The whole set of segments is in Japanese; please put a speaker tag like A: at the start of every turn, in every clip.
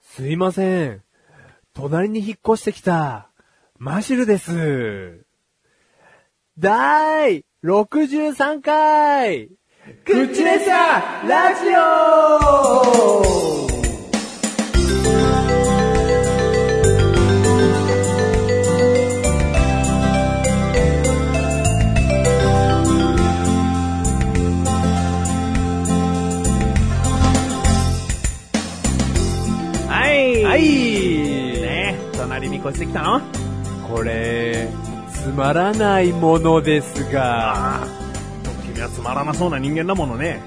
A: すいません。隣に引っ越してきた、マシルです。第63回、クッチレッサーラジオ
B: はい。
A: はい
B: ね隣に越してきたの
A: これ、つまらないものですが、
B: ああ。君はつまらなそうな人間だものね。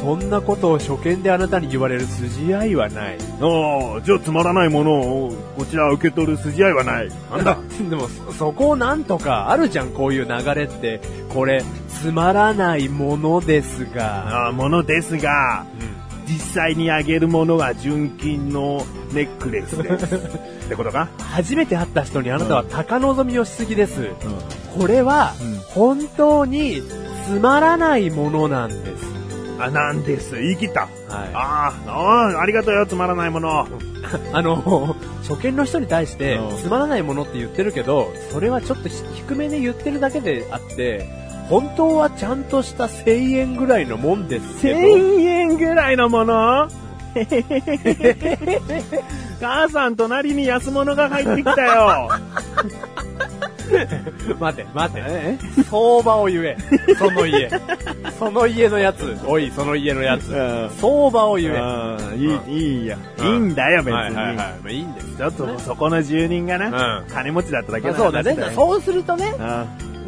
A: そんなことを初見であなたに言われる筋合いはない。
B: ああ、じゃあつまらないものをこちら受け取る筋合いはない。なんだ
A: でもそ、そこをなんとかあるじゃん、こういう流れって。これ、つまらないものですが。
B: ああ、ものですが、実際にあげるものは純金のネックレス です。ってことか
A: 初めて会った人にあなたは高望みをしすぎです。
B: うん。
A: これは
B: うん、
A: 本当につまらないものなんです。
B: あ、なんです。言い切った。
A: は
B: ああ、ああ、ありがとうよ、つまらないもの。
A: い。あの、初見の人に対して
B: うん、
A: つまらないものって言ってるけど、それはちょっと低めで言ってるだけであって、本当はちゃんとした1000円ぐらいのもんですけど。
B: 1000円ぐらいのもの母さん隣に安物が入ってきたよ。
A: 待て、待て。相場を言え。その家。その家のやつ。おい、その家のやつ。
B: う
A: 相場を言え。
B: ん。いい、いいや。い
A: うん
B: いんだよ、別
A: はいはいはい。
B: に。
A: まあいいんです
B: ちょっと、そこの住人がな、
A: うん
B: 金持ちだっただけ
A: ま
B: の
A: あそうだね
B: 話。
A: そうするとね、
B: うん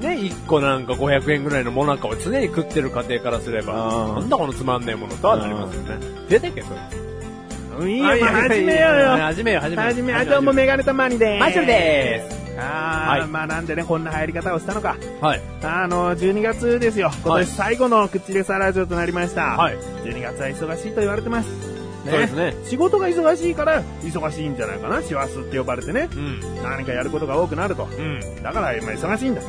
A: ね、1個なんか500円ぐらいのもなかを常に食ってる家庭からすれば、
B: うん
A: なんだこのつまんねえものとはなりますよね。出てけ、それ。
B: うん。いいよ、
A: あ
B: もう始めようよ。
A: 始めよう、始めよう。
B: 始め、あ、どうもメガネたまにでーす。
A: マッシュルで
B: ーす。あ
A: はい
B: ー、まあなんでね、こんな入り方をしたのか。
A: す。はい。
B: あの、12月ですよ。今
A: はい
B: 年最後の口レサラジオとなりました。
A: はい
B: 12月は忙しいと言われてます。
A: そうですね。
B: 仕事が忙しいから、忙しいんじゃないかな。師走って呼ばれてね。
A: うん。
B: 何かやることが多くなると。
A: うん。
B: だから今忙しいんだ。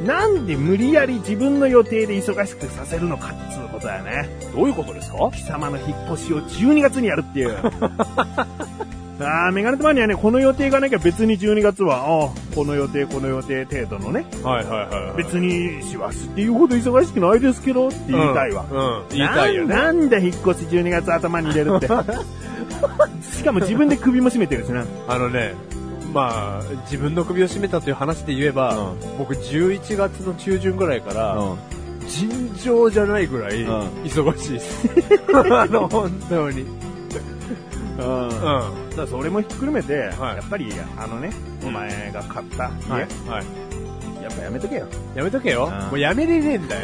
A: うん。
B: なんで無理やり自分の予定で忙しくさせるのかっつうことだよね。
A: どういうことですか
B: 貴様の引っ越しを12月にやるって いう。ああ、メガネとマにはね、この予定がなきゃ別に12月は、ああ、この予定、この予定程度のね、
A: はいはいはいはい。
B: 別に師走っていうほど忙しくないですけどって言いたいわ。
A: うん。うん。言いたいよね。
B: なんなんだ引っ越し12月頭に入れる って。しかも自分で首も絞めてるしな。
A: あのね、まあ、自分の首を絞めたという話で言えば、
B: うん
A: 僕11月の中旬ぐらいから、
B: うん
A: 尋常じゃないぐらい
B: うん
A: 忙しいです。 あの、本当に。うん。
B: だ
A: は
B: からそれもひっくるめて、
A: はい
B: やっぱりあのね、
A: うん
B: お前が買った
A: い。
B: 家、
A: はい。
B: やっぱやめとけよ。
A: やめとけよ。
B: うん
A: もうやめれねえんだ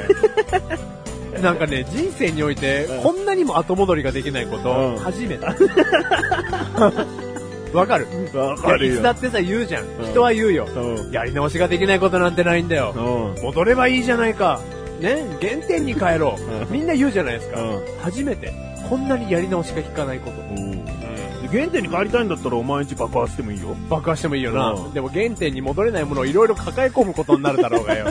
A: よ。なんかね、人生において
B: う、ん
A: こんなにも後戻りができないこ
B: うん
A: と、初 めて。わかる
B: わ
A: いやいつだってさ、言うじゃん。人は言うよ。
B: うん。
A: やり直しができないことなんてないんだよ。
B: うん。
A: 戻ればいいじゃないか。ね、原点に帰ろ
B: うん
A: う。みんな言うじゃないですか。
B: うん
A: 初めて、こんなにやり直しが効かないこと。
B: 原点に帰りたいんだったらお前んち爆破してもいいよ。
A: 爆破してもいいよな。
B: うん
A: でも原点に戻れないものをいろいろ抱え込むことになるだろうがよ。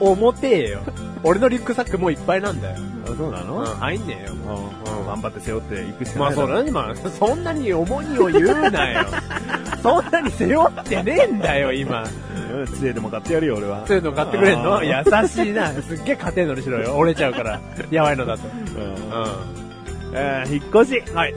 A: 重てえよ。俺のリュックサックもういっぱいなんだよ。
B: あ、そうな
A: うん、入んねえよ。
B: うん。頑張って背負っていくしか
A: ま
B: な
A: あ
B: い
A: そうだね、まあ、そんなに重荷を言うなよ。 そんなに背負ってねえんだよ、今。
B: うん杖でも買ってやるよ、俺は。
A: そういうの買ってくれんの
B: うん
A: 優しいな。すっげえ家庭のにしろよ。折れちゃうから。やばいのだと。
B: うん
A: う
B: えー引っ越し。はい。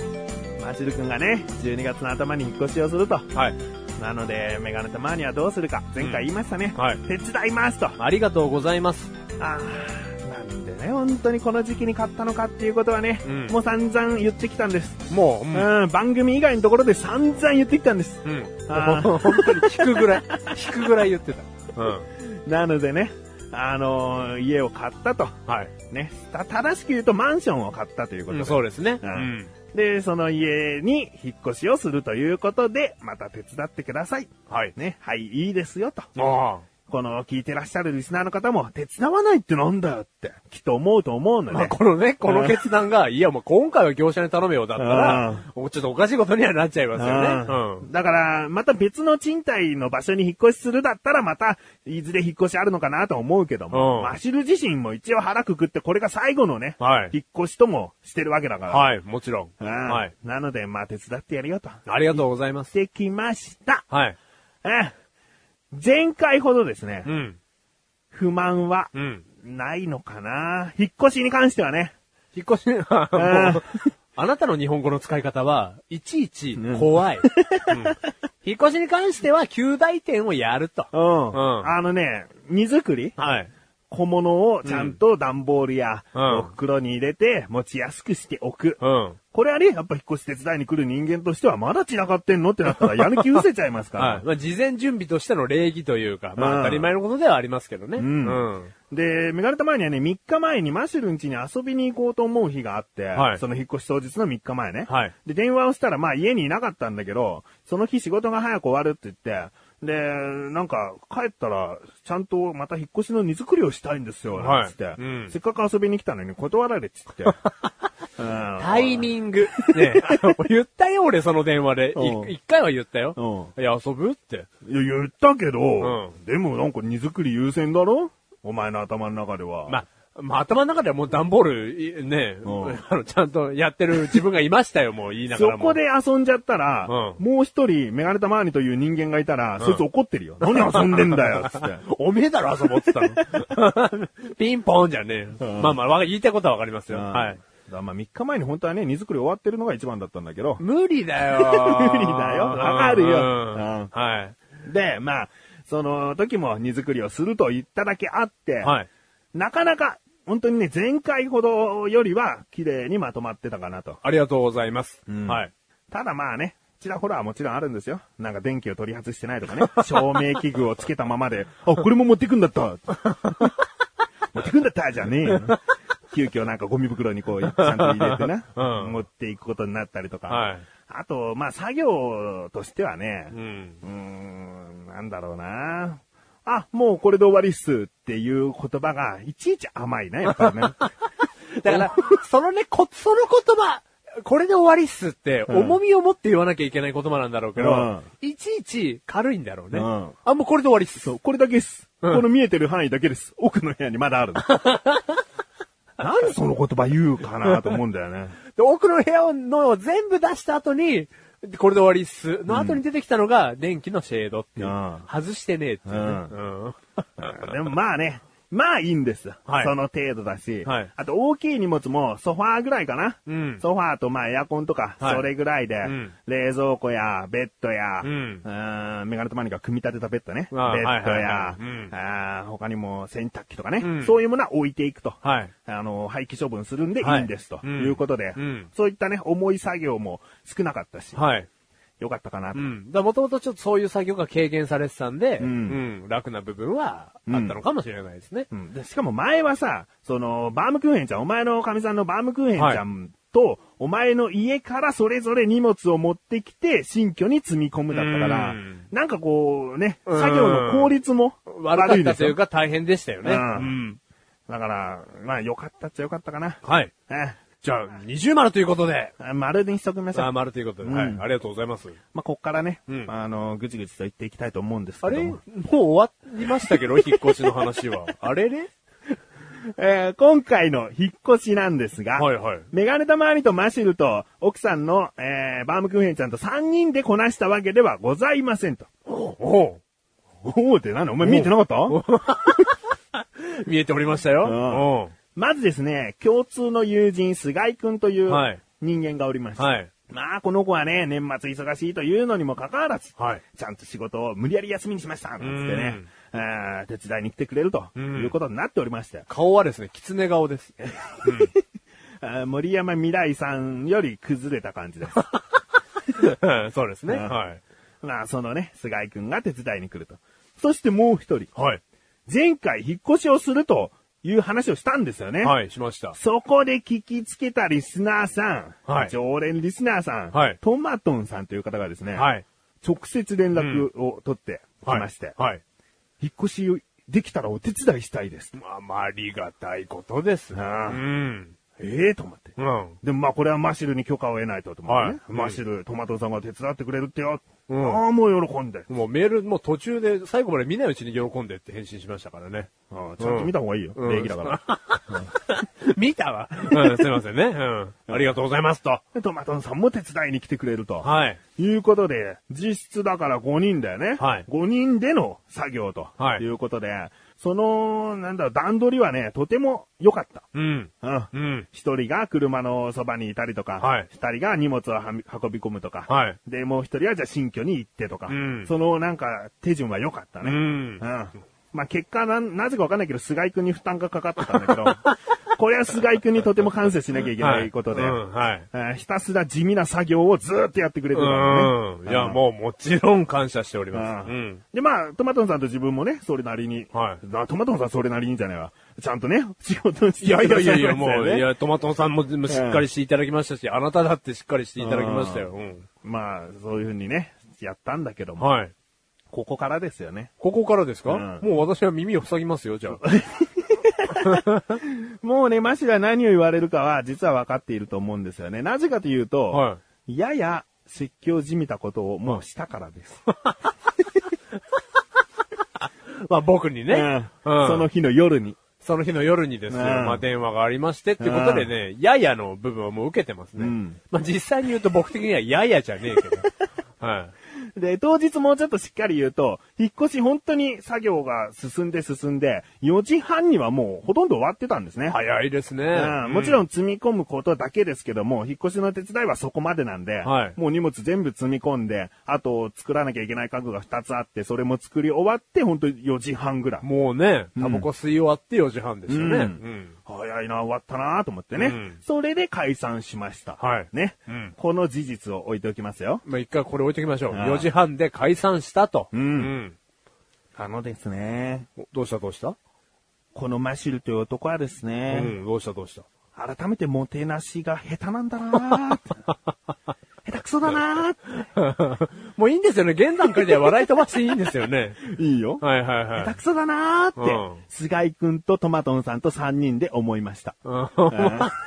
B: マシル君がね、12月の頭に引っ越しをすると。
A: ん。はい。
B: なので、メガネたまにはどうするか。前回言いましたね。
A: はい。
B: 手伝いますと。あ
A: ありがとうございます。
B: あー、なんでね、本当にこの時期に買ったのかっていうことはね、
A: うん
B: もう散々言ってきたんです。
A: もう、
B: う、
A: うんん。
B: 番組以外のところで散々言ってきたんです。
A: うん。
B: あー
A: もう本当に引くぐらい、 引くぐらい言ってた。うん。
B: なのでね、あのー家を買ったと。
A: はい。
B: ね。た正しく言うとマンションを買ったということ
A: う
B: で
A: ん、そうですね。
B: うんで、その家に引っ越しをするということで、また手伝ってください。はい。ね。はい、いいですよ、と
A: ああ。
B: この聞いてらっしゃるリスナーの方も手伝わないってなんだよって、きっと思うと思うの
A: まあ、
B: ね。
A: このね、この決断が、いや、もう今回は業者に頼めよだった
B: うん
A: ら、もうちょっとおかしいことにはなっちゃいますよ
B: う
A: ね。
B: んだから、また別の賃貸の場所に引っ越しするだったら、また、いずれ引っ越しあるのかなとは思うけども、
A: うん
B: マシル自身も一応腹くくって、これが最後のね、
A: はい
B: 引っ越しともしてるわけだから。
A: はい、もちろん。
B: うん
A: はい。
B: なので、まあ、手伝ってやるよと。
A: ありがとうございます
B: し。てきました。
A: はい。
B: うん前回ほどですね
A: う、ん。
B: 不満は
A: うん。
B: ないのかな引っ越しに関してはね。
A: 引っ越し、あ
B: うん
A: もうあなたの日本語の使い方は、いちいち怖い。うん引っ越しに関しては、旧大点をやると。
B: うん
A: うん
B: あのね、荷造り
A: はい。
B: 小物をちゃんと段ボールや、
A: うん
B: お袋に入れて持ちやすくしておく。
A: うん。
B: これはね、やっぱ引っ越し手伝いに来る人間としては、まだ散らかってんのってなったら、やる気失せちゃいますか
A: は
B: ら
A: い。。まあ、事前準備としての礼儀というか、ま
B: う
A: あ、
B: ん
A: 当たり前のことではありますけどね。
B: ん
A: うん
B: で、メガネた前にはね、3日前にマシュルん家に遊びに行こうと思う日があって、
A: はい
B: その引っ越し当日の3日前ね。
A: はい
B: で、電話をしたら、まあ家にいなかったんだけど、その日仕事が早く終わるって言って、で、なんか、帰ったら、ちゃんとまた引っ越しの荷造りをしたいんですよ、
A: はい
B: つって、
A: うん
B: せっかく遊びに来たのに断られちって。 うん
A: タイミング。ね えあの言ったよ、俺、その電話で。
B: うん
A: い一回は言ったよ。
B: う
A: いや、遊ぶって。
B: いや、言ったけど、
A: ん
B: でもなんか荷造り優先だろお前の頭の中では。
A: まあ、まあ、頭の中ではもう段ボール、いねえ、
B: うん
A: あの、ちゃんとやってる自分がいましたよ、もう言いなが
B: そ
A: らも。
B: こで遊んじゃったら、
A: う
B: もう一人、メガネタマーニという人間がいたら、
A: ん
B: そいつ怒ってるよ。何遊んでんだよ、つって。
A: おめえだろ、遊ぼうって言ったの。ピンポンじゃねえよ。
B: うん
A: まあまあわか、言いたいことはわかりますよ。はい。
B: だからまあ3日前に本当はね、荷造り終わってるのが一番だったんだけど、
A: 無理だよ。無
B: 理だよわかるようん
A: はい。
B: で、まあ、その時も荷造りをすると言っただけあって、
A: はい。
B: なかなか、本当にね、前回ほどよりは綺麗にまとまってたかなと。
A: ありがとうございます。
B: ん
A: はい。
B: ただまあね、ちらほらはもちろんあるんですよ。なんか電気を取り外してないとかね、 照明器具をつけたままで、あ、これも持ってくんだった 持ってくんだったじゃねえよ。急遽なんかゴミ袋にこう、ちゃんと入れてな、
A: うん
B: 持っていくことになったりとか。
A: はい
B: あと、まあ作業としてはね
A: う、ん。
B: うーん、なんだろうな。あ、もうこれで終わりっすっていう言葉が、いちいち甘いな、やっ ぱりね。
A: だから、そのね、こ、その言葉、これで終わりっすって、
B: うん
A: 重みを持って言わなきゃいけない言葉なんだろうけど、
B: うん
A: いちいち軽いんだろうね。
B: うん
A: あ、もうこれで終わりっす。
B: そう、これだけです。
A: うん
B: この見えてる範囲だけです。奥の部屋にま だあるの。なんでその言葉言うかなと思うんだよ ね。
A: で奥の部屋のを全部出した後に、これで終わりっす。の後に出てきたのが、電気のシェードっていう。
B: うん
A: 外してねえっていうね、うん
B: でもまあね、まあいいんです。
A: はい
B: その程度だし、
A: はい
B: あと大きい荷物もソファーぐらいかな。
A: うん
B: ソファーとまあエアコンとか、
A: はい
B: それぐらいで、
A: ん
B: 冷蔵庫やベッドや、
A: うん
B: ーんメガネとマニが組み立てたベッドね。ベ
A: あー
B: ッド
A: は
B: や、
A: いはいはいうん
B: あー他にも洗濯機とかね、
A: うん
B: そういうものは置いていくと。
A: はい。
B: あの、廃棄処分するんでい
A: はい
B: いんです、と
A: うん
B: いうことで、
A: うん
B: そういったね、重い作業も少なかったし、
A: はい。
B: よかったかなと。
A: うん。だもともとちょっとそういう作業が軽減されてたんで、
B: うん
A: うん楽な部分はあったのかもしれないですね。
B: うんでしかも前はさ、その、バームクーヘンちゃん、お前のおかみさんのバームクーヘンちゃんと、お前の家からそれぞれ荷物を持ってきて、新居に積み込むだったから、
A: うん
B: なんかこうね、
A: うん
B: 作業の効率も
A: 悪か
B: 悪
A: っ
B: いんで
A: た
B: す
A: という
B: よ。
A: か大変でしたよね。
B: うん
A: うん
B: だから、まあ良かったっちゃ良かったかな。
A: はい。
B: え
A: じゃあ、二重丸ということで。
B: え丸にしときましょ
A: さあ、
B: う。
A: 丸ということで、
B: うん
A: はい。ありがとうございます。
B: まあ、こっからね、
A: うん
B: あの、ぐちぐちと言っていきたいと思うんですけ
A: あ
B: ども。
A: れもう終わりましたけど、 引っ越しの話は。あれれ
B: えー今回の引っ越しなんですが、
A: はいはい。
B: メガネたまわりとマシルと奥さんの、えーバームクーヘンちゃんと3人でこなしたわけではございませんと。
A: お
B: おおって何お前見えてなかった
A: 見えておりましたよ。
B: うん
A: うん
B: まずですね、共通の友人、菅井くんという
A: はい
B: 人間がおりました。
A: はい。
B: まあ、この子はね、年末忙しいというのにもかかわらず、
A: はい
B: ちゃんと仕事を無理やり休みにしました、なんつってね、あー手伝いに来てくれると
A: ん
B: いうことになっておりまして、
A: 顔はですね、狐顔です。
B: あー森山未来さんより崩れた感じです。
A: そうですね。
B: うん
A: はい。
B: まあ、そのね、菅井くんが手伝いに来ると。そしてもう一人、
A: はい。
B: 前回引っ越しをするという話をしたんですよね。
A: はい、しました。
B: そこで聞きつけたリスナーさん、
A: はい
B: 常連リスナーさん、
A: はい
B: トマトンさんという方がですね、
A: はい。
B: 直接連絡を取ってきまして、
A: はい。
B: 引っ越しできたらお手伝いしたいです。
A: まあ、まあ、ありがたいことですね。
B: ああ
A: ん。
B: ええと思って。
A: うん。
B: でもまあこれはマシルに許可を得ないとと思ってね。
A: はい
B: マシル、トマトさんが手伝ってくれるってよ。
A: うん
B: ああ、もう喜んで。
A: もうメール、もう途中で、最後まで見ないうちに喜んでって返信しましたからね。
B: ああちゃんと見た方がいいよ。
A: うん
B: 礼儀だから。
A: 見たわ。うん、すいませんね。うん。ありがとうございますと。
B: でトマトさんも手伝いに来てくれると。
A: はい。
B: いうことで、実質だから5人だよね。
A: はい
B: 5人での作業と。
A: はい
B: いうことで、その、なんだろう、段取りはね、とても良かった。
A: うん。
B: うん。
A: うん。
B: 一人が車のそばにいたりとか、
A: はい
B: 二人が荷物をはみ運び込むとか、
A: はい
B: で、もう一人はじゃあ新居に行ってとか、
A: うん
B: そのなんか手順は良かった
A: う
B: ね。
A: ん。
B: うんまあ、結果なん、なぜかわかんないけど、菅井くんに負担がかかってたんだけ ど、これは菅井くんにとても感謝しなきゃいけないことで、
A: はいうん、はい。
B: えーひたすら地味な作業をずーっとやってくれてたの
A: う
B: ね。
A: ん。いや、
B: ん
A: もうもちろん感謝しており
B: う
A: ます。うんん。
B: で、まあ、トマトンさんと自分もね、それなりに。
A: はい
B: あトマトンさんそれなりにじゃないわ。ちゃんとね、仕事をして
A: いやいやいやいや、も
B: ください
A: う、
B: ましたよね
A: いや、トマトさんももうしっかりしていただきましたし、あなただってしっかりしていただきましたよ。うん。
B: まあ、そういうふうにね、やったんだけども、
A: はい。
B: ここからですよね。
A: ここからですか、
B: う
A: もう私は耳を塞ぎますよ、じゃあ。
B: もうね、マシが何を言われるかは、実は分かっていると思うんですよね。なぜかというと、
A: は
B: やや説教じみたことをもうしたからです。
A: まあ僕にね、うん
B: その日の夜に。
A: その日の夜にですよ、
B: うん
A: まあ電話がありましてってことでね、ややの部分はもう受けてますね。
B: うん
A: まあ実際に言うと僕的にはややじゃね えけど。はい。
B: で、当日もうちょっとしっかり言うと、引っ越し本当に作業が進んで進んで、4時半にはもうほとんど終わってたんですね。
A: 早いですね。
B: うんもち
A: ん。
B: ろん積み込むことだけですけども、引っ越しの手伝いはそこまでなんで、
A: はい
B: もう荷物全部積み込んで、あと作らなきゃいけない家具が2つあって、それも作り終わって、ほんと4時半ぐらい。
A: もうね、タバコ吸い終わって4時半ですよね。
B: うん
A: うん
B: 早いな、終わったなと思ってね、
A: うん
B: それで解散しました。
A: はい
B: ね、
A: うん
B: この事実を置いておきますよ。
A: まあ一回これ置いときましょう。
B: ああ
A: 4時半で解散したと。
B: うん
A: うん
B: あのですね、
A: おどうしたどうした
B: このマシルという男はです
A: う
B: ね、
A: ん、どうしたどうした
B: 改めてもてなしが下手なんだな ーって。下手くそだなーって。
A: もういいんですよね。現段階では笑い飛ばしていいんですよね。
B: いいよ。
A: はいはいは
B: 下手
A: い
B: くそだなーって、
A: うん
B: 菅井くんとトマトンさんと3人で思いました。
A: うん。
B: あ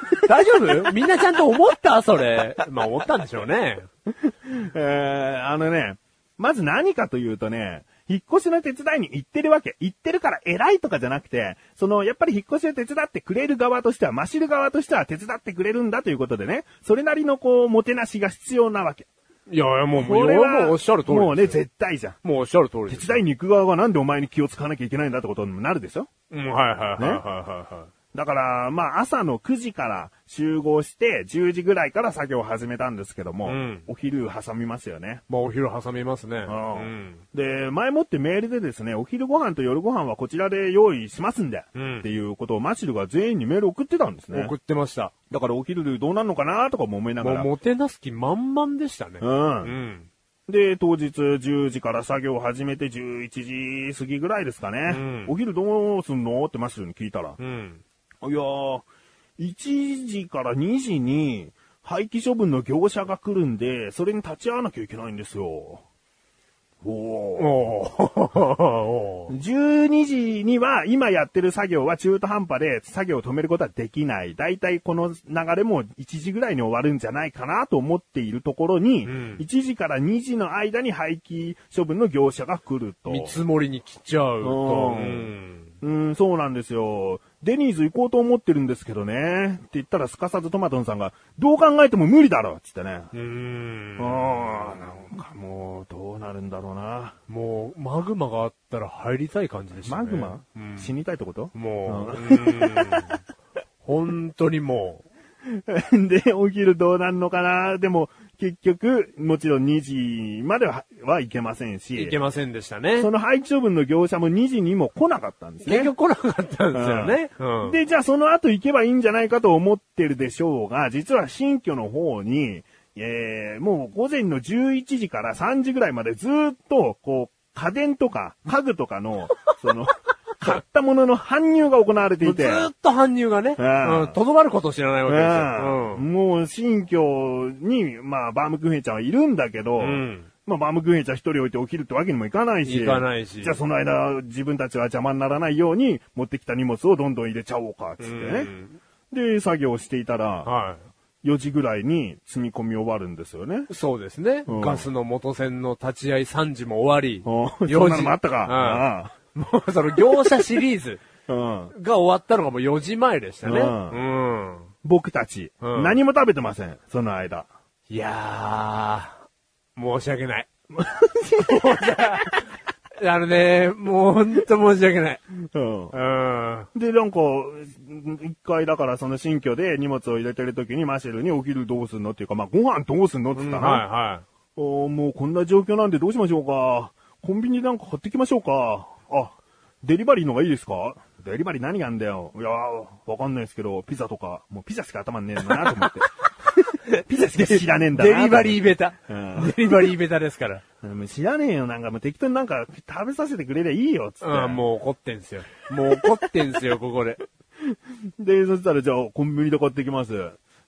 A: 大丈夫みんなちゃんと思ったそれ。まあ思ったんでしょうね。
B: ーえーあのね、まず何かというとね、引っ越しの手伝いに行ってるわけ。行ってるから偉いとかじゃなくて、その、やっぱり引っ越しを手伝ってくれる側としては、マシル側としては手伝ってくれるんだということでね、それなりのこう、もてなしが必要なわけ。
A: いやいや、もう、
B: こ
A: もう
B: れは、
A: もうおっしゃる通りですよ。
B: もうね、絶対じゃん。
A: もうおっしゃる通りです。
B: 手伝いに行く側はなんでお前に気を使わなきゃいけないんだってことにもなるでしょ
A: うん、はいはいはい
B: ね
A: はいはいはい。
B: だから、まあ、朝の9時から集合して、10時ぐらいから作業を始めたんですけども、
A: うん
B: お昼挟みますよね。
A: まあお昼挟みますね。う
B: うん。で、前もってメールでですね、お昼ご飯と夜ご飯はこちらで用意しますんで、
A: うん
B: っていうことをマシルが全員にメール送ってたんですね
A: 送。ってました。
B: だからお昼どうなるのかなとかも思いなが
A: もう
B: ら。
A: もてなす気満々でしたね。
B: うん
A: うん。
B: で、当日10時から作業を始めて11時過ぎぐらいですかね。
A: うん
B: お昼どうすんのってマシルに聞いたら、
A: うん。
B: いやー、1時から2時に廃棄処分の業者が来るんで、それに立ち会わなきゃいけないんですよ。おー。
A: おーおー
B: 12時には、今やってる作業は中途半端で作業を止めることはできない。だいたいこの流れも1時ぐらいに終わるんじゃないかなと思っているところに、
A: うん
B: 1時から2時の間に廃棄処分の業者が来ると。
A: 見積もりに来ちゃうと。
B: う
A: うんん。
B: うん、そうなんですよ。デニーズ行こうと思ってるんですけどね。って言ったらすかさずトマトンさんが、どう考えても無理だろっつってね。
A: うーん
B: うん、なんかもう、どうなるんだろうな。
A: もう、マグマがあったら入りたい感じでしたね。
B: マグマ、
A: うん
B: 死にたいってこと
A: もう、うーん本当にも
B: で、お昼どうなんのかな。でも、結局、もちろん2時までははいけません
A: う、
B: し。
A: いけませんでしたね
B: そ。の廃棄処分の業者も2時にも来なかったんですね。
A: 結局来なかったんですよね。うん
B: で、じゃあその後行けばいいんじゃないかと思ってるでしょうが、実は新居の方に、えー、もう午前の11時から3時ぐらいまでずーっと、こう、家電とか家具とかの、そ の、買ったものの搬入が行われていて。
A: ずーっと搬入がね、
B: うん
A: うんとどまることを知らないわけですよ。
B: うんもう新居に、まあ、バームクーヘンちゃんはいるんだけど、
A: うん
B: まあ、バームクーヘンちゃん一人置いて起きるってわけにもいかないし。
A: いかないし
B: じゃあその間、自分たちは邪魔にならないように、持ってきた荷物をどんどん入れちゃおうか、つって
A: う
B: ね
A: ん。
B: で、作業していたら、
A: は
B: 4時ぐらいに積み込み終わるんですよね。
A: い。そうですね。
B: うん
A: ガスの元船の立ち合い3時も終
B: お
A: わ
B: そ
A: り。
B: んなのもあった
A: うん
B: か。
A: もうその業者シリーズ
B: うんうん
A: が終わったのがもう4時前でしたね。
B: う
A: うんん。
B: 僕たち、
A: うん
B: 何も食べてません、その間。
A: いやー、申し訳 ない。あのね、もうほんと申し訳ない。
B: うん
A: うん。
B: で、なんか、ん一回だからその新居で荷物を入れてる時にマシェルにお昼どうすんのっていうか、まあご飯どうすんのって言ったら、
A: は
B: おーもうこんな状況なんでどうしましょうか。コンビニなんか買ってきましょうか。あ、デリバリーのがいいですかデリバリー何があんだよ。いやー、わかんないですけど、ピザとか、もうピザしか頭にねえんだなと 思って。ピザしか知らねえんだな
A: デリバリーベタ。
B: うん
A: デリバリーベタですから。
B: ー。知らねえよ、なんかもう適当になんか食べさせてくれりゃいいよ、つって。
A: うん、もう怒ってんすよ。もう怒ってんす よ、ここで。
B: で、そしたら、じゃあ、コンビニで買ってきます。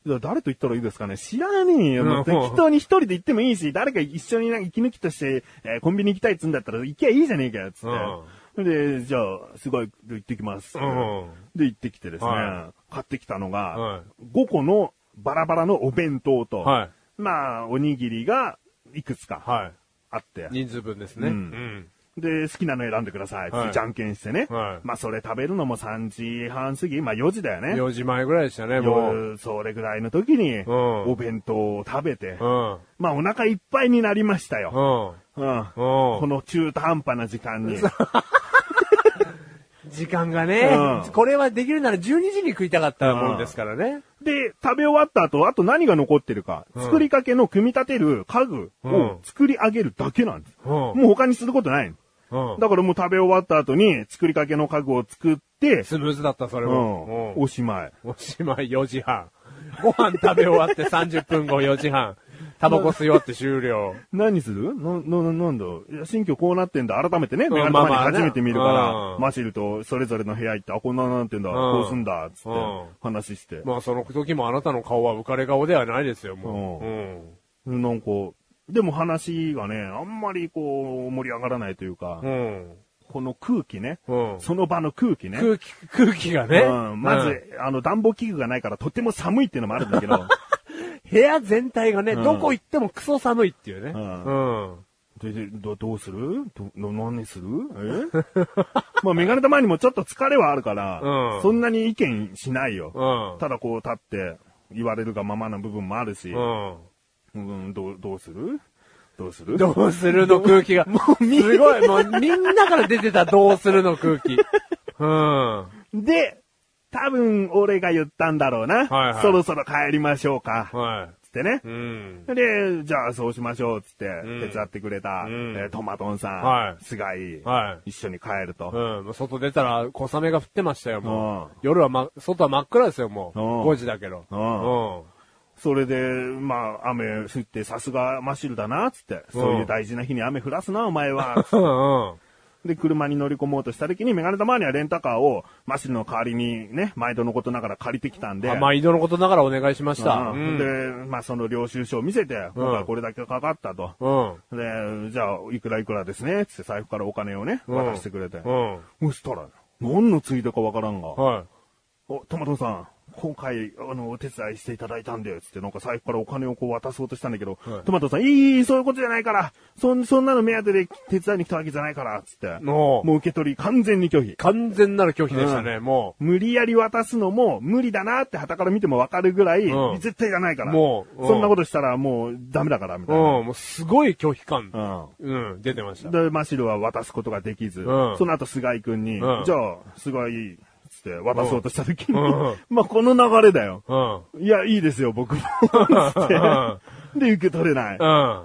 B: じゃあ、誰と行ったらいいですかね知らねえよ。もう
A: うん
B: 適当に一人で行ってもいいし、誰か一緒になんか息抜きとして、えーコンビニ行きたいっつうんだったら行きゃいいじゃねえかよ、つって。で、じゃあ、すごい、行ってきます。
A: うん
B: で、行ってきてですね、
A: は
B: 買ってきたのが、
A: は
B: 5個のバラバラのお弁当と、
A: はい
B: まあ、おにぎりがいくつか
A: はい。
B: あって、
A: 人数分ですね。
B: う
A: うんん。
B: で、好きなの選んでください。
A: はい
B: じゃんけんしてね。
A: はい
B: まあ、それ食べるのも3時半過ぎ、まあ4時だよね。
A: 4時前ぐらいでしたね、もう。
B: 夜、それぐらいの時に、
A: ん
B: お弁当を食べて
A: う、ん。
B: まあお腹いっぱいになりましたよ。
A: うん。
B: うん。
A: う
B: この中途半端な時間に。
A: ん。時間がね
B: うん、
A: これはできるなら12時に食いたかったもんですからね。
B: で、食べ終わった後、あと何が残ってるか、
A: うん
B: 作りかけの組み立てる家具
A: うん
B: を作り上げるだけなんです。
A: うん。
B: もう他にすることないの。
A: うん。
B: だからもう食べ終わった後に作りかけの家具を作って、
A: スムーズだった、それ
B: うん
A: も。、うん
B: おしまい。
A: おしまい4時半。ご飯食べ終わって30分後4時半。タバコ吸い終わって終了。
B: 何するな、な、ななんだいや新居こうなってんだ。改めてね、
A: ん
B: メガネ玉に
A: まあまあね
B: 初めて見るから、
A: うん
B: マシルとそれぞれの部屋行って、あ、こんななんてんだ、
A: ん
B: こうすんだ、つって
A: うん、
B: 話して。
A: まあその時もあなたの顔は浮かれ顔ではないですよ、もう。
B: う
A: うん。
B: なんか、でも話がね、あんまりこう、盛り上がらないというか、
A: うん。
B: この空気ね、
A: うん。
B: その場の空気ね。
A: 空気、空気がね。
B: うん、まず、、あの、暖房器具がないからとても寒いっていうのもあるんだ けど、
A: 部屋全体がね、
B: うん
A: どこ行ってもクソ寒いっていうね。
B: う
A: うんん。
B: ででどどうするどの何するえ まあ、メガネ玉にもちょっと疲れはあるから、
A: うん
B: そんなに意見しないよ。
A: うん。
B: ただこう立って言われるがままな部分もあるし、
A: うん。
B: うん、どう、どうするどうする
A: どうするの空 気が。もうすごい、もうみんなから出てたどうするの空気。うん。
B: で、多分俺が言ったんだろうな。
A: はいはい
B: そろそろ帰りましょうか。
A: は
B: つってね
A: い。う。ん。
B: で、じゃあそうしましょう、つって、
A: ん
B: 手伝ってくれた、
A: うん
B: えートマトンさん、
A: はい
B: 菅井、
A: はい。
B: 一緒に帰ると。
A: うん、外出たら小雨が降ってましたよ、も
B: うん
A: う。夜はま、外は真っ暗ですよ、もう。
B: うん
A: 5時だけど。
B: うん
A: う
B: それで、まあ、雨降ってさすがマシルだな、つって、そういう大事な日に雨降らすな、お前は。
A: ん。うん。
B: で、車に乗り込もうとした時に、メガネ玉にはレンタカーを、マシルの代わりにね、毎度のことながら借りてきたんで。
A: あまあ、井戸のことながらお願いしました。う
B: うん
A: ん。
B: で、まあ、その領収書を見せて、僕はこれだけかかったと。
A: うん。
B: で、じゃあ、いくらいくらですね、つって財布からお金をね、
A: うん
B: 渡してくれて。
A: うん。
B: そしたら、何のついでかわからんが、
A: はい。
B: お、トマトさん、今回、あの、お手伝いしていただいたんで、つって、なんか財布からお金をこう渡そうとしたんだけど、
A: はい
B: トマトさん、いいいい、そういうことじゃないから、そん、そんなの目当てで手伝いに来たわけじゃないから、つって、も
A: もう、
B: う受け取り完全に拒否。
A: 完全なる拒否でしたね、も
B: 無理やり渡すのも無理だなって旗から見てもわかるぐらい、
A: うん
B: 絶対いらないから。
A: もううん
B: そんなことしたらもうダメだから、み
A: う。
B: た
A: う
B: いな。
A: ん、もうすごい拒否感。
B: うん。
A: うん、出てました。
B: で、マシルは渡すことができず、
A: うん
B: その後菅井くんに、
A: うん
B: じゃあ、菅井、つって渡そうとした時に、
A: うん
B: まあこの流れだよ。
A: うん。うん。
B: いや、いいですよ、僕も。つって で、受け取れない。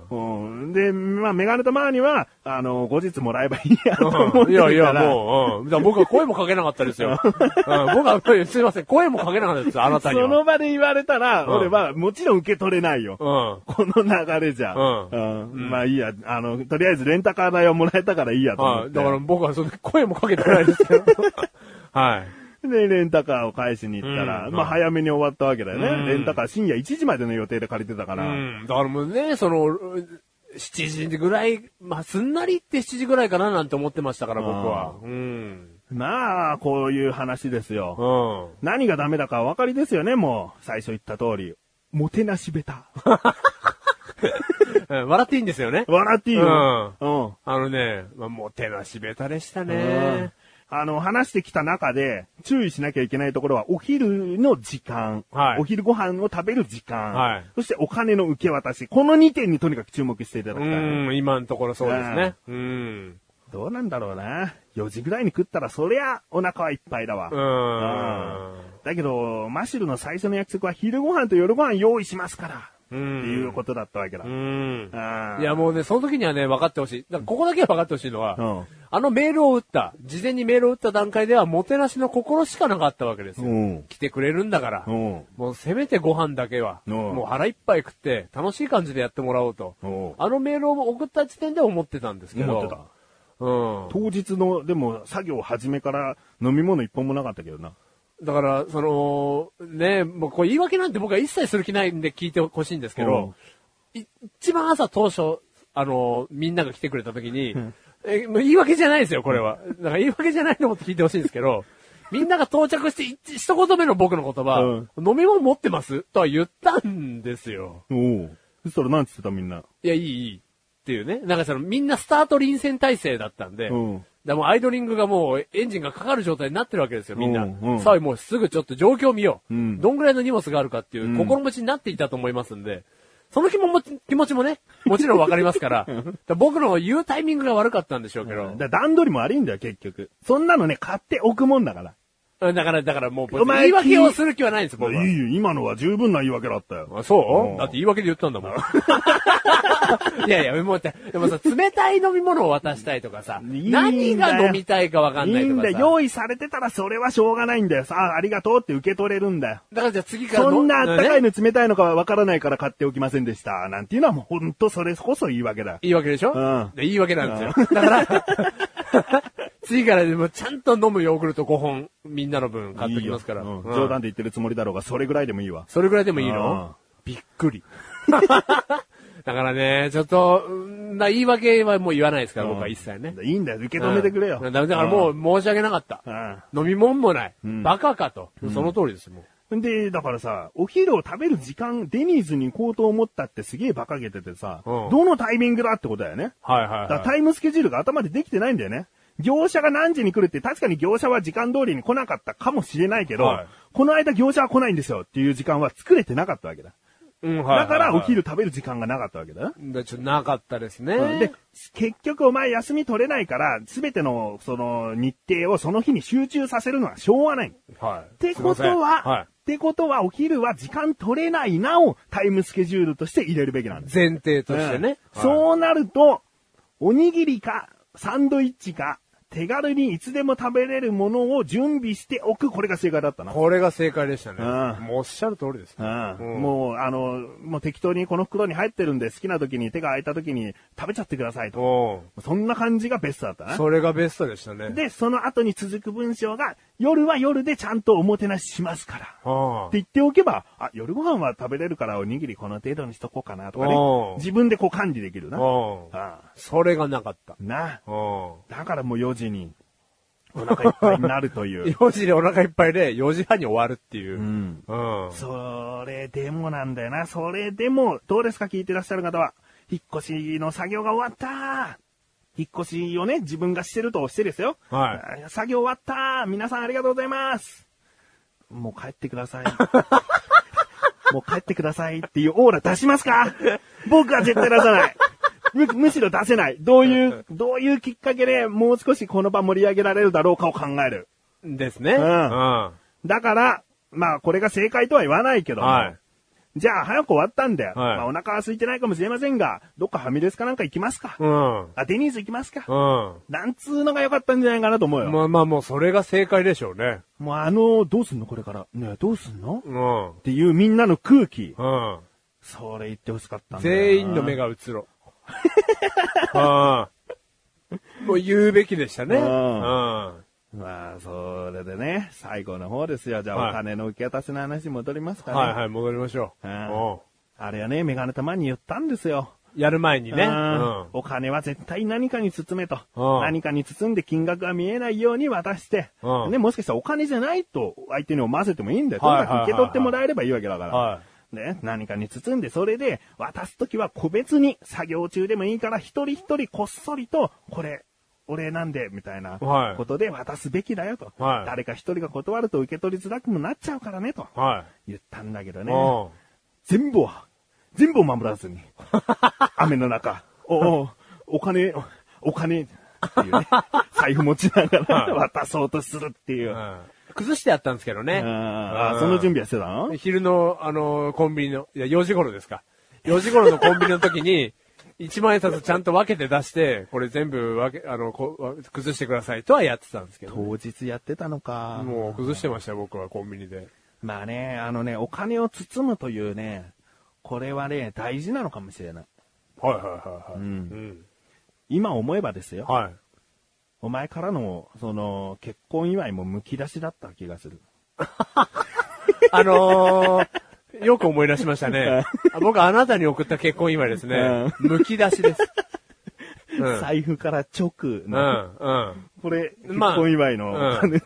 B: うんで、まあ、メガネとマーには、あの、後日もらえばいいやと思っ
A: うん
B: て
A: い
B: るか
A: や
B: ら。
A: いや、もう、うん。だから僕は声もかけなかったです よ。うん、僕は、すいません、声もかけなかったです、あなたに
B: その
A: は。
B: 場で言われたら、
A: ん
B: 俺はもちろん受け取れないよ。
A: うん。
B: この流れじゃ。
A: うん
B: うんまあいいや、あの、とりあえずレンタカー代をもらえたからいいやと思
A: は
B: っ
A: い。
B: て。
A: だから僕はその声もかけてないですけど。 はい。
B: で、レンタカーを返しに行ったら、
A: うん
B: まあ早めに終わったわけだよね。
A: うん
B: レンタカー深夜1時までの予定で借りてたか
A: う
B: ら。
A: ん。だからもうね、その、 7時ぐらい、まあ、すんなりって7時ぐらいかななんて思ってましたから、僕
B: あ
A: は。うん。
B: まあ、こういう話です
A: う
B: よ。
A: ん。
B: 何がダメだかお分かりですよね、もう。最初言った通り。もてなしベタ。
A: うん笑っていいんですよね。
B: 笑っていいよ。うん。
A: あのね、まあ、もてなしベタでした
B: うん
A: ね。
B: あの、話してきた中で、注意しなきゃいけないところは、お昼の時間、
A: はい
B: お昼ご飯を食べる時間、
A: はい
B: そしてお金の受け渡し、この2点にとにかく注目していただき
A: う
B: たい。
A: ん、今のところそうですね。うん。
B: どうなんだろうな。4時ぐらいに食ったら、そりゃ、お腹はいっぱいだわ。
A: う
B: う
A: ん。
B: んだけど、マシルの最初の約束は、昼ご飯と夜ご飯用意しますから、
A: う
B: っ
A: ん
B: ていうことだったわけだ。
A: う
B: うん
A: ん。
B: あー
A: いやもうね、その時にはね、分かってほしい。だからここだけは分かってほしいのは、
B: うん
A: あのメールを打った、事前にメールを打った段階では、もてなしの心しかなかったわけですよ。
B: うん
A: 来てくれるんだから、
B: うん
A: もうせめてご飯だけは、
B: うん
A: もう腹いっぱい食って、楽しい感じでやってもらおうと。
B: うん
A: あのメールを送った時点で思ってたんですけど。
B: 思ってた
A: うん。
B: 当日の、でも、作業始めから飲み物一本もなかったけどな。
A: だから、その、ね、もうこれ言い訳なんて僕は一切する気ないんで聞いてほしいんですけど、い一番朝当初、あの、みんなが来てくれた時に、え、もう言い訳じゃないですよ、これは。だから言い訳じゃないと思って聞いてほしいんですけ ど、みんなが到着して一、一言目の僕の言葉、飲み物持ってますとは言ったんですよ。
B: おお。そしたら何つってたみんな。
A: いや、いい、いい。っていうね。なんかその、みんなスタート臨戦態勢だったんで、
B: うん
A: だからもうアイドリングがもうエンジンがかかる状態になってるわけですよ、みんな。
B: うんうん
A: さあ、もうすぐちょっと状況を見よう、
B: うん
A: どんぐらいの荷物があるかっていう心持ちになっていたと思いますんで、その気ももち気持ちもね、もちろんわかりますから、だから僕の言うタイミングが悪かったんでしょうけど、
B: だ段取りも悪いんだよ、結局。そんなのね、買っておくもんだから。
A: だから、だからもう、
B: お前
A: 言い訳をする気はないんです、僕は。
B: いいよ、今のは十分な言い訳だったよ。
A: あそう、
B: うん
A: だって言い訳で言ったんだも ん。いやいや、もう、でもさ、冷たい飲み物を渡したいとかさ、
B: いいんだよ
A: 何が飲みたいかわかんない
B: い
A: と
B: ん
A: か
B: だ
A: さ。
B: よ、用意されてたらそれはしょうがないんだよ。さあ、ありがとうって受け取れるんだよ。
A: だからじゃあ次からの
B: そんなあったかい
A: ね
B: の冷たいのかはわからないから買っておきませんでした。なんていうのはもうほんとそれこそ言い訳だ。
A: 言い訳でしょ
B: うん
A: で言い訳なんですよ。だから、次からでもちゃんと飲むヨーグルト5本、みんなの分買ってきますから。
B: いいようん
A: うん
B: 冗談で言ってるつもりだろうが、それぐらいでもいいわ。
A: それぐらいでもいいうの
B: ん
A: びっくり。 だからね、ちょっと、うんな言い訳はもう言わないですから、僕は一切ね。
B: いいんだよ、受け止めてくれよ。
A: うんだだからもう申し訳なかった。
B: うん。
A: 飲み物もない。
B: ん
A: バカかと。その通りです、もう。
B: うん。で、だからさ、お昼を食べる時間、デニーズに行こうと思ったってすげえ馬鹿げててさ、
A: うん
B: どのタイミングだってことだよね。
A: はいはい、
B: だからタイムスケジュールが頭でできてないんだよね。業者が何時に来るって、確かに業者は時間通りに来なかったかもしれないけど、
A: はい
B: この間業者は来ないんですよっていう時間は作れてなかったわけだ。
A: うん、はい
B: だからお
A: る。
B: 昼食べる時間がなかったわけだな。
A: だちょっとなかったですね。
B: で、結局お前休み取れないから、すべてのその日程をその日に集中させるのはしょうがない。っ
A: はい。
B: てこと
A: すいま
B: は、
A: せんはい
B: っ。てことはお昼は時間取れないなをタイムスケジュールとして入れるべきなんです。
A: 前提としてね。
B: うん
A: う。
B: そうなると、おにぎりか、サンドイッチか、手軽にいつでも食べれるものを準備しておく、これが正解だったな。
A: これが正解でしたね。
B: うん
A: もうおっしゃる通りです。
B: うん
A: うん
B: もう、あの、もう適当にこの袋に入ってるんで、好きな時に手が空いた時に食べちゃってくださいと。
A: お
B: そんな感じがベストだったな。
A: それがベストでしたね。、
B: で、その後に続く文章が、夜は夜でちゃんとおもてなししますから。
A: は
B: って言っておけば、あ、夜ご飯は食べれるからおにぎりこの程度にしとこうかなとかね
A: お。う
B: 自分でこう管理できる
A: あ、
B: な。
A: おう
B: あ
A: それがなかった
B: あ。なあ。
A: お
B: だからもう4時にお腹いっぱいになるとい
A: ん。
B: う。
A: 4時でお 腹いっぱいで4時半に終わるっていう。
B: うん。
A: うん。
B: それでもなんだよな。それでも、どうですか聞いてらっしゃる方は。引っ越しの作業が終わった引っ越しをね、自分がしてるとしてですよ。。
A: はい
B: 作業終わった皆さんありがとうございますもう帰ってく ださい。もう帰ってくださいっていうオーラ出しますか僕は絶対出さない。む、むしろ出せない。どういう、どういうきっかけでもう少しこの場盛り上げられるだろうかを考える。
A: ですね。
B: ん
A: うん。
B: だから、まあこれが正解とは言わないけども、
A: はい
B: じゃあ早く終わったんで、
A: はい
B: まあお腹は空いてないかもしれませんが、どっかファミレスかなんか行きますか、
A: うん。う
B: あ、デニーズ行きますか、
A: ん。
B: なんつうのが良かったんじゃないかなと思うよ。
A: まあまあもうそれが正解でしょうね。
B: もうあの、どうすんのこれから。ねえどうすんのっ
A: うん。
B: ていうみんなの空気。
A: うん。
B: それ言ってほしかったんだよな
A: 全員の目。がうつろ。うんもう言うべきでしたね。
B: う
A: うんん。
B: まあ、それでね、最後の方ですよ。じゃ
A: は
B: あ
A: い
B: お金の受け渡しの話に戻りますかね。
A: はいはい、戻りましょう。
B: うんあれはね、メガネたまに言ったんですよ。
A: やる前にね。
B: う
A: うんん。
B: お金は絶対何かに包めと。
A: うん
B: 何かに包んで金額が見えないように渡して、
A: うん
B: ね、もしかしたらお金じゃないと相手に思わせてもいいんだよ。と
A: はい
B: に
A: は
B: か
A: い
B: く受け取ってもらえればいいわけだから。
A: は
B: ね、何かに包んで、それで渡すときは個別に作業中でもいいから一人一人こっそりと、これ、お礼なんで、みたいな
A: はい
B: ことで渡すべきだよと。
A: はい
B: 誰か一人が断ると受け取りづらくもなっちゃうからね、と
A: は
B: 言ったんだけど
A: い。
B: ね。
A: うん
B: 全部を、全部を守らず に。雨の中。おお、お金、お金、っていう ね。財布持ちながら渡そうとするっていう。
A: う
B: あ
A: ん。崩してやったんですけどね。
B: あ、その準備はしてたの
A: 昼の、あのーコンビニの、いや、4時頃ですか。4時頃のコンビニの時に、1万円 札ちゃんと分けて出して、これ全部分け、あの、こわ崩してくださいとはやってたんですけど。
B: 当日やってたのか。
A: もう崩してましたよ、僕はコンビニで。
B: まあね、あのね、お金を包むというね、これはね、大事なのかもしれない。
A: はいはいはいはい。
B: う
A: うんん。
B: 今思えばですよ。
A: はい。
B: お前からの、その、結婚祝いも剥き出しだった気がする。
A: あのー、よく思い出しましたね。あ僕あなたに送った結婚祝いですね。剥き出し です。うん。うん。
B: 財布から直
A: う
B: の、
A: ん。うん
B: これ、結
A: まあ
B: 婚祝いの
A: う
B: お金
A: ん
B: です。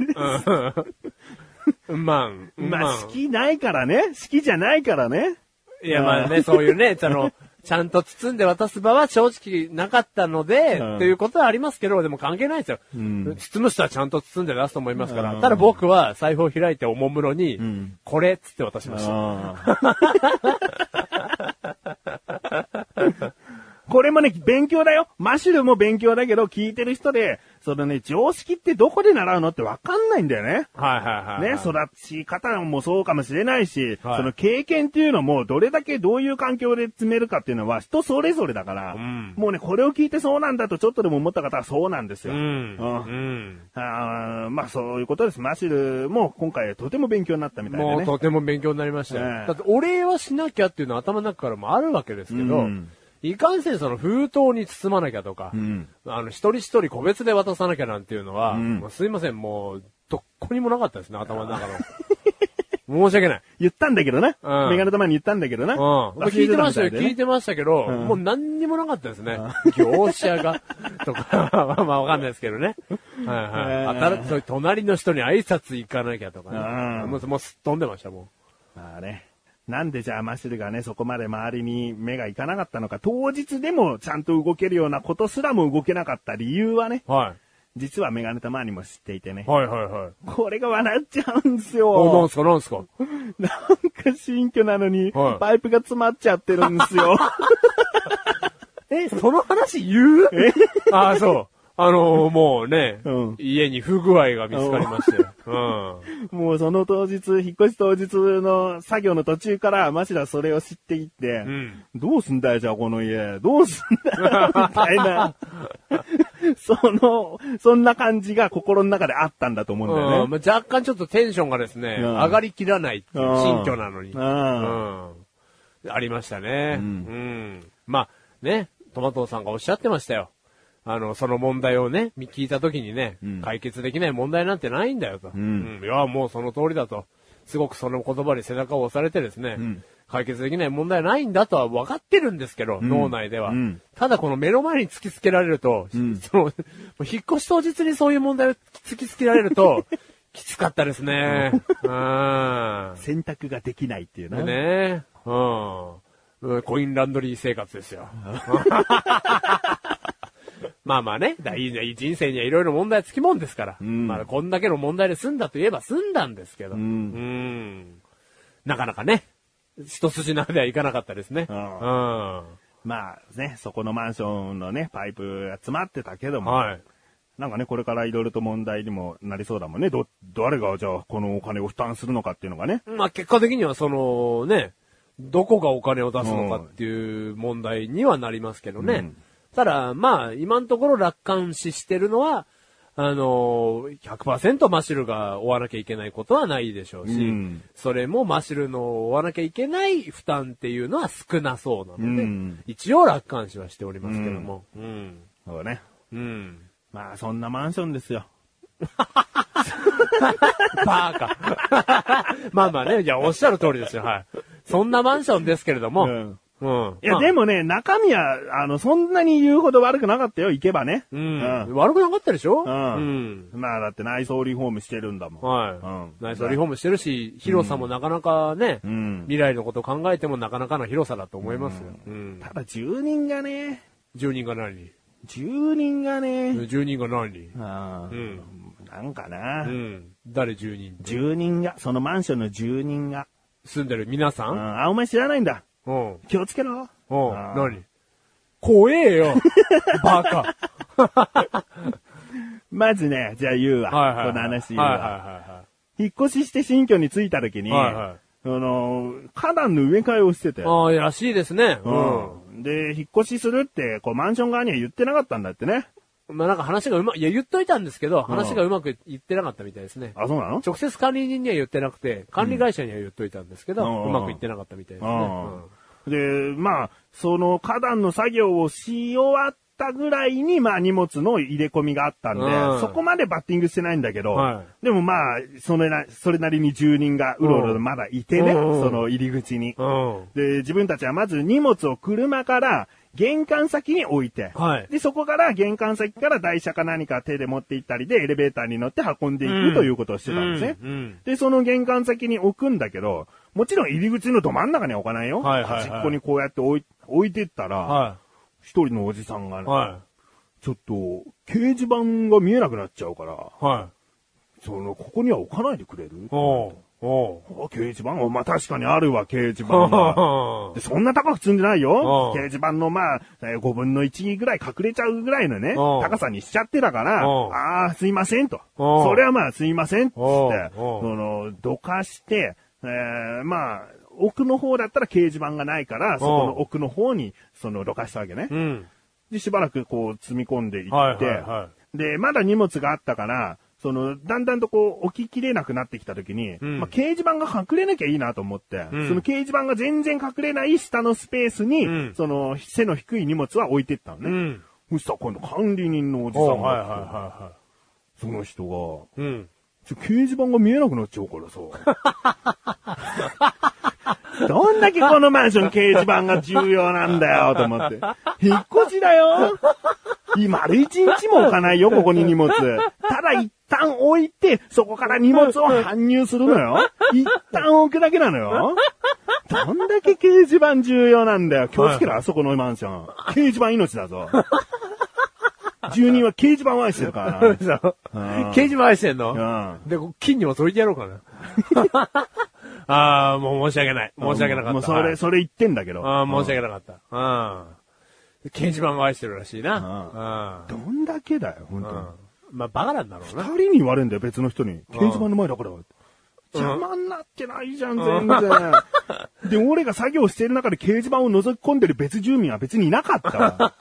A: うん。まん。
B: まあ、式ないからね。式じゃないからね。
A: いや、まあね、そういうね、あの、ちゃんと包んで渡す場は正直なかったので、
B: うん
A: っていうことはありますけど、でも関係ないですよ。
B: ん
A: 包む人はちゃんと包んで出すと思いますから。
B: うん
A: ただ僕は財布を開いておもむろに、
B: ん
A: これっつって渡しました。
B: これもね、勉強だよ。マシュルも勉強だけど、聞いてる人で、そのね、常識ってどこで習うのってわかんないんだよね。
A: はいはいはい。
B: ね、育ち方もそうかもしれないし、
A: はい
B: その経験っていうのも、どれだけどういう環境で詰めるかっていうのは人それぞれだから、
A: ん
B: もうね、これを聞いてそうなんだとちょっとでも思った方はそうなんです
A: うん。
B: よ。うん
A: うん。
B: あーまあそういうことです。マシルも今回とても勉強になったみたいでね。
A: もうとても勉強になりましたよ。
B: ええ
A: だってお礼はしなきゃっていうのは頭の中からもあるわけですけど、
B: うん
A: いかんせんその封筒に包まなきゃとか、
B: ん
A: あの一人一人個別で渡さなきゃなんていうのは、
B: ん
A: もうすいません、もうどっこにもなかったですね、頭の中の。申し訳ない。
B: 言ったんだけどな。
A: うん
B: メガネ玉に言ったんだけどな。
A: うん。聞いてましたよ、聞い
B: て。
A: てましたけど、
B: ん
A: もう何にもなかったですね。業者が、とか、まあまあわかんないですけどね。はいはい。
B: ええ
A: あたらそういう隣の人に挨拶行かなきゃとかね。
B: うん
A: もうもうすっ飛んでました、もう。
B: まあね。なんでじゃあマシルがね、そこまで周りに目がいかなかったのか、当日でもちゃんと動けるようなことすらも動けなかった理由はね、
A: は
B: 実はメガネ玉にも知っていてね
A: い。。はいはいはい。
B: これが笑っちゃうんです
A: お、なん
B: よ。
A: すかなんすか
B: なんか新居なのに、
A: はい
B: パイプが詰まっちゃってるんで すよ。
A: え、その話言う ああ、そう。あのーもうね、
B: うん
A: 家に不具合が見つかりまして。うん。
B: もうその当日、引っ越し当日の作業の途中から、マシラそれを知っていって、
A: ん
B: どうすんだよ、じゃあこの家。どうすんだよ、みた いな。その、そんな感じが心の中であったんだと思うんだよ
A: う
B: ね
A: ん。まあ、若干ちょっとテンションがですね、
B: うん
A: 上がりきらないっていう
B: うん
A: 新居なのに。
B: う
A: うんん。ありましたね。
B: う
A: うんん。まあ、ね、トマトさんがおっしゃってましたよ。あの、その問題をね、聞いた時にね、
B: ん
A: 解決できない問題なんてないんだよと。
B: ん
A: うんいや、もうその通りだと。すごくその言葉に背中を押されてですね、解決できない問題はないんだとは分かってるんですけど、脳内では、
B: うん
A: ただこの目の前に突きつけられると、その、もう引っ越し当日にそういう問題を突きつけられる と、きつかったですね。うん。
B: 選択ができないっていうな。
A: ねうん。うんコインランドリー生活ですよ。 まあまあね、だいいね人生にはいろいろ問題つきもんですから。
B: ん
A: まあこんだけの問題で済んだといえば済んだんですけど。
B: ん
A: うんなかなかね、一筋縄ではいかなかったですね。
B: う
A: うんん。
B: まあね、そこのマンションのね、パイプが詰まってたけども、
A: はい。
B: なんかね、これからいろいろと問題にもなりそうだもんね。ど、誰がじゃあこのお金を負担するのかっていうのがね。
A: まあ結果的にはそのね、どこがお金を出すのかっていう問題にはなりますけどね。
B: うん
A: ただ、まあ今のところ楽観視してるのは、あのー、100%マシルが追わなきゃいけないことはないでしょうし、
B: うん
A: それもマシルの追わなきゃいけない負担っていうのは少なそうなので、
B: うん
A: 一応楽観視はしておりますけども。うん。
B: そうね。
A: うん。
B: まあそんなマンションですよ。
A: バー カ。まあまあね、いや、おっしゃる通りですよ、はい。そんなマンションですけれども、
B: うん
A: うん。
B: いや、でもね、中身は、あの、そんなに言うほど悪くなかったよ、行けばね。
A: うん。悪くなかったでしょ
B: うん
A: うん。
B: まあ、だって内装リフォームしてるんだもん。
A: はい。
B: うん
A: 内装リフォームしてるし、広さもなかなかね、
B: うん
A: 未来のこと考えてもなかなかの広さだと思いますよ。うん。
B: ただ、住人がね、
A: 住人が何
B: 住人がね、
A: 住人が何
B: あ
A: う
B: ー
A: ん。
B: なんかな、
A: うん。誰住人って
B: 住人が、そのマンションの住人が、
A: 住んでる皆さ
B: うんん、あ、お前知らないんだ。
A: うん。うん。
B: 気をつけろ。あー
A: 何怖え よバカ
B: まずね、じゃあ言うわ。
A: はいはいはい。
B: この話言うわ、
A: はいは
B: 引っ越しして新居に着いた時に、
A: はいはい
B: あの、花壇の植え替えをしてて
A: いはい。ああ、らしいですね。うん。
B: うん。で、引っ越しするって、こう、マンション側には言ってなかったんだってね。
A: まあなんか話がうま、いや言っといたんですけど、話がうまくいってなかったみたいですね。
B: あ、そうなの
A: 直接管理人には言ってなくて、管理会社には言っといたんですけど、
B: う
A: うんまくいってなかったみたいですね。うん
B: うん。で、まあ、その花壇の作業をし終わったぐらいに、まあ荷物の入れ込みがあったんで、
A: うん
B: そこまでバッティングしてないんだけど、
A: は
B: でもまあ、それな、それなりに住人がうろうろまだいてね、
A: うんうん
B: その入り口に。
A: うん。
B: で、自分たちはまず荷物を車から玄関先に置いて、
A: はい
B: で、そこから玄関先から台車か何か手で持って行ったりでエレベーターに乗って運んでいく、
A: うん
B: ということをしてたんですね。
A: うんうん
B: で、その玄関先に置くんだけど、もちろん入り口のど真ん中には置かないよ。
A: はいはいはい
B: 端っこにこうやって置い置いてったら、
A: は
B: 一、人のおじさんが、
A: い。は
B: ちょっと、掲示板が見えなくなっちゃうから、
A: い。はい。
B: その、ここには置かないでくれる
A: おうお
B: あ掲示板まあ確かにあるわ、掲示 板は。
A: う
B: でそんな高く積んでないよ。
A: う
B: 掲
A: ん
B: 示板のまあ、えー5分の1ぐらい隠れちゃうぐらいのね、
A: ん
B: 高さにしちゃってたから、
A: うん
B: ああ、すいませんと。
A: うん
B: それはまあ、すいませんっつって、
A: うん
B: その、どかして、えーまあ、奥の方だったら掲示板がないから、そこの奥の方に、その、どかしたわけね。
A: うん。
B: で、しばらくこう、積み込んでいって、
A: はいはいは
B: で、まだ荷物があったから、その、だんだんとこう、置ききれなくなってきたときに、
A: うん
B: まあ、掲示板が隠れなきゃいいなと思って、
A: うん
B: その掲示板が全然隠れない下のスペースに、
A: うん
B: その、背の低い荷物は置いてったの
A: う
B: ね。
A: ん。
B: そしたら今度管理人のおじさ
A: お
B: ん
A: う
B: が、
A: はいはいは
B: その人が、
A: いはい。うん。
B: ちょ、掲示板が見えなくなっちゃうからさ。どんだけこのマンション掲示板が重要なんだよ、と思って。引っ越しだよ。今、丸一日も置かないよ、ここに荷物。ただ一旦置いて、そこから荷物を搬入するのよ。一旦置くだけなのよ。どんだけ掲示板重要なんだよ。気をつけろ、あそこのマンション。掲示板命だぞ。住人は掲示板を愛してるからな。
A: 掲示板愛してんの
B: うん
A: で、金にもそれてやろうかな。ああ、もう申し訳ない。申し訳なかった。
B: もうそれ、それ言ってんだけど。
A: ああ、申し訳なかった。うん。掲示板を愛してるらしいな。
B: どんだけだよ、本
A: うん。うん
B: 当。
A: まあ、バカなんだろう
B: に。
A: な。
B: 二人に言われんだよ、別の人に。掲示板の前だから。邪魔になってないじゃん、全 然。で、俺が作業してる中で掲示板を覗き込んでる別住民は別にいなかった わ。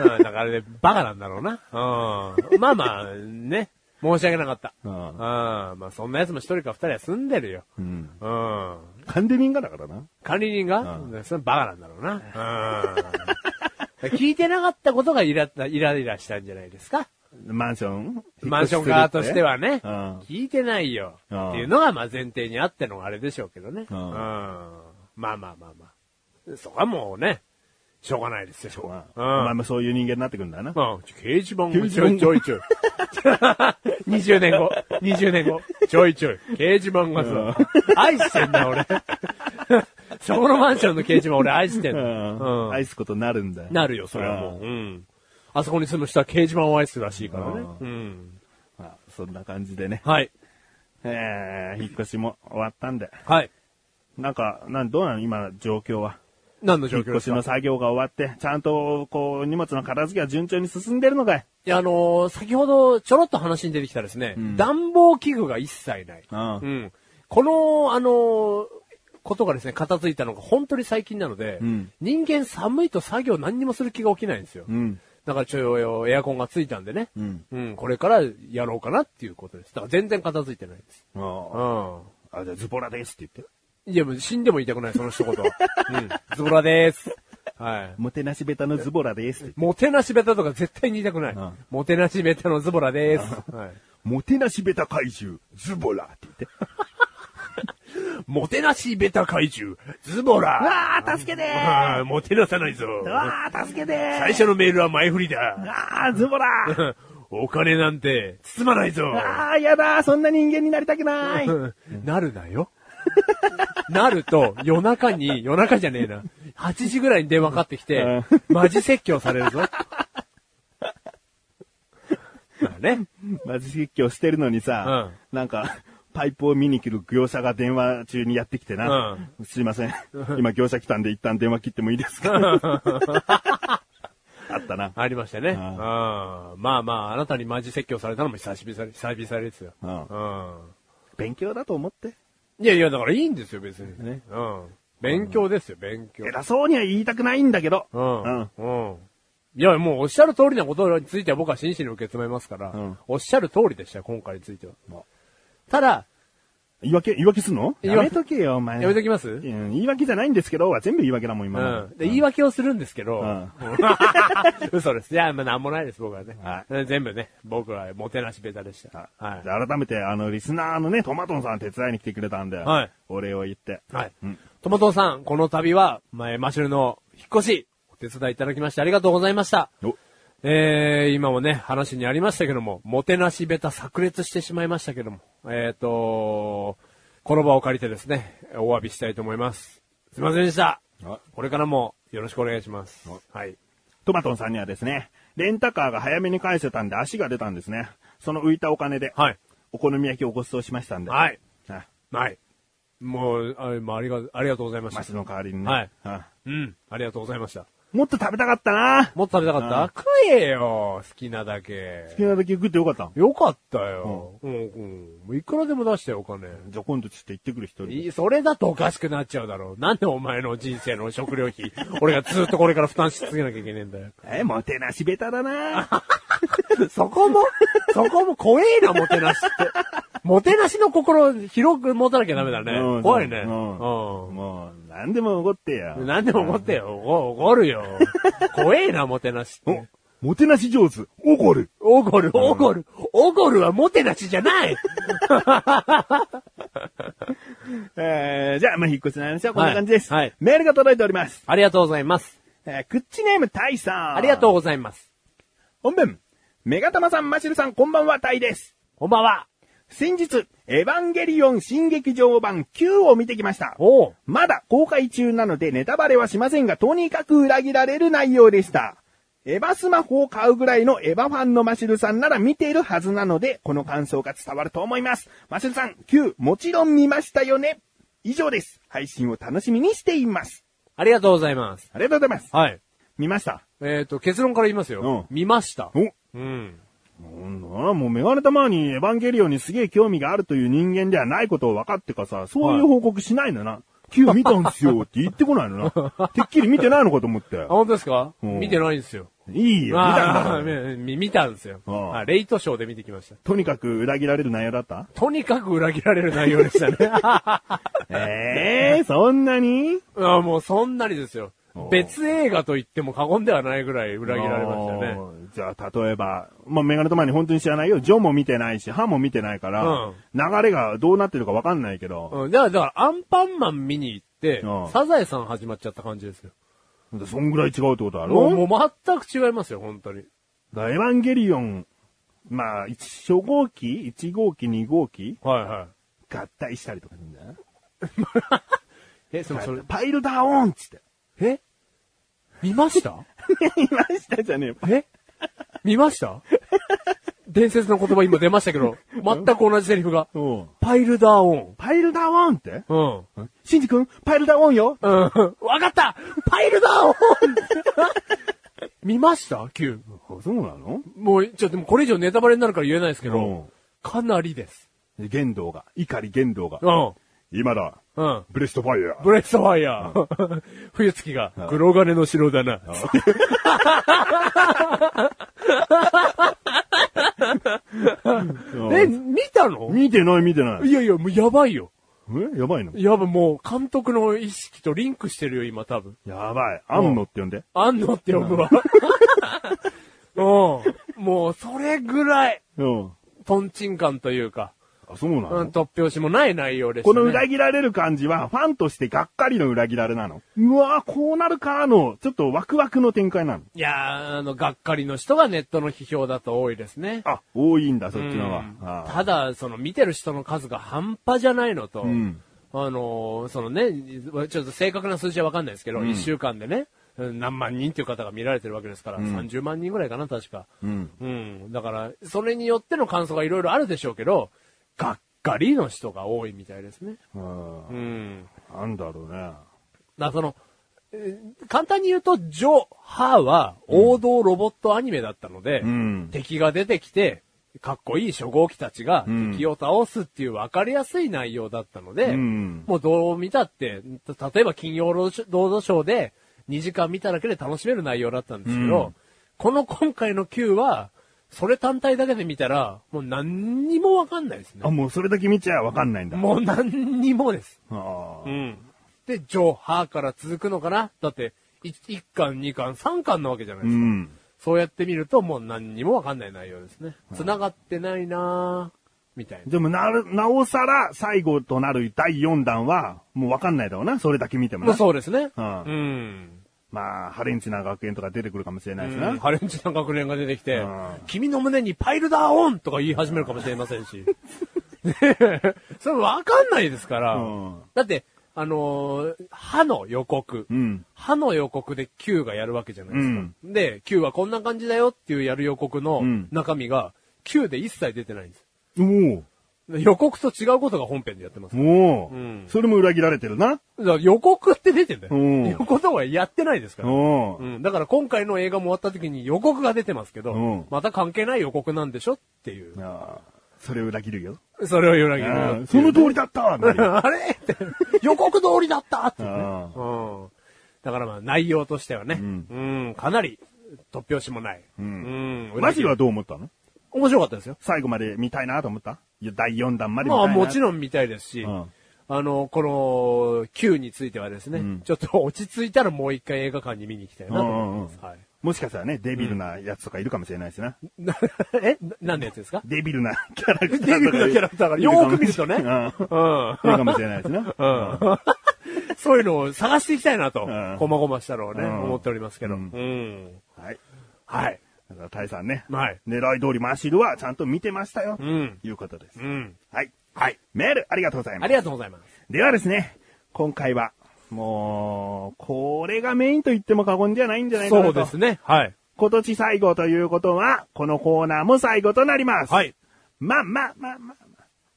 A: うん。だからあれで、バカなんだろうな。うん。まあまあ、ね。申し訳なかった。
B: う
A: うんん。まあ、そんな奴も一人か二人は住んでるよ。
B: うん。
A: うん。
B: 管理人がだからな。
A: 管理人が、うん、それはバカなんだろうな。うん。聞いてなかったことがイラッ、イライラしたんじゃないですか。
B: マンション
A: マンション側として。はね、
B: うん
A: 聞いてないよ
B: うん
A: っていうのがまあ前提にあってのあれでしょうけどね。う
B: う
A: んんまあまあまあまあ。そこはもうね、しょうがないですよ。
B: 引っ越しするってうん
A: う
B: お
A: ん。
B: 前もそういう人間になってくんだな。
A: まあ、掲示板
B: 掲
A: を
B: 示
A: ち
B: 板
A: ょいちょいち ょい。20年後、20年後、ちょいちょい、掲示板がさ、愛してんだ俺。 そこのマンションの掲示板俺愛してん
B: う
A: だ。
B: ん。
A: うん
B: 愛すことになるんだよ。
A: なるよ、それはもう。うん。あそこに住む人は掲示板を愛するらしいからね。うん。
B: まあそんな感じでね。
A: はい。
B: えー引っ越しも終わったんで。
A: はい。
B: なんか、なん、どうなの今、状況は。
A: 何の状
B: 引っ
A: 況
B: 越
A: で
B: し
A: す
B: の
A: か
B: 作業が終わって、ちゃんと、こう、荷物の片付けは順調に進んでるのかい
A: いや、あのー先ほどちょろっと話に出てきたですね、暖房器具が一切ない。
B: うん
A: うんこの、あのーことがですね、片付いたのが本当に最近なので、
B: うん
A: 人間寒いと作業何にもする気が起きないんですよ。
B: ん。
A: だからちょい、エアコンがついたんでね、
B: うん
A: これからやろうかなっていうことです。だから全然片付いてないです。う
B: あ
A: ん。
B: あ、じゃあズボラですって言って。
A: いや、もう死んでも言いたくない、その一言 は。うん。ズボラです。はい。
B: もてなしベタのズボラですって。
A: もてなしベタとか絶対に言いたくない。
B: うん
A: もてなしベタのズボラです。はい。
B: もてなしベタ怪獣、ズボラって言って。
A: もてなしベタ怪獣、ズボラ。
B: わー、助けて
A: あ
B: ー
A: あもてなさないぞ。
B: わー、助けてー
A: 最初のメールは前振りだ。
B: あー、ズボラー
A: お金なんて、包まないぞ。
B: あー、やだー、そんな人間になりたくない
A: なるだよ。なると、夜中に、夜中じゃねえな。8時ぐらいに電話かかってきて、マジ説教されるぞ。まあね。
B: マジ説教してるのにさ、なんか、パイプを見に来る業者が電話中にやってきてな。すいません。今業者来たんで一旦電話切ってもいいですか あったな。
A: ありましたね。うん
B: ん
A: まあまあ、あなたにマジ説教されたのも久しぶり、久々ですよ。
B: う
A: うんん。
B: 勉強だと思って。
A: いやいや、だからいいんですよ、別に。
B: ね
A: うん。勉強ですよ、勉強。
B: 偉そうには言いたくないんだけど。
A: うん。うん。いや、もうおっしゃる通りなことについては僕は真摯に受け止めますから、
B: うん
A: おっしゃる通りでしたよ、今回については。
B: も
A: ただ、
B: 言い訳、言い訳すんの
A: 言
B: や
A: い訳
B: めとけよ、お前。
A: やめと
B: け。
A: きます
B: 言い訳じゃないんですけど、は全部言い訳だもん、今の。
A: うん。で、言い訳をするんですけど、
B: う
A: 嘘です。いや、まあ、なんもないです、僕はね。
B: は
A: 全部ね、僕はもてなしベタでした。はい
B: じ。ゃあ改めて、あの、リスナーのね、トマトンさん手伝いに来てくれたんで、
A: はい
B: お礼を言って。
A: はい。
B: うん
A: トマトさん、この度は、前、マシュルの引っ越し、お手伝いいただきましてありがとうございました。
B: お
A: えー、今もね、話にありましたけども、もてなしベタ炸裂してしまいましたけども、えーと、この場を借りてですね、お詫びしたいと思います。すいませんでした
B: あ。
A: これからもよろしくお願いします。はい。
B: トマトンさんにはですね、レンタカーが早めに返せたんで足が出たんですね。その浮いたお金で、
A: はい。
B: お好み焼きをご馳走しましたんで。
A: はい。
B: あ
A: はい。もう、あまあ、ありが、ありがとうございまし
B: マ
A: た
B: シ。の代わりにね。
A: はい
B: あ
A: うん。ありがとうございました。
B: もっと食べたかったな
A: もっと食べたかった食えよ好きなだけ。
B: 好きなだけ食ってよかった。
A: よかったよ。うん、うん。もういくらでも出してよ、お金。
B: じゃあ今度ちょっと行ってくる一人で。
A: いいそれだとおかしくなっちゃうだろう。なんでお前の人生の食料費、俺がずっとこれから負担し続けなきゃいけねえんだよ。
B: え、もてなしベタだ な
A: そこも、そこも怖えな、もてなしって。もてなしの心を広く持たなきゃダメだね。
B: うん
A: 怖いね。
B: う
A: うんん。
B: もう、何でも怒ってよ。
A: 何でも怒ってよ。お怒るよ。怖えな、もてなしって
B: お。もてなし上手。怒る。
A: 怒る、怒る。怒るはもてなしじゃない。
B: えー、じゃあ、まあ、引っ越しの話はこんな感じです。
A: はいはい
B: メールが届いております。
A: ありがとうございます。
B: えー、クッチネームタイさん。
A: ありがとう
B: う。
A: ございます。
B: 本文。メガタマさん、マシルさん、こんばんは、タイです。
A: こんばんは。
B: 先日、エヴァンゲリオン新劇場版 Q を見てきました。
A: おう。
B: まだ公開中なのでネタバレはしませんが、とにかく裏切られる内容でした。エヴァスマホを買うぐらいのエヴァファンのマシルさんなら見ているはずなので、この感想が伝わると思います。マシルさん、Q、もちろん見ましたよね。以上です。配信を楽しみにしています。
A: ありがとうございます。
B: ありがとうございます。
A: はい。
B: 見ました。
A: えっ、と、結論から言いますよ。
B: う
A: 見ました。
B: お
A: うん。
B: なんだなもうメガネたまにエヴァンゲリオンにすげえ興味があるという人間ではないことを分かってかさ、そういう報告しないのな。Q 見たんすよって言ってこないのな。てっきり見てないのかと思って。
A: あ、本当ですか
B: うん
A: 見てないんですよ。
B: いいよ、見たんだ
A: あ
B: か
A: ー
B: ら
A: めみ見たんですよ。
B: うん
A: あレイトショーで見てきました。
B: とにかく裏切られる内容だった
A: とにかく裏切られる内容で したね。
B: ええそんなに
A: あもうそんなにですよ
B: お。
A: 別映画と言っても過言ではないぐらい裏切られましたよね。
B: ね。じゃあ、例えば、まあ、メガネと前に本当に知らないよ。ジョンも見てないし、ハンも見てないから、
A: うん
B: 流れがどうなってるかわかんないけど、
A: うん。だから、だからアンパンマン見に行って
B: うん、
A: サザエさん始まっちゃった感じですよ。
B: そんぐらい違うってこと
A: も
B: だろ
A: うもう全く違いますよ、本当に。
B: だからエヴァンゲリオン、まあ、一初号機、1号機、2号機、
A: はいはい。
B: 合体したりとかするんだよ。
A: え、その、それ、
B: パイルダーオンっつって。
A: え見ました
B: いましたじゃねえ。
A: え見ました伝説の言葉今出ましたけど、全く同じセリフが。
B: うん
A: パイルダーオン。
B: パイルダーオンって
A: うん。
B: シンジ君、パイルダーオンよ
A: うん。わかったパイルダ ーオン見ました ?Q。
B: あそうなの
A: もう、ちょっともうこれ以上ネタバレになるから言えないですけ
B: うん
A: ど、かなりです。
B: 言動が、怒り言動が。
A: うん。
B: 今だ、
A: うん。
B: ブレストファイヤー。
A: ブレストファイ ヤー。冬月が、黒金の城だな。え、見たの
B: 見てない見てない。
A: いやいや、もうやばいよ。
B: えやばいの
A: やばい、もう監督の意識とリンクしてるよ、今多分。
B: やばい。アンノって呼んで。
A: あんのって呼ぶ わ。うん。もう、それぐらい、
B: うん。
A: トンチン感というか。
B: あ、そうなの、
A: うん、突拍子もない内容でした、
B: こ
A: ね。
B: の裏切られる感じは、ファンとしてがっかりの裏切られなの。うわぁ、こうなるかーの、ちょっとワクワクの展開なの。
A: いやー、あの、がっかりの人がネットの批評だと多いですね。
B: あ、多いんだ、そっちのは。
A: うん
B: あ
A: ただ、その見てる人の数が半端じゃないのと、
B: ん
A: あのー、そのね、ちょっと正確な数字はわかんないですけど、一1週間でね、うん何万人という方が見られてるわけですから、30万人ぐらいかな、確か。
B: ん
A: うんだから、それによっての感想がいろいろあるでしょうけど、がっかりの人が多いみたいですね。
B: ーあ
A: うん。
B: ーなんだろうね。
A: だからその、えー簡単に言うと、ジョ・ハーは王道ロボットアニメだったので、
B: うん
A: 敵が出てきて、かっこいい初号機たちが
B: うん
A: 敵を倒すっていう分かりやすい内容だったので、
B: うん
A: もうどう見たって、た例えば金曜ロードショーロードショーで2時間見ただけで楽しめる内容だったんですけど、
B: うん
A: この今回の Q は、それ単体だけで見たら、もう何にも分かんないです
B: あ、
A: ね。
B: もうそれだけ見ちゃわかんないんだ。
A: もう何にもです。
B: あー
A: うん。で、ジョー、ハーから続くのかなだって、1巻、2巻、3巻なわけじゃないうですか。
B: ん。
A: そうやって見ると、もう何にもわかんない内容ですね。繋がってないなぁ、みたいな。
B: でもなる、なおさら最後となる第4弾は、もうわかんないだろうな。それだけ見ても
A: まあ
B: な。
A: そうですね。
B: うん
A: うん。
B: まあ、ハレンチな学園とか出てくるかもしれないしな。
A: ハレンチな学年が出てきて
B: うん、
A: 君の胸にパイルダーオンとか言い始めるかもしれません し。ねえそれわかんないですから
B: うん。
A: だって、あのー歯の予告。
B: うん。
A: 歯の予告で Q がやるわけじゃないですか。で、Q はこんな感じだよっていうやる予告の
B: うん
A: 中身が Q で一切出てないんです。
B: おー
A: で予告と違うことが本編でやってます。
B: おー
A: うん
B: それも裏切られてる
A: だ
B: な。
A: から予告って出てんだ
B: うん
A: よ。予告とはやってないですから。
B: おー
A: うん、だから今回の映画も終わった時に予告が出てますけど、
B: うん
A: また関係ない予告なんでしょっていう。
B: あーそれを裏切るよ。
A: それを裏切る
B: あ
A: よ
B: ー
A: って
B: そ
A: いう
B: の通りだったなるよ
A: あれって予告通りだったっていうね。
B: あ
A: うん。だからまあ内容としてはね、うん、かなり突拍子もない。うん。
B: マジはどう思ったの
A: 面白かったですよ。
B: 最後まで見たいなと思ったいや第4弾まで見た
A: ま
B: い
A: あ
B: な。
A: もちろん見たいですし、
B: うん
A: あの、この Q についてはですね、ちょっと落ち着いたらもう一回映画館に見に行きたいなと思ってます。はい。
B: もしかしたらね、デビルなやつとかいるかもしれないしな。
A: なえ な何のやつですか
B: デビルなキャラクターと
A: デ
B: かい
A: ビ
B: る。
A: ルのキャラクターがよーく見るとね。
B: うん
A: うん。
B: いるかもしれないしな。
A: うん。 そういうのを探していきたいなと
B: うん、
A: こまごましたのをね、
B: うん
A: 思っておりますけど。
B: う
A: うんん。
B: はい。
A: はい。
B: だから、タイさんね。
A: はい
B: 狙い通りマシルはちゃんと見てましたよ。
A: うん。
B: いうことです
A: う。ん。
B: はい。はい。メール、ありがとうござい
A: あ
B: ます
A: り。がとうございます。
B: ではですね、今回は、もう、これがメインと言っても過言ではないんじゃないかな
A: そ
B: と。
A: うですね。はい。
B: 今年最後ということは、このコーナーも最後となります。
A: はい。
B: まあまあまあまあまあ。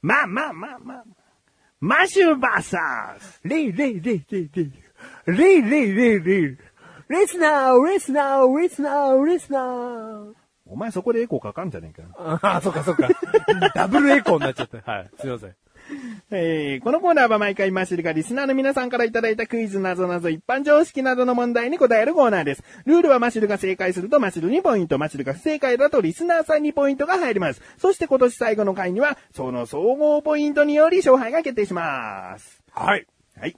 B: まあまあまあまあ。マシュバサース
A: レイレイレイレイレイ。レイレイレイレイ。レスナー、レスナー、レスナー、レスナー。
B: お前そこでエコーかかんじゃねえか。
A: ああ、そっかそっか。ダブルエコーになっちゃった。はい。すいません。
B: えー、このコーナーは毎回マシルがリスナーの皆さんからいただいたクイズなどなど一般常識などの問題に答えるコーナーです。ルールはマシルが正解するとマシルにポイント、マシルが不正解だとリスナーさんにポイントが入ります。そして今年最後の回には、その総合ポイントにより勝敗が決定します。
A: はい。
B: はい。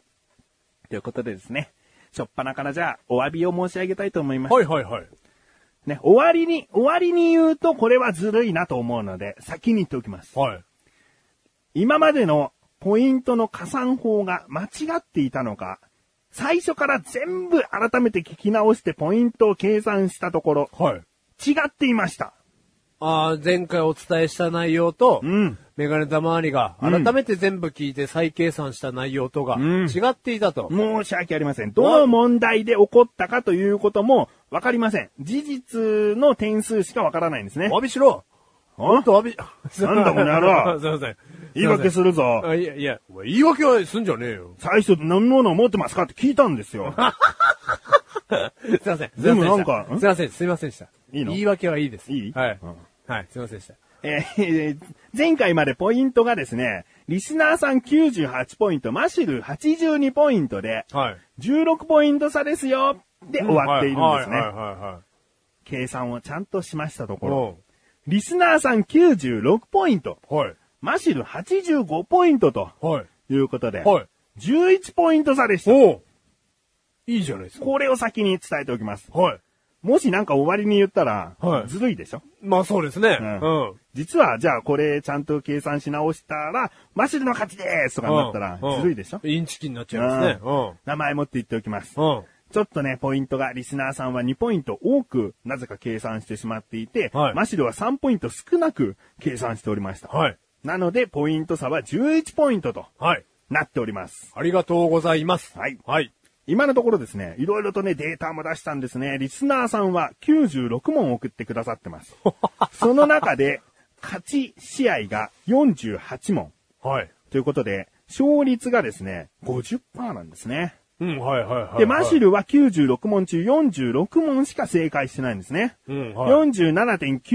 B: ということでですね、しょっぱなからじゃあお詫びを申し上げたいと思います。
A: はいはいはい。
B: ね、終わりに、終わりに言うとこれはずるいなと思うので、先に言っておきます。
A: はい。
B: 今までのポイントの加算法が間違っていたのか、最初から全部改めて聞き直してポイントを計算したところ、
A: はい。
B: 違っていました。
A: ああ、前回お伝えした内容と、
B: ん。
A: メガネたまわりが、
B: うん
A: 改めて全部聞いて再計算した内容とが、
B: うん
A: 違っていたと。
B: 申し訳ありません。どの問題で起こったかということもわかりません。事実の点数しかわからないんですね
A: お。詫びしろち
B: あ
A: ょっとお詫び、
B: なんだこの 野郎
A: すいません。
B: 言い訳す
A: る
B: るぞ。。
A: あいや、いや、お前言い訳はすんじゃねえよ
B: 最初何のものを持ってますかって聞いたんですよ。
A: すいません。
B: でもなんか
A: すいませんでした、すいませんでした。
B: いいの
A: 言い訳はいいです。
B: いい
A: はい、
B: うん
A: はい、すいませんでした。
B: えー前回までポイントがですね、リスナーさん98ポイント、マシル82ポイントで、
A: はい。
B: 16ポイント差ですよで終わっているんで
A: はいはい
B: すね。
A: は
B: 計算をちゃんとしましたと
A: い
B: こ
A: は
B: ろ、リスナーさん96ポイント、
A: い。はい。
B: マシル85ポイントと
A: はい。
B: いうことで、
A: はい。
B: 11ポイント差でした。
A: おういいじゃないですか。
B: これを先に伝えておきます。
A: はい。
B: もしなんか終わりに言ったら、
A: はい
B: ずるいでしょ
A: まあそうですね。
B: う
A: うんん。
B: 実は、じゃあこれちゃんと計算し直したら、マシルの勝ちですとかになったら、ずるいでしょ、
A: うんインチキになっちゃいますね。うん。
B: 名前持って言っておきます。
A: うん。
B: ちょっとね、ポイントが、リスナーさんは2ポイント多く、なぜか計算してしまっていて、
A: はい
B: マシルは3ポイント少なく計算しておりました。
A: はい。
B: なので、ポイント差は11ポイントと
A: はい。
B: なっております。
A: ありがとうございます。
B: はい
A: はい。
B: 今のところですね、いろいろとね、データも出したんですね。リスナーさんは96問送ってくださっ てます。その中で、勝ち試合が48問。
A: はい。
B: ということで、勝率がですね、50%なんですね。
A: うん、はいはいはい。
B: で、マシ
A: ル。
B: ルは96問中46問しか正解してないんですね。
A: うん、はい。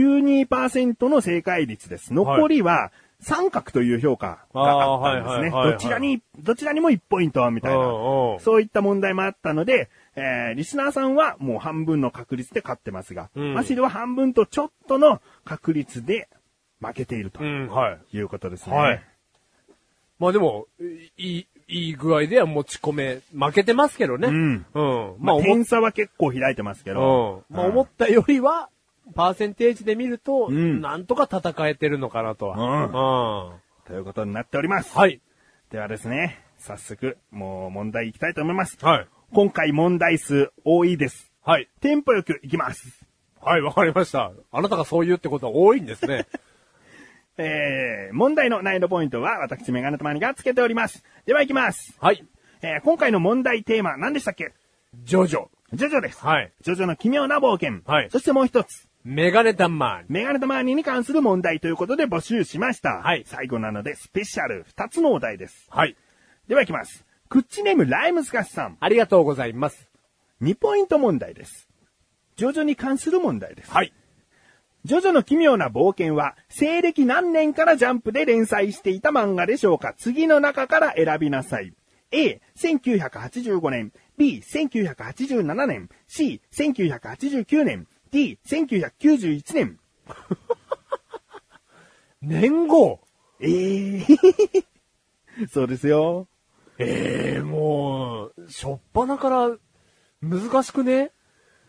B: 47.92%の正解率です。残りは三角という評価があったんです
A: あーはいはいはいはい
B: ね。どちらに、どちらにも1ポイントはみたいな。
A: うんうん
B: そういった問題もあったので、えー、リスナーさんはもう半分の確率で勝ってますが、
A: うん
B: マシルは半分とちょっとの確率で負けていると
A: うん、はい。
B: いうことですね。
A: はい。まあでも、いい、いい具合では持ち込め、負けてますけどね。
B: うん。
A: うん。まあ
B: まあ、
A: 思っ
B: 点差は結構開いてますけど、
A: うん。まあ思ったよりは、パーセンテージで見ると、
B: ん
A: なんとか戦えてるのかなとは。
B: うん
A: うん。
B: ということになっております。
A: はい。
B: ではですね、早速、もう問題いきたいと思います。
A: はい。
B: 今回問題数多いです。
A: はい。
B: テンポよくいきます。
A: はい、わかりました。あなたがそう言うってことは多いんです ね。
B: えー、問題の難易度ポイントは私メガネたまにがつけております。ではいきます。
A: はい。
B: えー、今回の問題テーマ何でしたっけ
A: ジョジョ。
B: ジョジョです。
A: はい。
B: ジョジョの奇妙な冒険。
A: はい
B: そしてもう一つ。
A: メガネタマン。
B: メガネたまにに関する問題ということで募集しました。
A: はい
B: 最後なのでスペシャル二つのお題です。
A: はい。
B: ではいきます。クッチネームライムスカスさん。
A: ありがとうございます。
B: 2ポイント問題です。ジョジョに関する問題です。
A: はい。
B: ジョジョの奇妙な冒険は、西暦何年からジャンプで連載していた漫画でしょうか次の中から選びなさい。A、1985年。B、1987年。C、1989年。D、1991年。
A: 年号
B: えー、 そうですよ。
A: ええもう、しょっぱなから、難しくね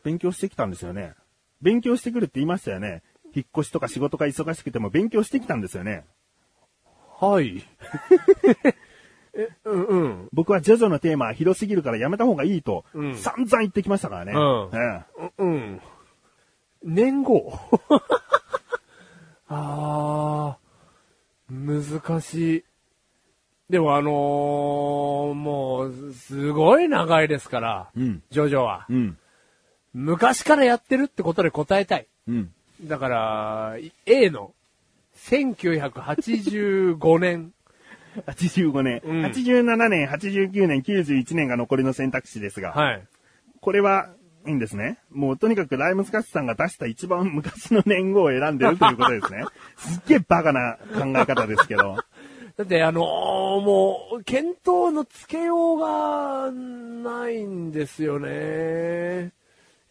B: 勉強してきたんですよね。勉強してくるって言いましたよね。引っ越しとか仕事が忙しくても勉強してきたんですよね。
A: はい。え、うんうん。
B: 僕はジョジョのテーマは広すぎるからやめた方がいいと、
A: うん
B: 散々言ってきましたからね。
A: うん
B: ええ
A: うん。年号 あー、難しい。でもあのー、もう、すごい長いですから、
B: うん
A: ジョジョは、
B: うん。
A: 昔からやってるってことで答えたい。
B: うん。
A: だから、い A の、1985年。
B: 85年、
A: うん
B: 87年、89年、91年が残りの選択肢ですが、
A: はい。
B: これはいいんですね。もうとにかくライムスカッシュさんが出した一番昔の年号を選んでるということで すね。すっげえバカな考え方ですけど。
A: だって、あのーもう、見当のつけようがないんですよね。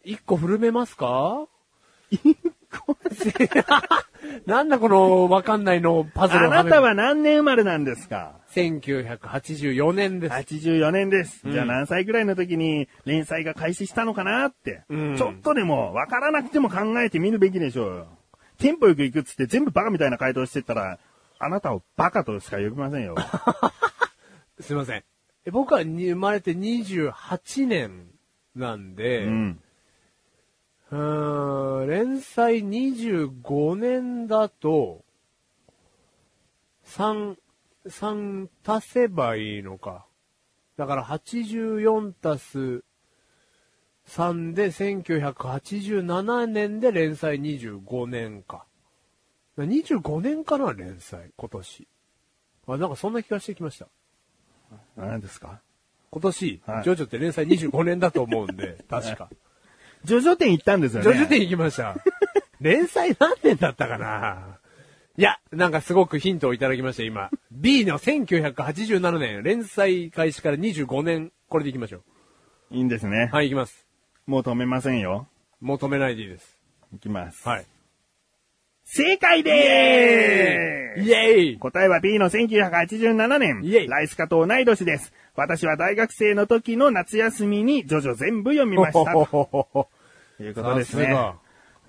A: 一個古めますか なんだこのわかんないのパズル
B: あ
A: のは
B: な
A: め
B: たは何年生まれなんですか
A: 1984年です。
B: 84年です。
A: うん
B: じゃあ何歳くらいの時に連載が開始したのかなって。
A: うん
B: ちょっとでも分からなくても考えてみるべきでしょうよ。テンポよく行くっつって全部バカみたいな回答してったら、あなたをバカとしか呼びませんよ。
A: すいません。え僕はに生まれて28年なん
B: う
A: で、
B: ん。
A: うーん、連載25年だと、3、3足せばいいのか。だから84足す3で1987年で連載25年か。だから25年かな、連載、今年。あ、なんかそんな気がしてきました。
B: 何ですか
A: 今年、
B: はい
A: ジョジョって連載25年だと思うんで、確か。
B: ジョジョ店行ったんですよね。
A: ジョジョ店行きま した。連載何年だったかないや、なんかすごくヒントをいただきました、今。B の1987年、連載開始から25年、これで行きましょう。
B: いいんですね。
A: はい、行きます。
B: もう止めませんよ。
A: もう止めないでいいです。
B: 行きます。
A: はい。
B: 正解でーす
A: イエーイ
B: 答えは B の1987
A: イエ
B: 年。
A: イ
B: ライスカと同い年です。私は大学生の時の夏休みにジョジョ全部読みました。
A: ほほほほ
B: いうことですね
A: さが。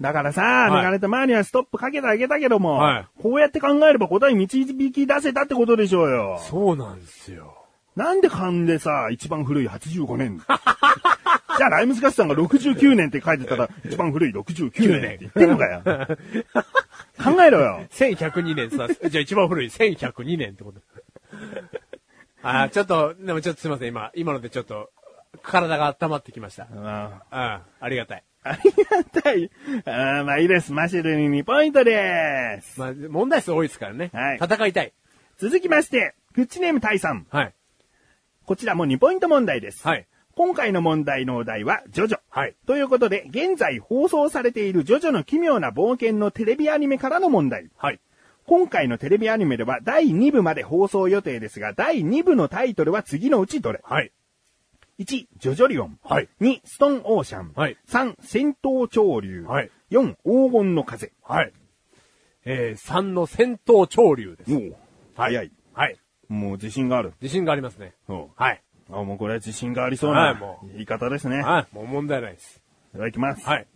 B: だからさ、
A: い
B: 抜かれた前にはストップかけてあげたけども、
A: はい
B: こうやって考えれば答え導き出せたってことでしょうよ。
A: そうなんですよ。
B: なんで勘でさ、一番古い85年。 じゃあ、ライムズガスさんが69年って書いてたら、一番古い69年って言ってんのかよ。考えろよ。
A: 1102年さ、じゃあ一番古い1102年ってこと。あーちょっと、でもちょっとすいません、今、今のでちょっと、体が温まってきました。うん、
B: あ
A: ありがたい。
B: りがたい。あーまあいいです。マシュルに2ポイントです。
A: まあ、問題数多いですからね。
B: はい
A: 戦いたい。
B: 続きまして、グッチネームタイさん。
A: はい。
B: こちらも2ポイント問題です。
A: はい。
B: 今回の問題のお題は、ジョジョ。
A: はい。
B: ということで、現在放送されているジョジョの奇妙な冒険のテレビアニメからの問題。
A: はい。
B: 今回のテレビアニメでは第2部まで放送予定ですが、第2部のタイトルは次のうちどれ
A: はい。
B: ?1、ジョジョリオン。
A: はい
B: 2、ストーンオーシャン。
A: はい
B: 3、戦闘潮流。
A: はい
B: 4、黄金の風。
A: はい。えー、3の戦闘潮流です。
B: もう、早い。
A: はい。
B: もう自信がある。
A: 自信がありますね。
B: そ
A: はい。
B: う。あ、もうこれは自信がありそう
A: はい
B: な
A: もう
B: 言い方ですね。
A: はい。もう問題ないです。
B: いただきます。
A: はい。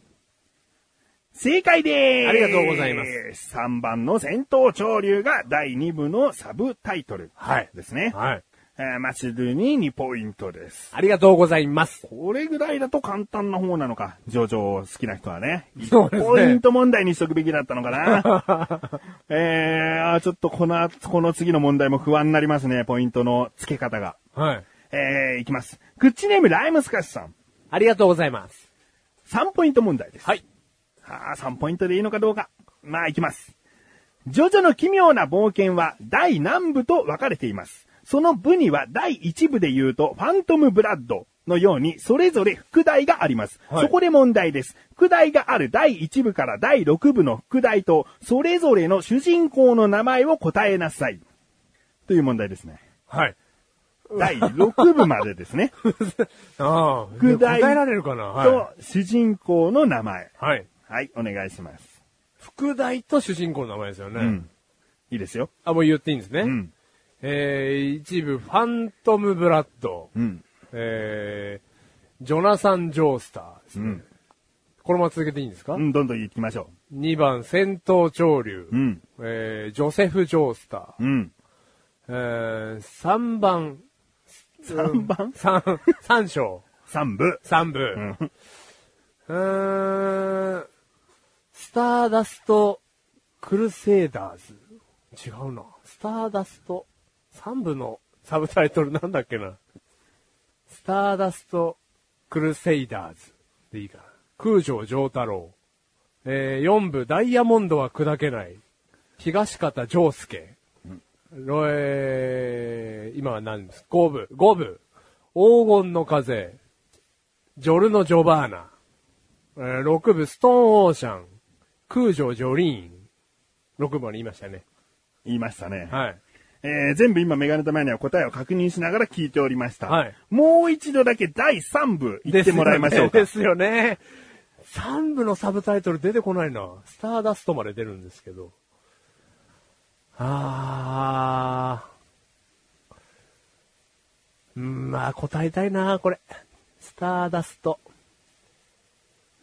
B: 正解でーす
A: ありがとうございます。
B: 3番の戦闘潮流が第2部のサブタイトル。
A: はい
B: ですね。
A: はい。
B: えーマシュルに2ポイントです。
A: ありがとうございます。
B: これぐらいだと簡単な方なのか。ジョジョ好きな人はね。
A: そうですね
B: ポイント問題にしとくべきだったのかな。 えー、あーちょっとこの、この次の問題も不安になりますね。ポイントの付け方が。
A: はい。
B: えー、いきます。クッチネームライムスカシさん。
A: ありがとうございます。
B: 3ポイント問題です。
A: はい。
B: ああ、3ポイントでいいのかどうか。まあ、いきます。ジョジョの奇妙な冒険は第何部と分かれています。その部には第1部で言うと、ファントムブラッドのように、それぞれ副題があります。
A: はい
B: そこで問題です。副題がある第1部から第6部の副題と、それぞれの主人公の名前を答えなさい。という問題ですね。
A: はい。
B: 第6部までですね。
A: ああ、
B: 副
A: 答
B: 題
A: えられるかな はい。
B: と、主人公の名前。
A: はい。
B: はい、お願いします。
A: 副題と主人公の名前ですよね。
B: うん。いいですよ。
A: あ、もう言っていいんですね。
B: うん。
A: えー、一部、ファントム・ブラッド。
B: うん。
A: えー、ジョナサン・ジョースターですね。
B: うん
A: このまま続けていいんですか、
B: うん、どんどん行きましょ
A: ?2 番、戦闘潮流。
B: うん
A: えー、ジョセフ・ジョースター。
B: う。うん。
A: えー、3番、
B: 3番
A: 三、三章、
B: 三部。
A: 三部。
B: ん
A: うーん、スターダスト、クルセイダーズ。違うな。スターダスト、三部のサブタイトルなんだっけな。スターダスト、クルセイダーズ。でいいかな。空城城太郎。えー、四部、ダイヤモンドは砕けない。東方丈介。ロえー、今は何です五部、五部。黄金の風。ジョルノ・ジョバーナ。えー、6部、ストーン・オーシャン。空城・ジョリーン。6部まで言いましたね。
B: 言いましたね。
A: はい。
B: えー、全部今メガネた前には答えを確認しながら聞いておりました。
A: はい
B: もう一度だけ第3部行ってもらいましょうか。
A: ですよね。3部のサブタイトル出てこないな。スターダストまで出るんですけど。あー。うん、まあ答えたいな、これ。スターダスト。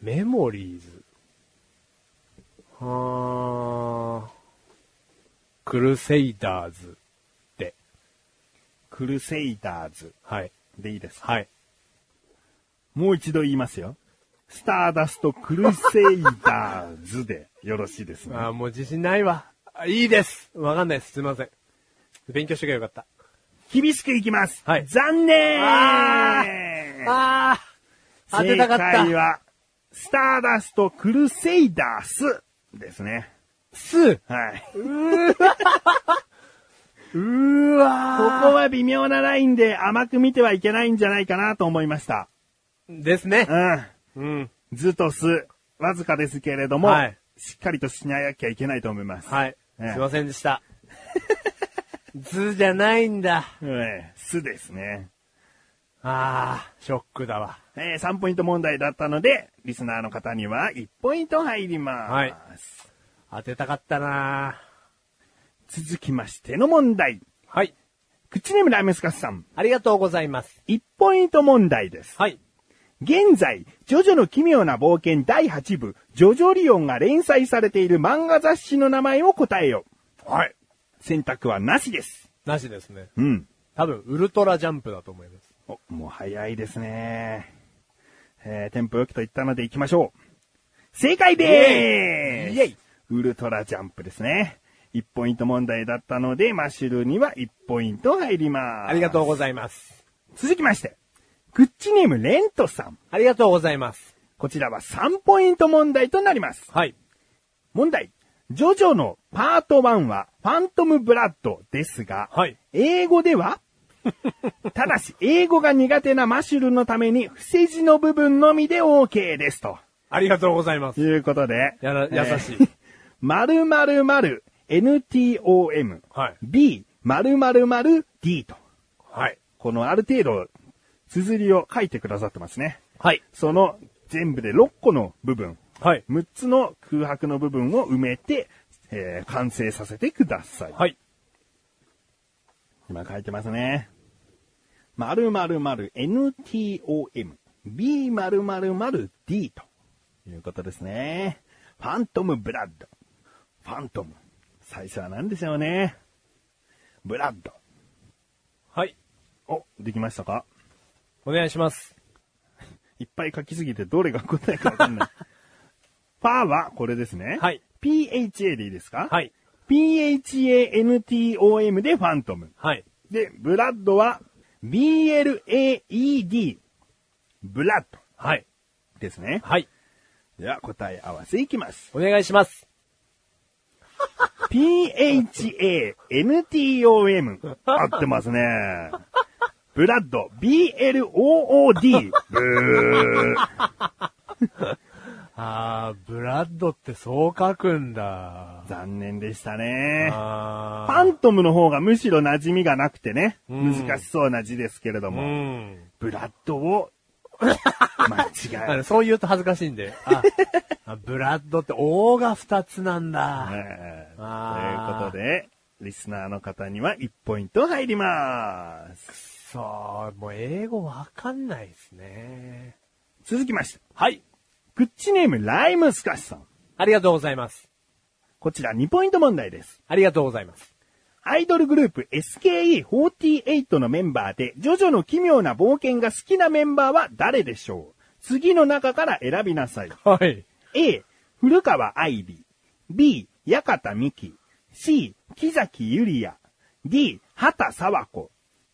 A: メモリーズ。あー。クルセイダーズで。
B: クルセイダーズ
A: はい。
B: でいいですか
A: はい。
B: もう一度言いますよ。スターダストクルセイダーズでよろしいですね。
A: あーもう自信ないわ。あいいです。わかんないです。すいません。勉強してけばよかった。
B: 厳しくいきます。
A: はい
B: 残念
A: あああ当てたかっ
B: 正解
A: た。
B: は、スターダストクルセイダースですね。
A: す
B: はい。
A: うー
B: こ
A: わ
B: こは微妙なラインで甘く見てはいけないんじゃないかなと思いました。
A: ーですね。
B: う
A: うん。
B: ん。ずとす、わずかですけれども、
A: はい
B: しっかりとしなきゃいけないと思います。
A: はい。す
B: ええ
A: いませんでした。図じゃないんだ。
B: ええすですね。
A: ああ、ショックだわ。
B: えー、3ポイント問題だったので、リスナーの方には1ポイント入ります。
A: はい当てたかったな
B: 続きましての問題。
A: はい。
B: 口ネームライムスカスさん、
A: ありがとうございます。
B: 1ポイント問題です。
A: はい。
B: 現在、ジョジョの奇妙な冒険第8部、ジョジョリオンが連載されている漫画雑誌の名前を答えよ。
A: はい。
B: 選択はなしです。
A: なしですね。
B: うん。
A: 多分、ウルトラジャンプだと思います。
B: お、もう早いですね。えー、テンポよくと言ったので行きましょう。正解でーす
A: イエイイエイ
B: ウルトラジャンプですね。1ポイント問題だったので、マッシュルには1ポイント入ります。
A: ありがとうございます。
B: 続きまして、グッチネームレントさん。
A: ありがとうございます。
B: こちらは3ポイント問題となります。
A: はい。
B: 問題。ジョジョのパート1はファントムブラッドですが、
A: はい
B: 英語 ではただし、英語が苦手なマシュルのために、伏せ字の部分のみで OK です。と
A: ありがとうございます。
B: いうことで、
A: やら、優し
B: い。
A: い。
B: 〇〇〇 NTOM、
A: はい
B: B 〇〇〇 D と、
A: はい。
B: このある程度、綴りを書いてくださってますね。
A: はい。
B: その全部で6個の部分、
A: はい。
B: 6つの空白の部分を埋めて、えー完成させてください。
A: はい。
B: 今書いてますね。〇〇〇 NTOM B 〇〇〇 D ということですね。ファントムブラッド。ファントム。最初は何でしょうね。ブラッド。
A: はい。
B: お、できましたか
A: お願いします。
B: いっぱい書きすぎてどれが答えかわかん ない。ファーはこれですね。
A: はい。
B: PHA でいいですか
A: はい。
B: PHANTOM でファントム。
A: はい。
B: で、ブラッドは BLAED。ブラッド
A: はい。
B: ですね。
A: はい。
B: では答え合わせいきます。
A: お願いします。
B: PHANTOM。合ってますね。ブラッド BLOOD。ブー。
A: あー、ブラッドってそう書くんだ。
B: 残念でしたね。
A: あ
B: ファントムの方がむしろ馴染みがなくてね、
A: うん
B: 難しそうな字ですけれど
A: う
B: も、
A: ん。
B: ブラッドを間違
A: あ
B: え
A: の
B: る。
A: そう言うと恥ずかしいんで。 ああブラッドって O が2つなんだ。
B: ええという
A: あー
B: ことで、リスナーの方には1ポイント入ります。
A: そう、もう英語わかんないですね。
B: 続きまして、
A: はい。
B: グッチネームライムスカシさん。
A: ありがとうございます。
B: こちら2ポイント問題です。
A: ありがとうございます。
B: アイドルグループ SKE48 のメンバーで、ジョジョの奇妙な冒険が好きなメンバーは誰でしょう次の中から選びなさい。
A: はい。
B: A、古川愛理。B、八方美希。C、木崎ゆりや。D、畑沢子。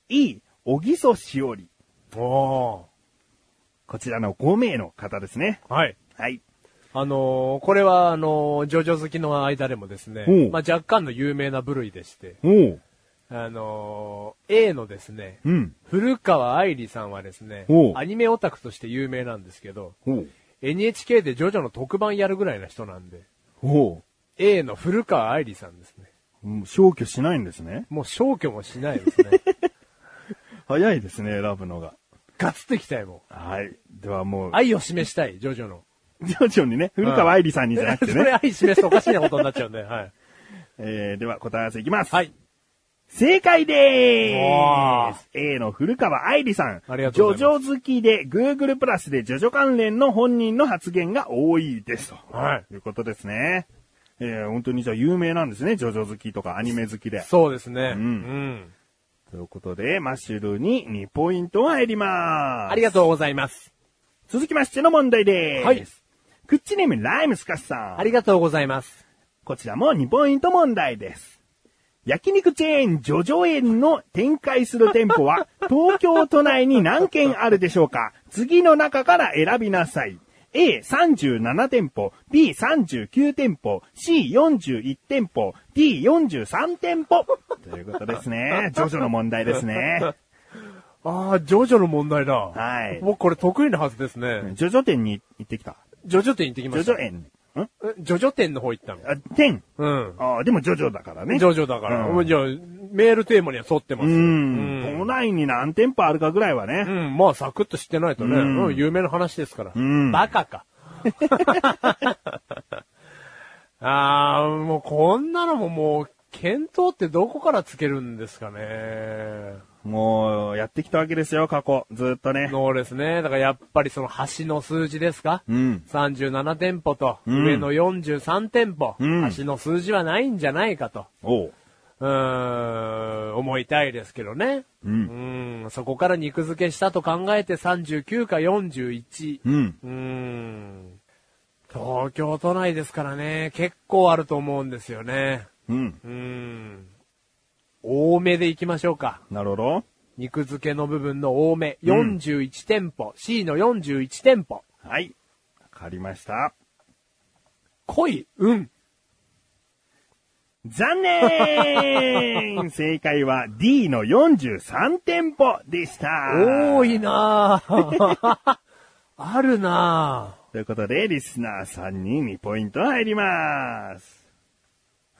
B: E、小木曽しおり。
A: お
B: こちらの5名の方ですね。
A: ー。はい。
B: はい。
A: あのーこれは、あのージョジョ好きの間でもですね
B: おう、
A: まあ、若干の有名な部類でして、
B: おう。
A: あのー A のですね、
B: うん。
A: 古川愛理さんはですね
B: おう、
A: アニメオタクとして有名なんですけど、
B: おう。
A: NHK でジョジョの特番やるぐらいな人なんで、
B: お
A: A の古川愛理さんですね。
B: う。消去しないんですね。
A: もう消去もしないです ね。
B: 早いですね、選ぶのが。
A: ガツってきたいもん。
B: はい。ではもう、
A: 愛を示したい、ジョジョの。
B: 徐々にね、古川愛理さんにじゃなく て
A: それ
B: ね。
A: 愛示すとおかしいなことになっちゃうんで、はい。
B: えー、では答え合わせいきます。
A: はい。
B: 正解で
A: お
B: ー
A: ー
B: す !A の古川愛理さん。
A: ありがとうございま
B: ジョジョ好きで Google プラスでジョジョ関連の本人の発言が多いですと。
A: はい。
B: いうことですね。えー、本当にじゃあ有名なんですね。ジョジョ好きとかアニメ好きで。
A: そうですね。
B: う
A: うんん。
B: ということで、マッシュルに2ポイント入ります。
A: ありがとうございます。
B: 続きましての問題です。
A: はい。
B: クッチネームライムスカシさん。
A: ありがとうございます。
B: こちらも2ポイント問題です。焼肉チェーンジョジョ園の展開する店 舗は東京都内に何軒あるでしょうか次の中から選びなさい。A37 店舗、B39 店舗、C41 店舗、D43 店舗。ということですね。ジョジョの問題ですね。
A: ああ、ジョジョの問題だ。
B: はい
A: 僕これ得意なはずですね。
B: ジョジョ店に行ってきた。
A: ジョジョ店行ってき
B: ジ
A: ま
B: ョ
A: し
B: ジ
A: た。
B: ョ園。んあ、
A: えジョジョ店の方行ったの。
B: 店。
A: うん。
B: あでもジョジョだからね。
A: ジョジョだから。
B: うん
A: じゃあ、メールテーマには沿ってます
B: う
A: よ。
B: ん。都
A: うん
B: 内に何店舗あるかぐらいはね。
A: うん、まあ、サクッと知ってないとね、
B: うん
A: うん有名な話ですから。
B: ん
A: バカ か。ああ、もうこんなのももう、検討ってどこからつけるんですかね。
B: もう、やってきたわけですよ、過去。ずっとね。
A: そうですね。だからやっぱりその橋の数字ですか、
B: うん。
A: ?37 店舗と、
B: ん
A: 上の43店舗、
B: うん
A: 橋の数字はないんじゃないかと、
B: おう。
A: うーん、思いたいですけどね。
B: うん。
A: うん、そこから肉付けしたと考えて39か41。
B: うん。
A: うーん。東京都内ですからね、結構あると思うんですよね。
B: うん。
A: うーん。多めで行きましょうか。
B: なるほど。
A: 肉付けの部分の多め。
B: うん
A: 41店舗。C の41店舗。
B: はい。わかりました。
A: 濃いうん。
B: 残念正解は D の43店舗でした。
A: 多いな ぁあるなぁ
B: ということで、リスナーさんに2ポイント入ります。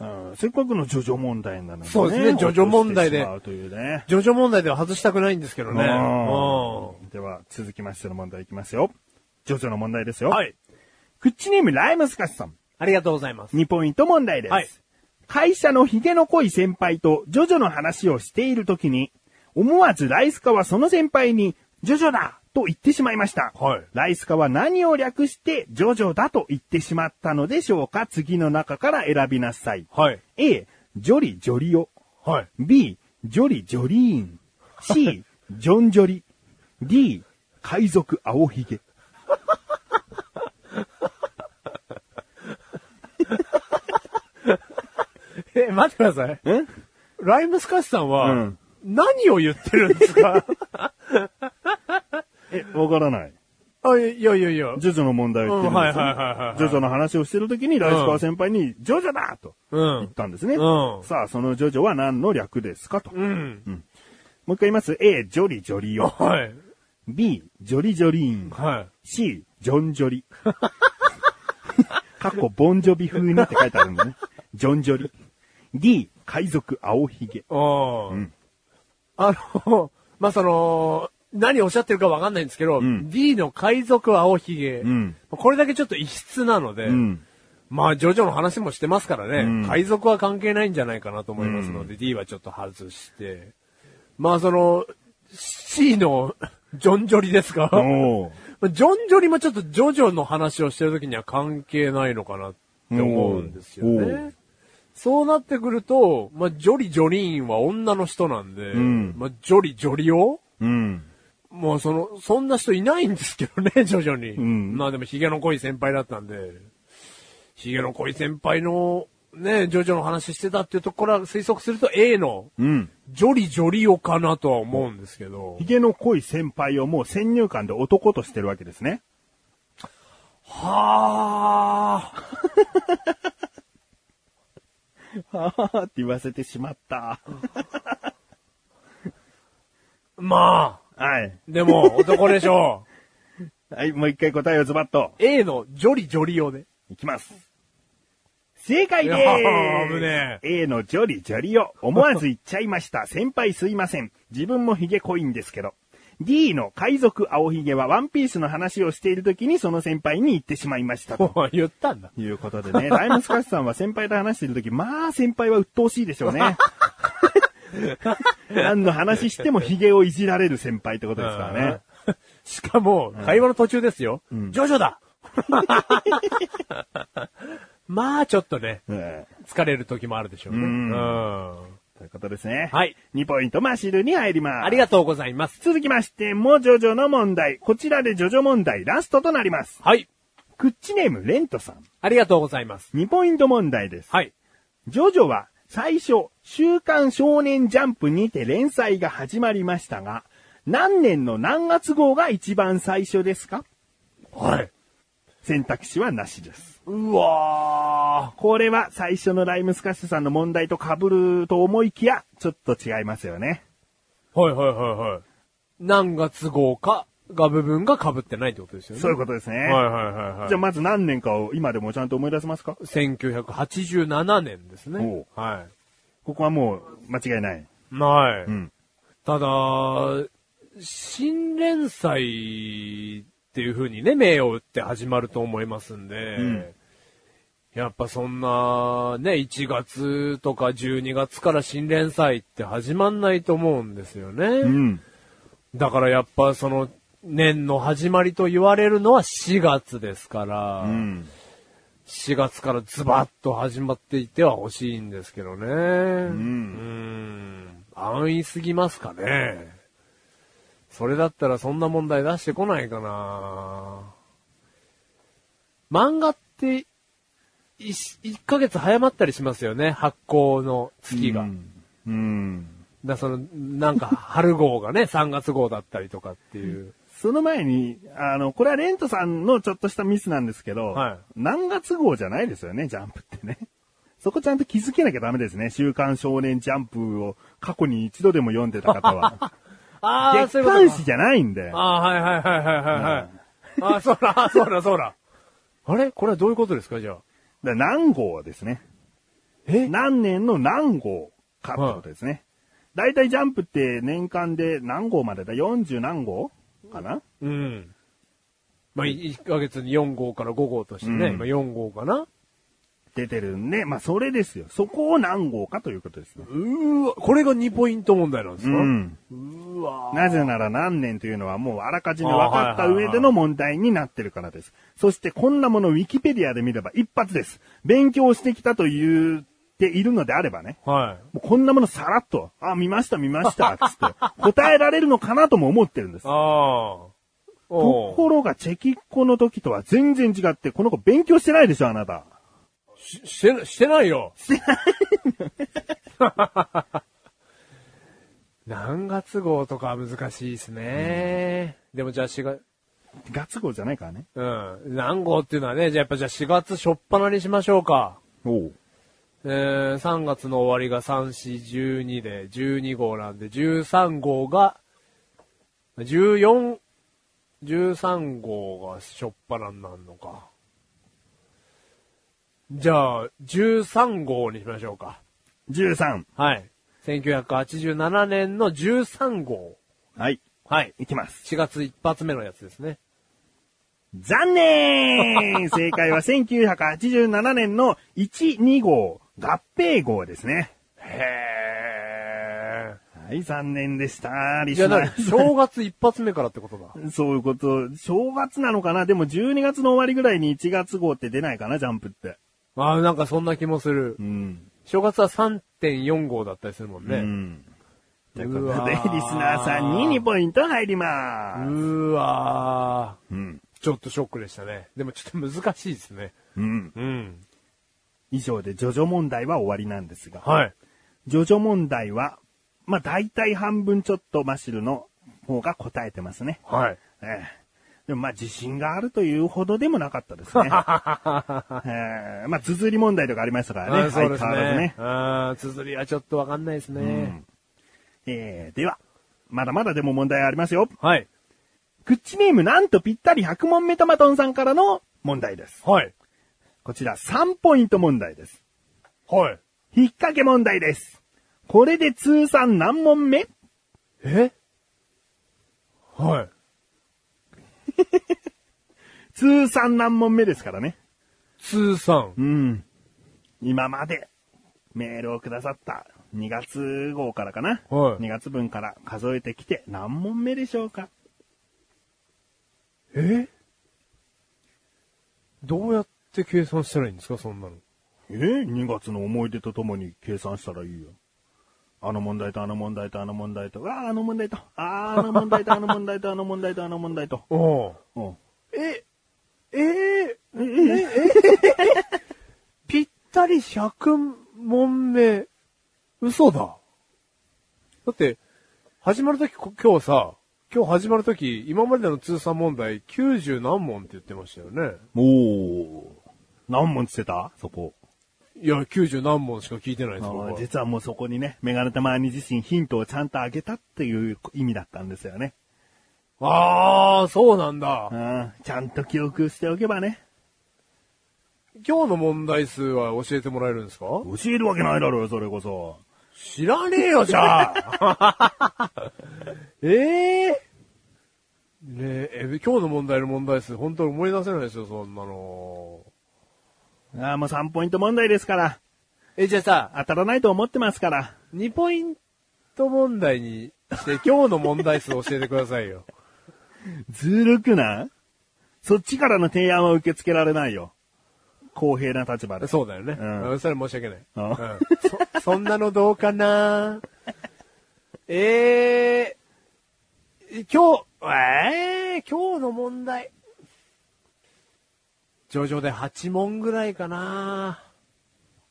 B: うん、せっかくのジョジョ問題なので、ね。
A: そうですねジョジョ問題で
B: 落としてしまうというね。
A: ジョジョ問題では外したくないんですけどね。うん
B: うんでは、続きましての問題いきますよ。ジョジョの問題ですよ。
A: はい。
B: クッチネームライムスカスさん。
A: ありがとうございます。
B: 2ポイント問題です。
A: はい
B: 会社のヒゲの濃い先輩とジョジョの話をしているときに、思わずライスカはその先輩に、ジョジョだと言ってしまいました。
A: はい
B: ライスカは何を略して、ジョジョだと言ってしまったのでしょうか次の中から選びなさい。
A: はい。
B: A、ジョリジョリオ。
A: はい。
B: B、ジョリジョリーン。C、ジョンジョリ。D、海賊青ひげ。
A: え、待ってください。
B: ん
A: ライムスカシさんは、
B: うん
A: 何を言ってるんですか
B: え、わからない。
A: あ、いやいやいや。
B: ジョジョの問題を言ってるんですよ、
A: うんはいはいはいはい
B: ジョジョの話をしてるときに、ライスカワ先輩に、ジョジョだと
A: う
B: 言っ
A: ん。
B: たんですね。
A: うん
B: さあ、そのジョジョは何の略ですかと。もう
A: うん。
B: 一回言います。A、ジョリジョリオ。
A: はい。
B: B、ジョリジョリーン。
A: は
B: C、ジョンジョリ。かっこ、ボンジョビ風にって書いてあるんだね。ジョンジョリ。D、海賊青ひげ。
A: い。お
B: ん
A: あの、 まあ、その、何をおっしゃってるかわかんないんですけど、
B: ん
A: D の海賊青ひげ、
B: ん
A: これだけちょっと異質なので、
B: うん。
A: まあ、ジョジョの話もしてますからね、
B: うん
A: 海賊は関係ないんじゃないかなと思いますので、D はちょっと外して、まあ、その、C の ジョンジョリですか、
B: おー
A: ジョンジョリもちょっとジョジョの話をしてる時には関係ないのかなって思うんですよ
B: うんお
A: ね。そうなってくると、まあ、ジョリジョリーンは女の人なんで、
B: ん
A: まあ、ジョリジョリを
B: うん。
A: もうその、そんな人いないんですけどね、 徐々に。
B: ん
A: まあでもヒゲの濃い先輩だったんで、ヒゲの濃い先輩の、ね、ジョジョの話してたっていうところは推測すると A の、
B: うん。
A: ジョリジョリオかなとは思うんですけど
B: ヒ。ゲの濃い先輩をもう先入観で男としてるわけですね。
A: はあ。
B: はぁはぁって言わせてしまった。
A: まあ、
B: はい。
A: でも男でしょ
B: はい、もう一回答えをズバッと。
A: う。A のジョリジョリオで。
B: いきます。正解
A: い
B: で
A: やー
B: ーす
A: 危ね
B: A のジョリジョリを思わず言っちゃいました。 先輩すいません。自分もヒゲ濃いんですけど。D の海賊青ひげはワンピースの話をしている時にその先輩に言ってしまいましたと。
A: お言ったんだ。
B: いうことで ね、ライムスカッシュさんは先輩と話している時、まあ先輩は鬱陶しいでしょ うね。何の話してもヒゲをいじられる先輩ってことですからね。
A: うん。しかも、会話の途中ですよ。ジョジョだ まあ、ちょっとね、
B: うん
A: 疲れる時もあるでしょうね。
B: うん
A: うん
B: ということですね。
A: はい。
B: 2ポイントマシルに入ります。
A: ありがとうございます。
B: 続きまして、もジョジョの問題。こちらでジョジョ問題ラストとなります。
A: はい。
B: クッチネームレントさん。
A: ありがとうございます。
B: 2ポイント問題です。
A: はい。
B: ジョジョは最初、週刊少年ジャンプにて連載が始まりましたが、何年の何月号が一番最初ですか
A: はい。
B: 選択肢はなしです。
A: うわ
B: これは最初のライムスカッシュさんの問題と被ると思いきや、ちょっと違いますよね。
A: ー。はいはいはいはい。何月号かが部分が被ってないってことですよね。
B: そういうことですね。
A: はいはいはいはい。
B: じ
A: じゃ
B: ゃあまず何年かを今でもちゃんと思い出せますか
A: 1987年です
B: お
A: ね
B: う。
A: は
B: ここはもう間違いない。
A: い。はい。
B: うん。
A: ただ、新連載っていう風にね、名を打って始まると思いますんで、
B: ん
A: やっぱそんな、ね、1月とか12月から新連載って始まんないと思うんですよね。
B: うん。
A: だからやっぱその、年の始まりと言われるのは4月ですから、
B: うん。
A: 4月からズバッと始まっていては欲しいんですけどね。うんん。安易すぎますかね。それだったらそんな問題出してこないかな。漫画って、1, ヶ月早まったりしますよね。発行の月が。
B: うん。
A: だその、なんか、春号がね、3月号だったりとかっていう。
B: その前に、あの、これはレントさんのちょっとしたミスなんですけど、
A: はい
B: 何月号じゃないですよね、ジャンプってね。 そこちゃんと気づけなきゃダメですね。週刊少年ジャンプを過去に一度でも読んでた方は。
A: ああ、そう
B: 月
A: いうこと
B: 刊
A: か
B: 誌じゃないんで。
A: ああ、はいはいはいはいはいはい。ああ、そうだ、そうだ、そうだ。あれこれはどういうことですかじゃあ。
B: だから何号ですね。
A: え
B: 何年の何号かってことですね。だいたいジャンプって年間で何号までだ ?40 何号かな、
A: うん。まあ、1ヶ月に4号から5号としてね、
B: うん
A: 今4号かな
B: 出てるんで、まあそれですよ。そこを何号かということですね。
A: うーわ、これが2ポイント問題なんです
B: う
A: か、
B: ん。
A: うーわ
B: なぜなら何年というのはもうあらかじめ分かった
A: あーはいはいはい
B: 上での問題になってるからです。そしてこんなものウィキペディアで見れば一発です。勉強してきたと言っているのであればね。
A: はい。
B: もうこんなものさらっと、あ、見ました見ました、つって、答えられるのかなとも思ってるんです
A: あ。あ。お
B: とこ
A: う
B: ろが、チェキっ子の時とは全然違って、この子勉強してないでしょ、あなた。
A: しして、してない よ。してない何月号とかは難しいですね。でもじゃあ4月、
B: ガツゴじゃないからね。
A: うん。何号っていうのはね、じゃあやっぱじゃあ4月初っ端にしましょうか。
B: おう。
A: えー、3月の終わりが3、4、12で、12号なんで、13号が、14、13号が初っ端になるのか。じゃあ、13号にしましょうか。
B: 13。
A: はい。1987年の13号。
B: はい。
A: はい。
B: いきます。
A: 4月一発目のやつですね。
B: 残 念正解は1987年の1、2号、合併号ですね。
A: へ
B: はい、残念でした。リ
A: じゃ
B: ス
A: あ
B: ナ
A: 何
B: ー
A: 正月一発目からってことだ。
B: そういうこと。正月なのかなでも12月の終わりぐらいに1月号って出ないかなジャンプって。
A: ああ、なんかそんな気もする
B: う。ん。
A: 正月は3.4号だったりするもん
B: う
A: ね。
B: ん。というこ
A: う
B: と
A: わ
B: で、リ
A: ー
B: スナーさんに2ポイント入りま
A: う
B: ーす。
A: ーわ
B: うん。
A: ー。ちょっとショックでしたね。でもちょっと難しいですね。
B: うん。
A: うん。
B: 以上で、ジョジョ問題は終わりなんですが、
A: はい。
B: ジョジョ問題は、まあ、大体半分ちょっとマシルの方が答えてますね。
A: はい。
B: ええでもまあ自信があるというほどでもなかっ たですね。ええまあ綴り問題とかありましたから
A: あ
B: ね。
A: ーそうです
B: 相変わらず
A: ね
B: ね。。
A: あー綴りはちょっとわかんないですね。
B: ええでは、まだまだでも問題ありますよ。
A: はい。
B: クッチネームなんとぴったり100問目トマトンさんからの問題です。
A: はい。
B: こちら3ポイント問題です。
A: はい。
B: 引っ掛け問題です。これで通算何問目
A: えはい。
B: 通算何問目ですからね。
A: 通算。
B: うん。今までメールをくださった2月号からかな。
A: はい
B: 2月分から数えてきて何問目でしょうか。
A: えどうやって計算したらいいんですかそんなの。
B: え ?2 月の思い出とともに計算したらいいよ。あの問題とあの問題とあの問題と、ああ、あの問題と、ああ、あの問題とあの問題とあの問題とあの問題と。
A: おう
B: うん。
A: え、ええええぴったり100問目。嘘だ。だって、始まるとき、こ今日さ、今日始まるとき、今までの通算問題90何問って言ってましたよね。
B: おー。何問つってたそこ。
A: いや、90何問しか聞いてないです、僕
B: あ
A: は
B: ー実はもうそこにね、メガネたまに自身ヒントをちゃんとあげたっていう意味だったんですよね。
A: あー、そうなんだ
B: う。ん、ちゃんと記憶しておけばね。
A: 今日の問題数は教えてもらえるんですか
B: 教えるわけないだろうよ、それこそ。
A: 知らねえよ、じゃあ ええねえ、え今日の問題の問題数、本当に思い出せないですよ、そんなの。
B: ああ、もう3ポイント問題ですから。
A: え、じゃあさ、
B: 当たらないと思ってますから。
A: 2ポイント問題にして、今日の問題数教えてくださいよ。
B: ずるくないそっちからの提案は受け付けられないよ。公平な立場で。
A: そうだよね。
B: うん
A: うん、それは申し訳ない。
B: う
A: うんん、そ、そんなのどうかなえー、今日、えー、今日の問題。上々で8問ぐらいかな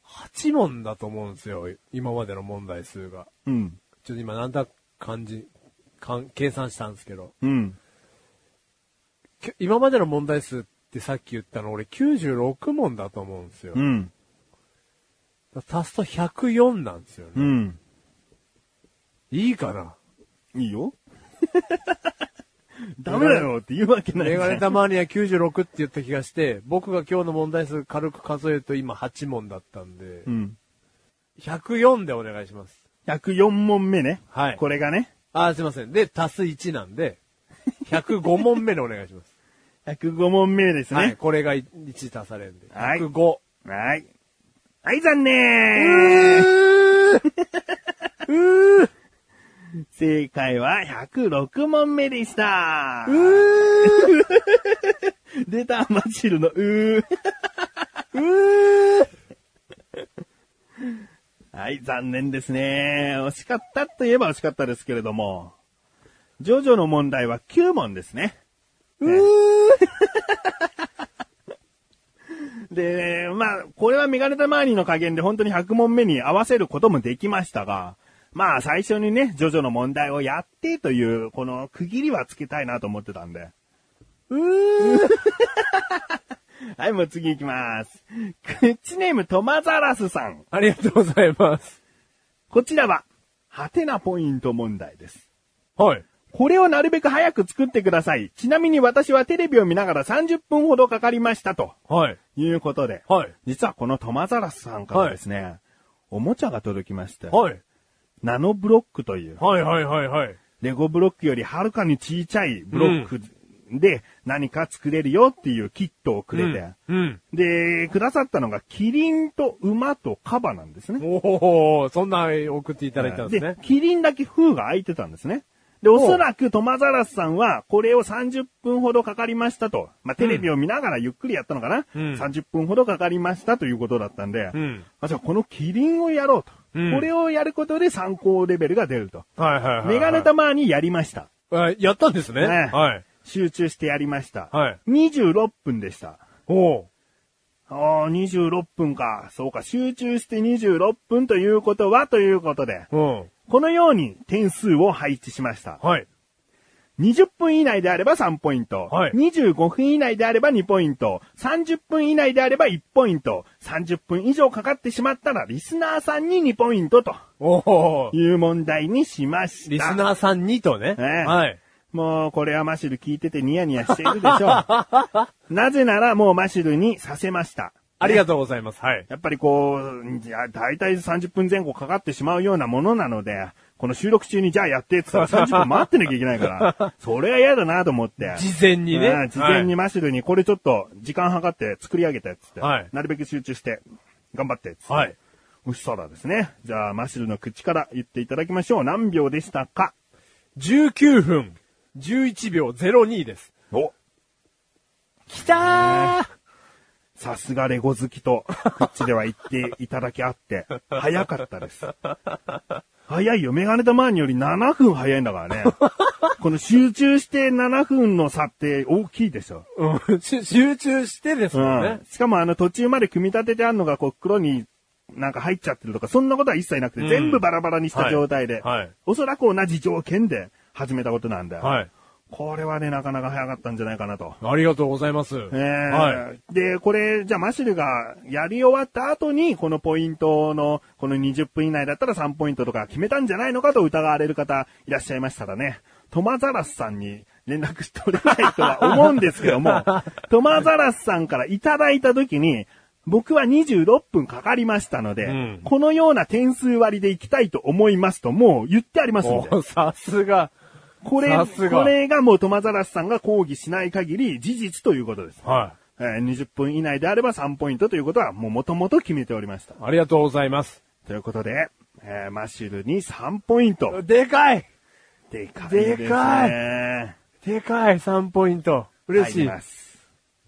A: 8問だと思うんですよ。今までの問題数が。
B: うん。
A: ちょっと今なんだ感じ、かん計算したんですけど。
B: うん。
A: きゅ今までの問題数ってさっき言ったの俺96問だと思うんですよ。
B: うん。
A: 足すと104なんですよね。
B: うん。
A: いいかない
B: いよ。 ダメだよって言うわけないじ
A: メ
B: ゃん
A: ガネたまには96って言った気がして、僕が今日の問題数軽く数えると今8問だったんで
B: う、ん。
A: 104でお願いします。
B: 104問目ね。
A: はい
B: これがね。
A: あー、すいません。で、足す1なんで、105問目でお願いします。
B: 105問目です
A: はい。
B: ね。
A: これが1足されるんで。
B: はい
A: 105。
B: はい。はい、残
A: う
B: 念
A: ーうー
B: 正解は106問目でした
A: うー
B: 出た、マチルのうー。
A: うー
B: はい、残念ですね。惜しかったといえば惜しかったですけれども。ジョジョの問題は9問ですね。
A: うー
B: で、まあ、これはメガネタ周りの加減で本当に100問目に合わせることもできましたが、まあ、最初にね、ジョジョの問題をやってという、この区切りはつけたいなと思ってたんで。
A: うー
B: はい、もう次行きます。口ネームトマザラスさん。
A: ありがとうございます。
B: こちらは、ハテナポイント問題です。
A: はい。
B: これをなるべく早く作ってください。ちなみに私はテレビを見ながら30分ほどかかりましたと。
A: はい。
B: いうことで。
A: はい。
B: 実はこのトマザラスさんからですね、おもちゃが届きまして、
A: はい。
B: ナノブロックという、
A: はいはいはいはい。
B: レゴブロックよりはるかに小さいブロックで何か作れるよっていうキットをくれて、
A: うん。
B: で、くださったのがキリンと馬とカバなんですね。
A: おお、そんな送っていただいたんですね。
B: キリンだけ封が開いてたんですね。で、おそらくトマザラスさんは、これを30分ほどかかりましたと。まあ、テレビを見ながらゆっくりやったのかな、
A: うん
B: ?30 分ほどかかりましたということだったんで、
A: うん
B: あじゃあこのキリンをやろうと、
A: うん
B: これをやることで参考レベルが出ると。
A: はいはいはい。
B: メガネ
A: た
B: 玉にやりました。
A: やったんですね。
B: ね
A: はい。
B: 集中してやりました。
A: はい
B: 26分でした。
A: おお
B: ああ、26分か。そうか、集中して26分ということは、ということで。
A: ー。うん。
B: このように点数を配置しました。
A: はい。
B: 20分以内であれば3ポイント。
A: はい
B: 25分以内であれば2ポイント。30分以内であれば1ポイント。30分以上かかってしまったら、リスナーさんに2ポイントと
A: おお
B: いう問題にしました。
A: リスナーさんにとね。
B: ええ
A: はい。
B: もう、これはマシル聞いててニヤニヤしているでし ょう。なぜならもうマシルにさせました。
A: ありがとうございます。はい。
B: やっぱりこう、いや、だいたい30分前後かかってしまうようなものなので、この収録中にじゃあやってって言ったら30分待ってなきゃいけな いから、それは嫌だなと思って。
A: 事前にね
B: うん。事前に
A: は
B: マシルにこれちょっと時間計って作り上げてっつって、
A: はい
B: なるべく集中して、頑張ってっつっ
A: い。
B: て。
A: はい。
B: うっそらですね。じゃあマシルの口から言っていただきましょう。何秒でしたか
A: 19分11秒02です。
B: お
A: きたー
B: さすがレゴ好きと、こっちでは言っていただきあ って、早かったです。早いよ。メガネ玉マーニより7分早いんだ からね。この集中して7分の差って大きいでしょ。
A: うん、し集中してです
B: う
A: もんね
B: ん。。しかもあの途中まで組み立ててあるのがこう黒になんか入っちゃってるとか、そんなことは一切なくて、
A: うん
B: 全部バラバラにした状態で、
A: はいはい
B: おそらく同じ条件で始めたことなんで、
A: はい。
B: これはね、なかなか早かったんじゃないかなと。
A: ありがとうございます。
B: ええ
A: はい。
B: で、これ、じゃあ、マシルがやり終わった後に、このポイントの、この20分以内だったら3ポイントとか決めたんじゃないのかと疑われる方いらっしゃいましたらね、トマザラスさんに連絡し取れないとは思うんですけど も、トマザラスさんからいただいた時に、僕は26分かかりましたので、
A: うん
B: このような点数割りでいきたいと思いますと、もう言ってありますので。
A: おさすが。
B: これ、
A: さすが
B: これがもうトマザラスさんが抗議しない限り事実ということです。
A: は
B: ええー20分以内であれば3ポイントということは、もう元々決めておりました。
A: ありがとうございます。
B: ということで、えーマッシュルに3ポイント。
A: でかい
B: でかいですね。
A: でかでかい !3 ポイント。嬉し
B: 入
A: い
B: り。ます。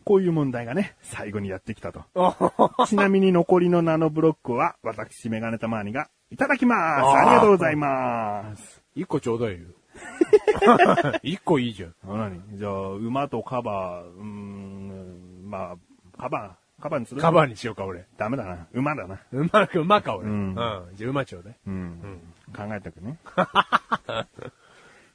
B: こういう問題がね、最後にやってきたと。
A: おほほ
B: ちなみに残りのナノブロックは、私、メガネたまわりが、いただきますありがとうございます
A: 一個ちょうだいよ。一個いいじゃん。
B: あ何じゃあ、馬とカバー、うーん、まあ、カバー、カバーにする
A: カバーにしようか、俺。
B: ダメだな。馬だな。
A: うまく、うまか、俺。
B: う
A: うんん。じゃあ、うまちょうだい。
B: うん。考えたくね。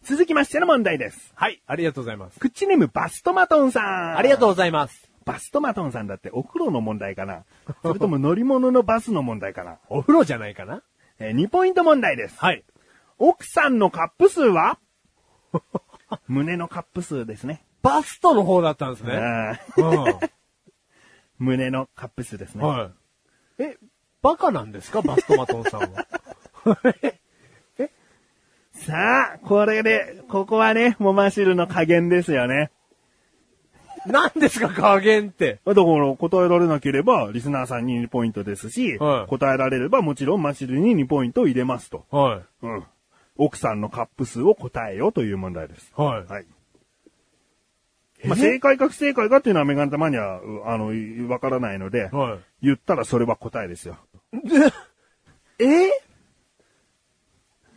B: 続きましての問題です。
A: はい、ありがとうございます。
B: クッチネームバストマトンさん。
A: ありがとう
B: う。
A: ございます。
B: バストマトンさんだってお風呂の問題かなそれとも乗り物のバスの問題かな
A: お風呂じゃないかな
B: えー、2ポイント問題です。
A: はい。
B: 奥さんのカップ 数は胸のカップ数ですね。
A: バストの方だったんですね。
B: あー
A: う
B: 胸のカップ数です
A: ん。
B: ね。
A: はい。え、バカなんですかバストマトンさん は。
B: さあ、これで、ここはね、モマシルの加減ですよね。
A: 何ですか加減って。
B: だから、答えられなければ、リスナーさんに2ポイントですし、
A: はい
B: 答えられれば、もちろんマシルに2ポイントを入れますと。
A: は
B: うん。奥さんのカップ数を答えようという問題です。
A: い。はい。
B: はい。まあ、正解か不正解かっていうのはメガネたまには、うあの、いわからないので、
A: は
B: 言ったらそれは答えですよ。
A: い。 え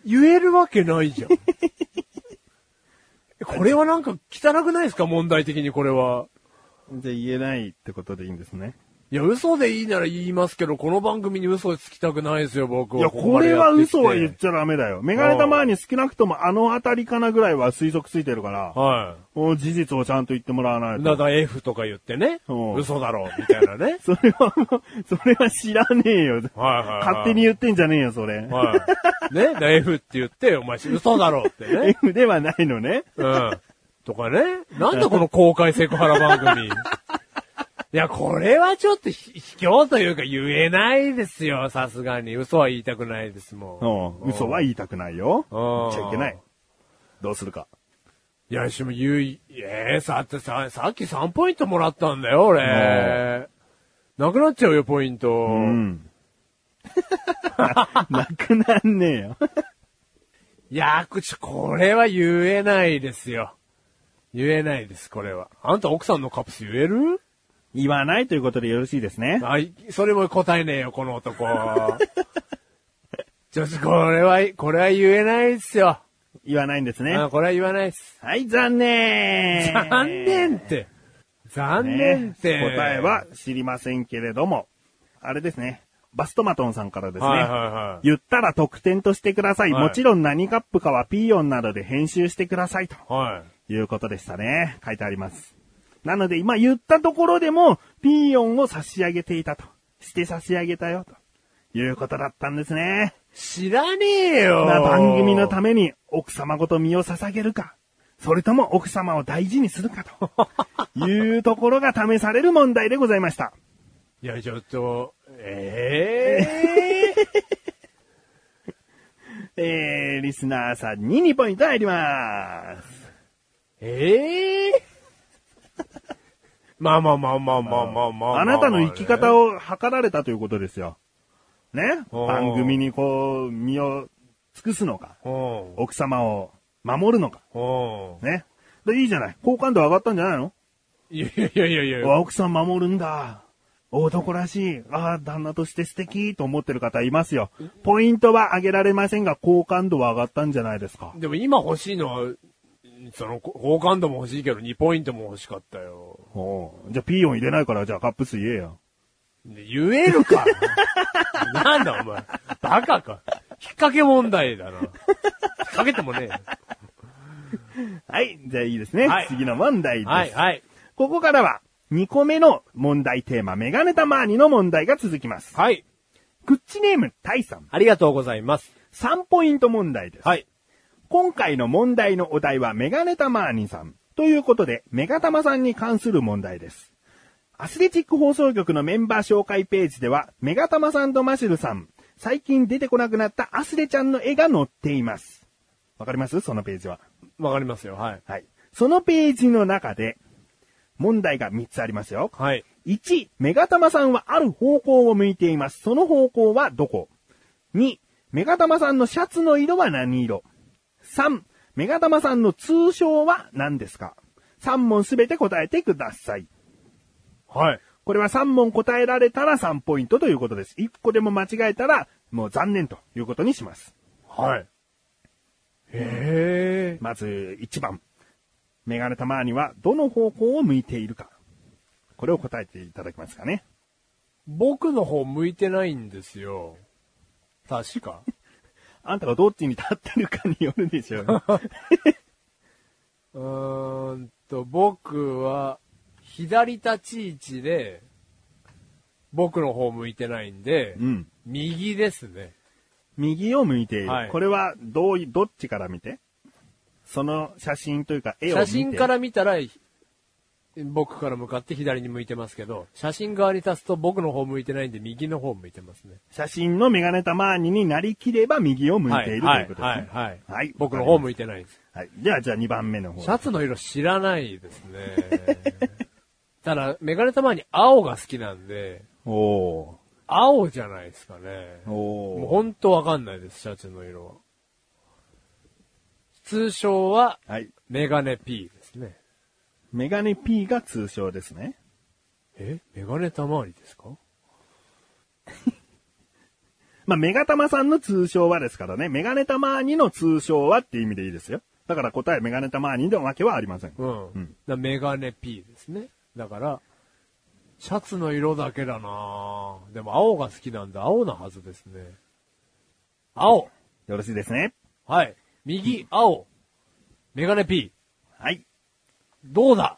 A: 言えるわけない じゃん。これはなんか汚くないですか問題的にこれは。
B: じゃあ言えないってことでいいんですね。
A: いや、嘘でいいなら言いますけど、この番組に嘘つきたくないですよ、僕は。
B: いや、
A: こ
B: こ
A: まで
B: れ
A: や
B: は
A: ってきて
B: 嘘は言っちゃダメだよ。メガネたまわりに少なくともあの辺りかなぐらいは推測ついてるから、
A: は。
B: もう事実をちゃんと言ってもらわないい
A: な
B: と。
A: だ F とか言ってね。
B: うん。
A: 嘘だろ、みたいなね
B: それはもう、それは知らねえよ。
A: はいはいはい
B: 勝手に言ってんじゃねえよ、それ。
A: はい。ねだ ?F って言って、お前嘘だろってね。
B: F ではないのね。
A: うん。とかね。なんだこの公開セクハラ番 組。いや、これはちょっとひ卑怯というか言えないですよ、さすがに。嘘は言いたくないですも
B: うん
A: ん。
B: 嘘は
A: 言
B: 言いたくないよ。言
A: うん
B: っちゃいけない。どうするか。
A: いや、しも言う、ええさってさ、さっき3ポイントもらったんだよ、俺。なくなっちゃうよ、ポイント。
B: うん。 なくなんねえよ。
A: いや、こちょこれは言えないですよ。言えないです、これは。あんた奥さんのカプス言える
B: 言わないということでよろしいですね。
A: あ、いそれも答えねえよ、この男。 ちょっと、これは、これは言えないですよ。
B: 言わないんですね。
A: あこれは言わないです。
B: はい、残念
A: 残念って。残念って。
B: ね答えは知りませんけれども、あれですね。バストマトンさんからですね。
A: はいはいはい。
B: 言ったら得点としてください。
A: はい
B: もちろん何カップかはピーヨンなどで編集してくださいと
A: はい。
B: いうことでしたね。書いてあります。なので今言ったところでもピーヨンを差し上げていたと。して差し上げたよということだったんですね。
A: 知らねえよ。
B: な番組のために奥様ごと身を捧げるか、それとも奥様を大事にするかというところが試される問題でございました。
A: いや、ちょっと、 ええ
B: えー、リスナーさんに2ポイント入ります。
A: ええまあまあまあまあまあまあまあ。
B: あなたの生き方
A: を。
B: を測られたということですよ。ね
A: おー
B: 番組にこう、身を尽くすのか、
A: うん。
B: 奥様を守るのか、
A: うん。
B: ねでいいじゃない。好感度上がったんじゃないの
A: いやいやいやいや。
B: うわ奥さん守るんだ。男らしい。ああ、旦那として素敵と思ってる方いますよ。ポイントは上げられませんが、好感度は上がったんじゃないですか。
A: でも今欲しいのは、その、好感度も欲しいけど2ポイントも欲しかったよ。
B: おうじゃあ、ピーヨン入れないから、じゃあカップ数言えよ。
A: で言えるかなんだお前。バカか。引っ掛け問題だな。引っ掛けてもね
B: はい、じゃあいいですね。
A: はい
B: 次の問題
A: え。
B: です。
A: はい、はい。
B: ここからは、2個目の問題テーマ、メガネたまーにの問題が続きます。
A: はい。
B: クッチネーム、タイさん。
A: ありがとうございます。
B: 3ポイント問題です。
A: はい。
B: 今回の問題のお題はメガネタマーニさん。ということで、メガタマさんに関する問題です。アスレチック放送局のメンバー紹介ページでは、メガタマさんとマシュルさん、最近出てこなくなったアスレちゃんの絵が載っています。わかりますそのページは。
A: わかりますよ、はい。
B: はい。そのページの中で、問題が3つありますよ。
A: はい。
B: 1、メガタマさんはある方向を向いています。その方向はどこ ?2、メガタマさんのシャツの色は何色 ?3、メガタマさんの通称は何ですか ?3 問すべて答えてください。
A: はい。
B: これは3問答えられたら3ポイントということです。1個でも間違えたら、もう残念ということにします。
A: はい。へえ。
B: まず1番。メガネたまにはどの方向を向いているか。これを答えていただけますかね。
A: 僕の方向いてないんですよ。確か。
B: あんたがどっちに立ってるかによるでしょうね。
A: うーんと、僕は、左立ち位置で、僕の方向いてないんで、
B: うん
A: 右ですね。
B: 右を向いている。
A: はい
B: これはどうい、どっちから見てその写真というか絵を見
A: 写
B: て。
A: 真から見たら、僕から向かって左に向いてますけど、写真側に立つと僕の方向いてないんで右の方向いてますね。
B: 写真のメガネたまにになりきれば右を向いていると
A: は
B: いう
A: い
B: ことですね。
A: はい、はい、
B: はい
A: 僕の方向いてないです。
B: はい。では、じゃあ2番目の方。
A: シャツの色知らないですね。ただ、メガネたまに青が好きなんで、
B: お
A: 青じゃないですかね。
B: ー。
A: もう
B: おー。
A: ほんとわかんないです、シャツの色は。通称は、
B: はい。
A: メガネ P ですね。
B: メガネ P が通称ですね。
A: えメガネたまわりですか
B: まあ、メガタマさんの通称はですからね、メガネタマーニの通称はっていう意味でいいですよ。だから答えメガネタマーニでもわけはありません。
A: うん。
B: うん
A: だメガネ P ですね。だから、シャツの色だけだなぁでも青が好きなんで青なはずですね。青
B: よろしいですね。
A: はい。右、青。メガネ P。
B: はい。
A: どうだ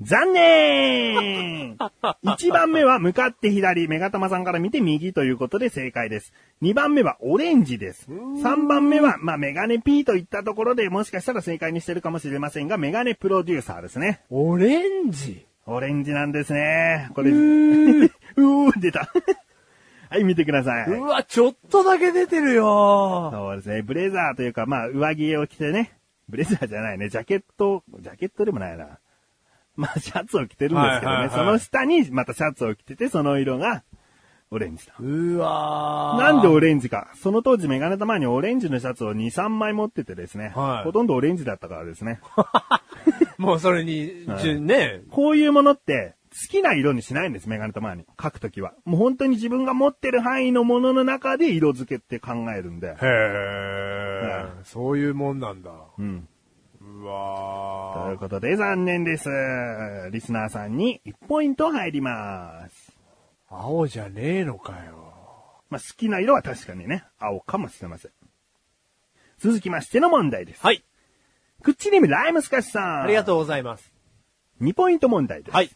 B: 残念 !1 番目は向かって左、メガタマさんから見て右ということで正解です。2番目はオレンジです。3番目は、まあ、メガネ P といったところでもしかしたら正解にしてるかもしれませんが、メガネプロデューサーですね。
A: オレンジ
B: オレンジなんですね。これ、う ー出た。 はい、見てください。
A: うわ、ちょっとだけ出てるよ
B: そうですね。ブレザーというか、まあ、上着を着てね。ブレザーじゃないね。ジャケット、ジャケットでもないな。まあ、シャツを着てるんで
A: は
B: すけどね。
A: いはいはい
B: その下に、またシャツを着てて、その色が、オレンジだ。
A: うわー
B: なんでオレンジか。その当時メガネたまにオレンジのシャツを2、3枚持っててですね。
A: はい
B: ほとんどオレンジだったからですね。
A: もうそれに、じゅね、
B: こういうものって、好きな色にしないんです、メガネたまに。書くときは。もう本当に自分が持ってる範囲のものの中で色付けって考えるんで。
A: へえ、そういうもんなんだ。
B: うん。
A: う
B: とい
A: わ
B: うことで、残念です。リスナーさんに1ポイント入ります。
A: ー青じゃねえのかよ。
B: まあ、好きな色は確かにね、青かもしれません。続きましての問題です。
A: はい。
B: クッチネームライムスカシさん。
A: ありがと
B: う。
A: うございます。
B: 2ポイント問題です。
A: はい。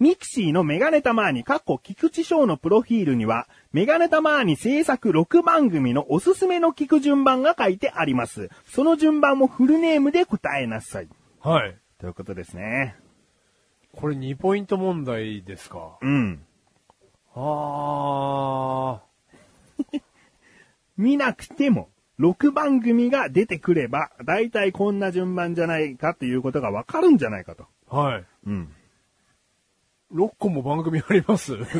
B: ミキシーのメガネたまーに、かっこ菊池賞のプロフィールには、メガネたまーに制作6番組のおすすめの聞く順番が書いてあります。その順番をフルネームで答えなさい。
A: はい。
B: ということですね。
A: これ2ポイント問題ですか。
B: うん。
A: あ
B: 見なくても、6番組が出てくれば、だいたいこんな順番じゃないかということがわかるんじゃないかと。
A: ー。はい。
B: うん。
A: 6個も番組あります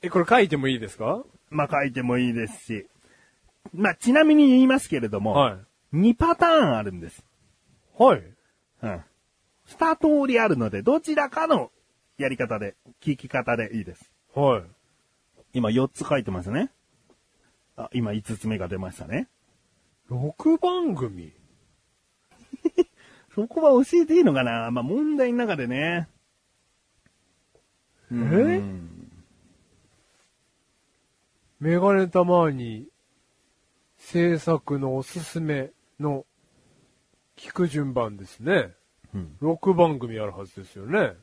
A: え、これ書いてもいいですか
B: まあ、書いてもいいですし。まあ、ちなみに言いますけれども、
A: は
B: 2パターンあるんです。
A: い。はい。
B: うん。2通りあるので、どちらかのやり方で、聞き方でいいです。
A: はい。
B: 今4つ書いてますね。あ、今5つ目が出ましたね。
A: 6番組
B: そこは教えていいのかなまあ、問題の中でね。え
A: メガネたまに制作のおすすめの聞く順番ですね。
B: うん
A: 6番組あるはずですよね。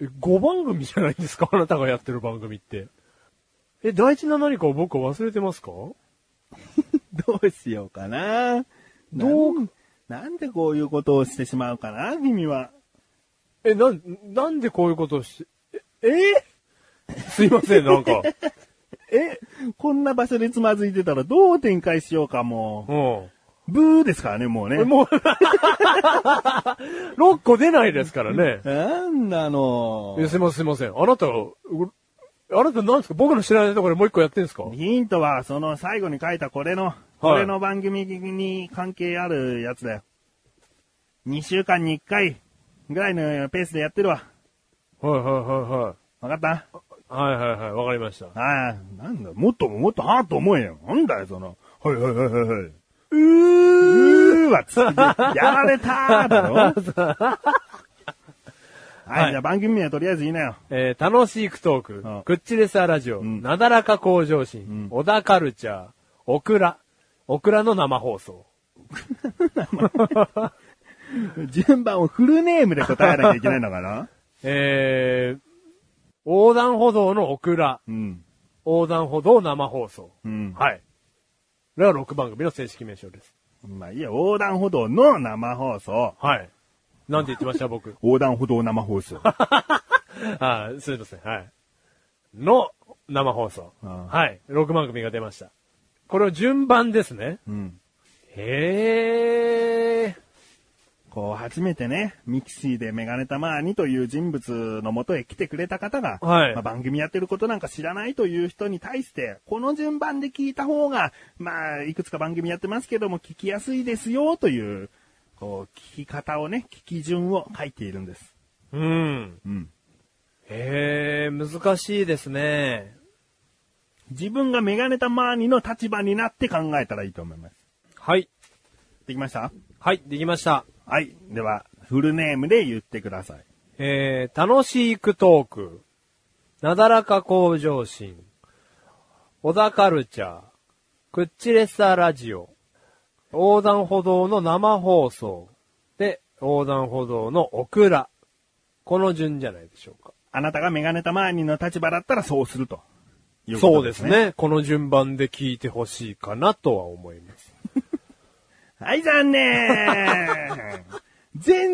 A: え、5番組じゃないんですか あなたがやってる番組って。え、大事な何かを僕は忘れてますか
B: どうしようかな。
A: どう
B: なんなんでこういうことをしてしまうかな、君は。
A: え、なん、なんでこういうことをし、え、えすいません、なん か。
B: え、こんな場所でつまずいてたらどう展開しようかも
A: うん。
B: う。ブーですからね、もうね。
A: もう、6個出ないですからね。
B: なんだの
A: いやすいません、すいません。あなた、うあなた何ですか僕の知らないところでもう一個やってんですか
B: ヒントは、その最後に書いたこれの、これの番組に関係あるやつだよ。2週間に1回ぐらいのペースでやってるわ。
A: はいはいは
B: わかった
A: いはい。はいはいはい、わかりました。
B: ああ、なんだ、もっともっとハート思えよ。なんだよ、その。はいはいはいはいはい。
A: うー
B: うーわ、つって、やられたーだ ろはい、じゃあ番組名はとりあえず言いなよ。
A: えー楽しいクトーク、
B: うん
A: クッチレスアラジオ、
B: ん
A: なだらか向上心、小田カルチャー、オクラ、オクラの生放送。
B: 順番をフルネームで答えなきゃいけないのかな
A: えー、横断歩道のオクラ、
B: うん。
A: 横断歩道生放送。
B: うん。
A: はい。これは6番組の正式名称です。
B: まあいいや、横断歩道の生放送。
A: はい。なんて言ってました僕。
B: 横断歩道生放送。
A: あーすいません。 はい。の生放送。
B: あー
A: はい。6番組が出ました。これを順番ですね。
B: うん。
A: へー。
B: こう、初めてね、ミキシーでメガネたまーにという人物のもとへ来てくれた方が、
A: はい
B: まあ、番組やってることなんか知らないという人に対して、この順番で聞いた方が、まあ、いくつか番組やってますけども、聞きやすいですよという、こう、聞き方をね、聞き順を書いているんです。
A: うん。
B: うん。
A: へえ、難しいですね。
B: 自分がメガネたまーにの立場になって考えたらいいと思います。
A: はい。
B: できました
A: はい、できました。
B: はい。では、フルネームで言ってください。
A: えー、楽しいクトーク、なだらか向上心、小田カルチャー、クッチレッサーラジオ、横断歩道の生放送、で、横断歩道のオクラ。この順じゃないでしょうか。
B: あなたがメガネたまーにの立場だったらそうすると。いうこ
A: そ
B: と
A: うです。ね。この順番で聞いてほしいかなとは思います。
B: はい、残念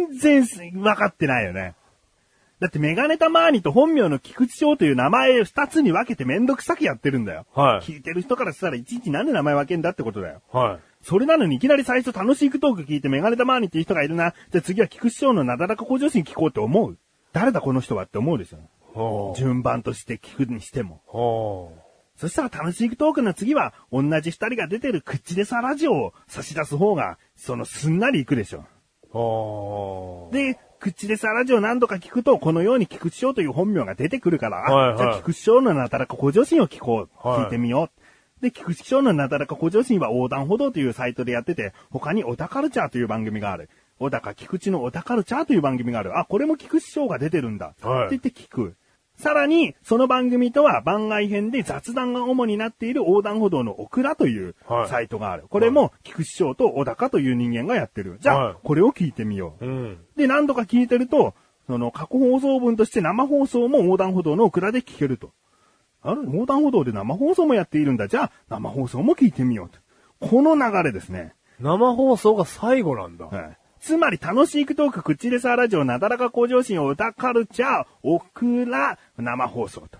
B: 全然す分かってないよね。だってメガネたまーにと本名の菊池翔という名前二つに分けてめんどくさくやってるんだよ。
A: はい
B: 聞いてる人からしたらいちいちなんで名前分けんだってことだよ。
A: はい。
B: それなのにいきなり最初楽しいクトーク聞いてメガネたまーにっていう人がいるな。じゃあ次は菊池翔のなだらか向上心聞こうって思う。誰だこの人はって思うでしょ。
A: ほう。
B: 順番として聞くにしても。
A: ほう。
B: そしたら楽しいトークの次は、同じ二人が出てる口でさラジオを差し出す方が、そのすんなりいくでしょ。
A: ほう。
B: で、口でさラジオ何度か聞くと、このように菊池翔という本名が出てくるから、
A: はいはい
B: じゃあ菊池翔のなだらか向上心を聞こう。
A: はい
B: 聞いてみよう。で、菊池翔のなだらか向上心は横断歩道というサイトでやってて、他に小田カルチャーという番組がある。小高菊池の小田カルチャーという番組がある。あ、これも菊池翔が出てるんだ。
A: はい
B: って言って聞く。さらに、その番組とは番外編で雑談が主になっている横断歩道のオクラという
A: はい
B: サイトがある。これも菊池翔と小高という人間がやってる。じゃあ、
A: はい
B: これを聞いてみよう。
A: うん。
B: で、何度か聞いてると、その、過去放送分として生放送も横断歩道のオクラで聞けると。あれ横断歩道で生放送もやっているんだ。じゃあ、生放送も聞いてみようと。この流れですね。
A: 生放送が最後なんだ。
B: はい。つまり、楽しいトーク、口レサーラジオ、なだらか向上心を歌カルチャー、オクラ、生放送と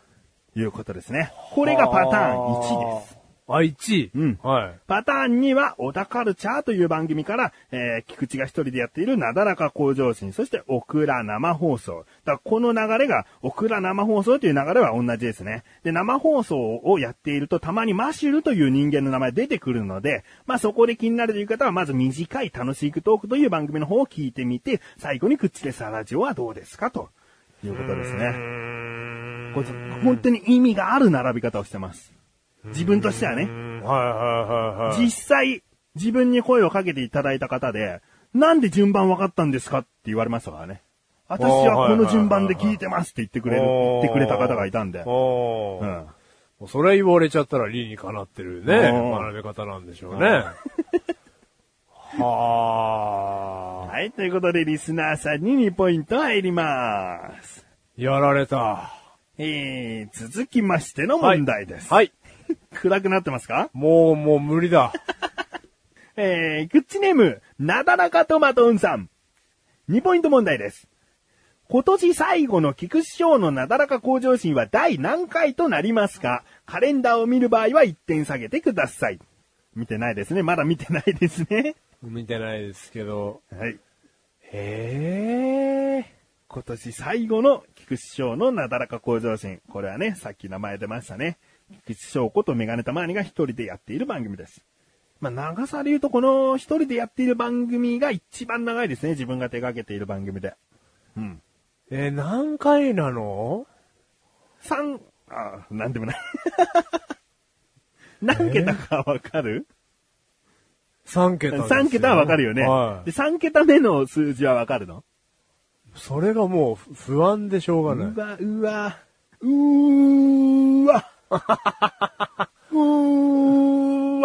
B: いうことですね。これがパターン1です。
A: す。あ、1。
B: うん
A: はい。
B: パターン2は、小田カルチャーという番組から、えー、菊池が一人でやっているなだらか向上心、そして、オクラ生放送。だからこの流れが、オクラ生放送という流れは同じですね。で、生放送をやっていると、たまにマシュルという人間の名前出てくるので、まあ、そこで気になるという方は、まず短い楽しいトークという番組の方を聞いてみて、最後に、くっつけさラジオはどうですかということですね。これ本当に意味がある並び方をしてます。自分としてはね。
A: うんはいはいはいはい。
B: 実際、自分に声をかけていただいた方で、なんで順番分かったんですかって言われましたからね。私はこの順番で聞いてますって言ってくれる、言ってくれた方がいたんで。
A: おー
B: う
A: も
B: ん。
A: うそれ言われちゃったら理にかなってるね。
B: おー
A: 学び方なんでしょうね。は
B: はい、ということでリスナーさんに2ポイント入ります。
A: ー。やられた。
B: えー、続きましての問題です。
A: はい。
B: 暗くなってますか
A: もう、もう無理だ。
B: えー、グッチネーム、なだらかトマトンさん。2ポイント問題です。今年最後の菊池賞のなだらか向上心は第何回となりますかカレンダーを見る場合は1点下げてください。見てないですね。まだ見てないですね。
A: 見てないですけど。
B: はい。
A: へえ。
B: 今年最後の菊池翔のなだらか向上心。これはね、さっき名前出ましたね。菊池翔子とメガネたまわりが一人でやっている番組です。まあ、長さで言うとこの一人でやっている番組が一番長いですね。自分が手掛けている番組で。うん。
A: えー、何回なの
B: 三、あ、なんでもない。 何桁かわかる、
A: ?3 桁ですよ。
B: 三 ?3 桁はわかるよね、
A: はい
B: で。。3桁目の数字はわかるの。
A: それがもうふ不安でしょうがないう
B: わ、うわ、うーわ。う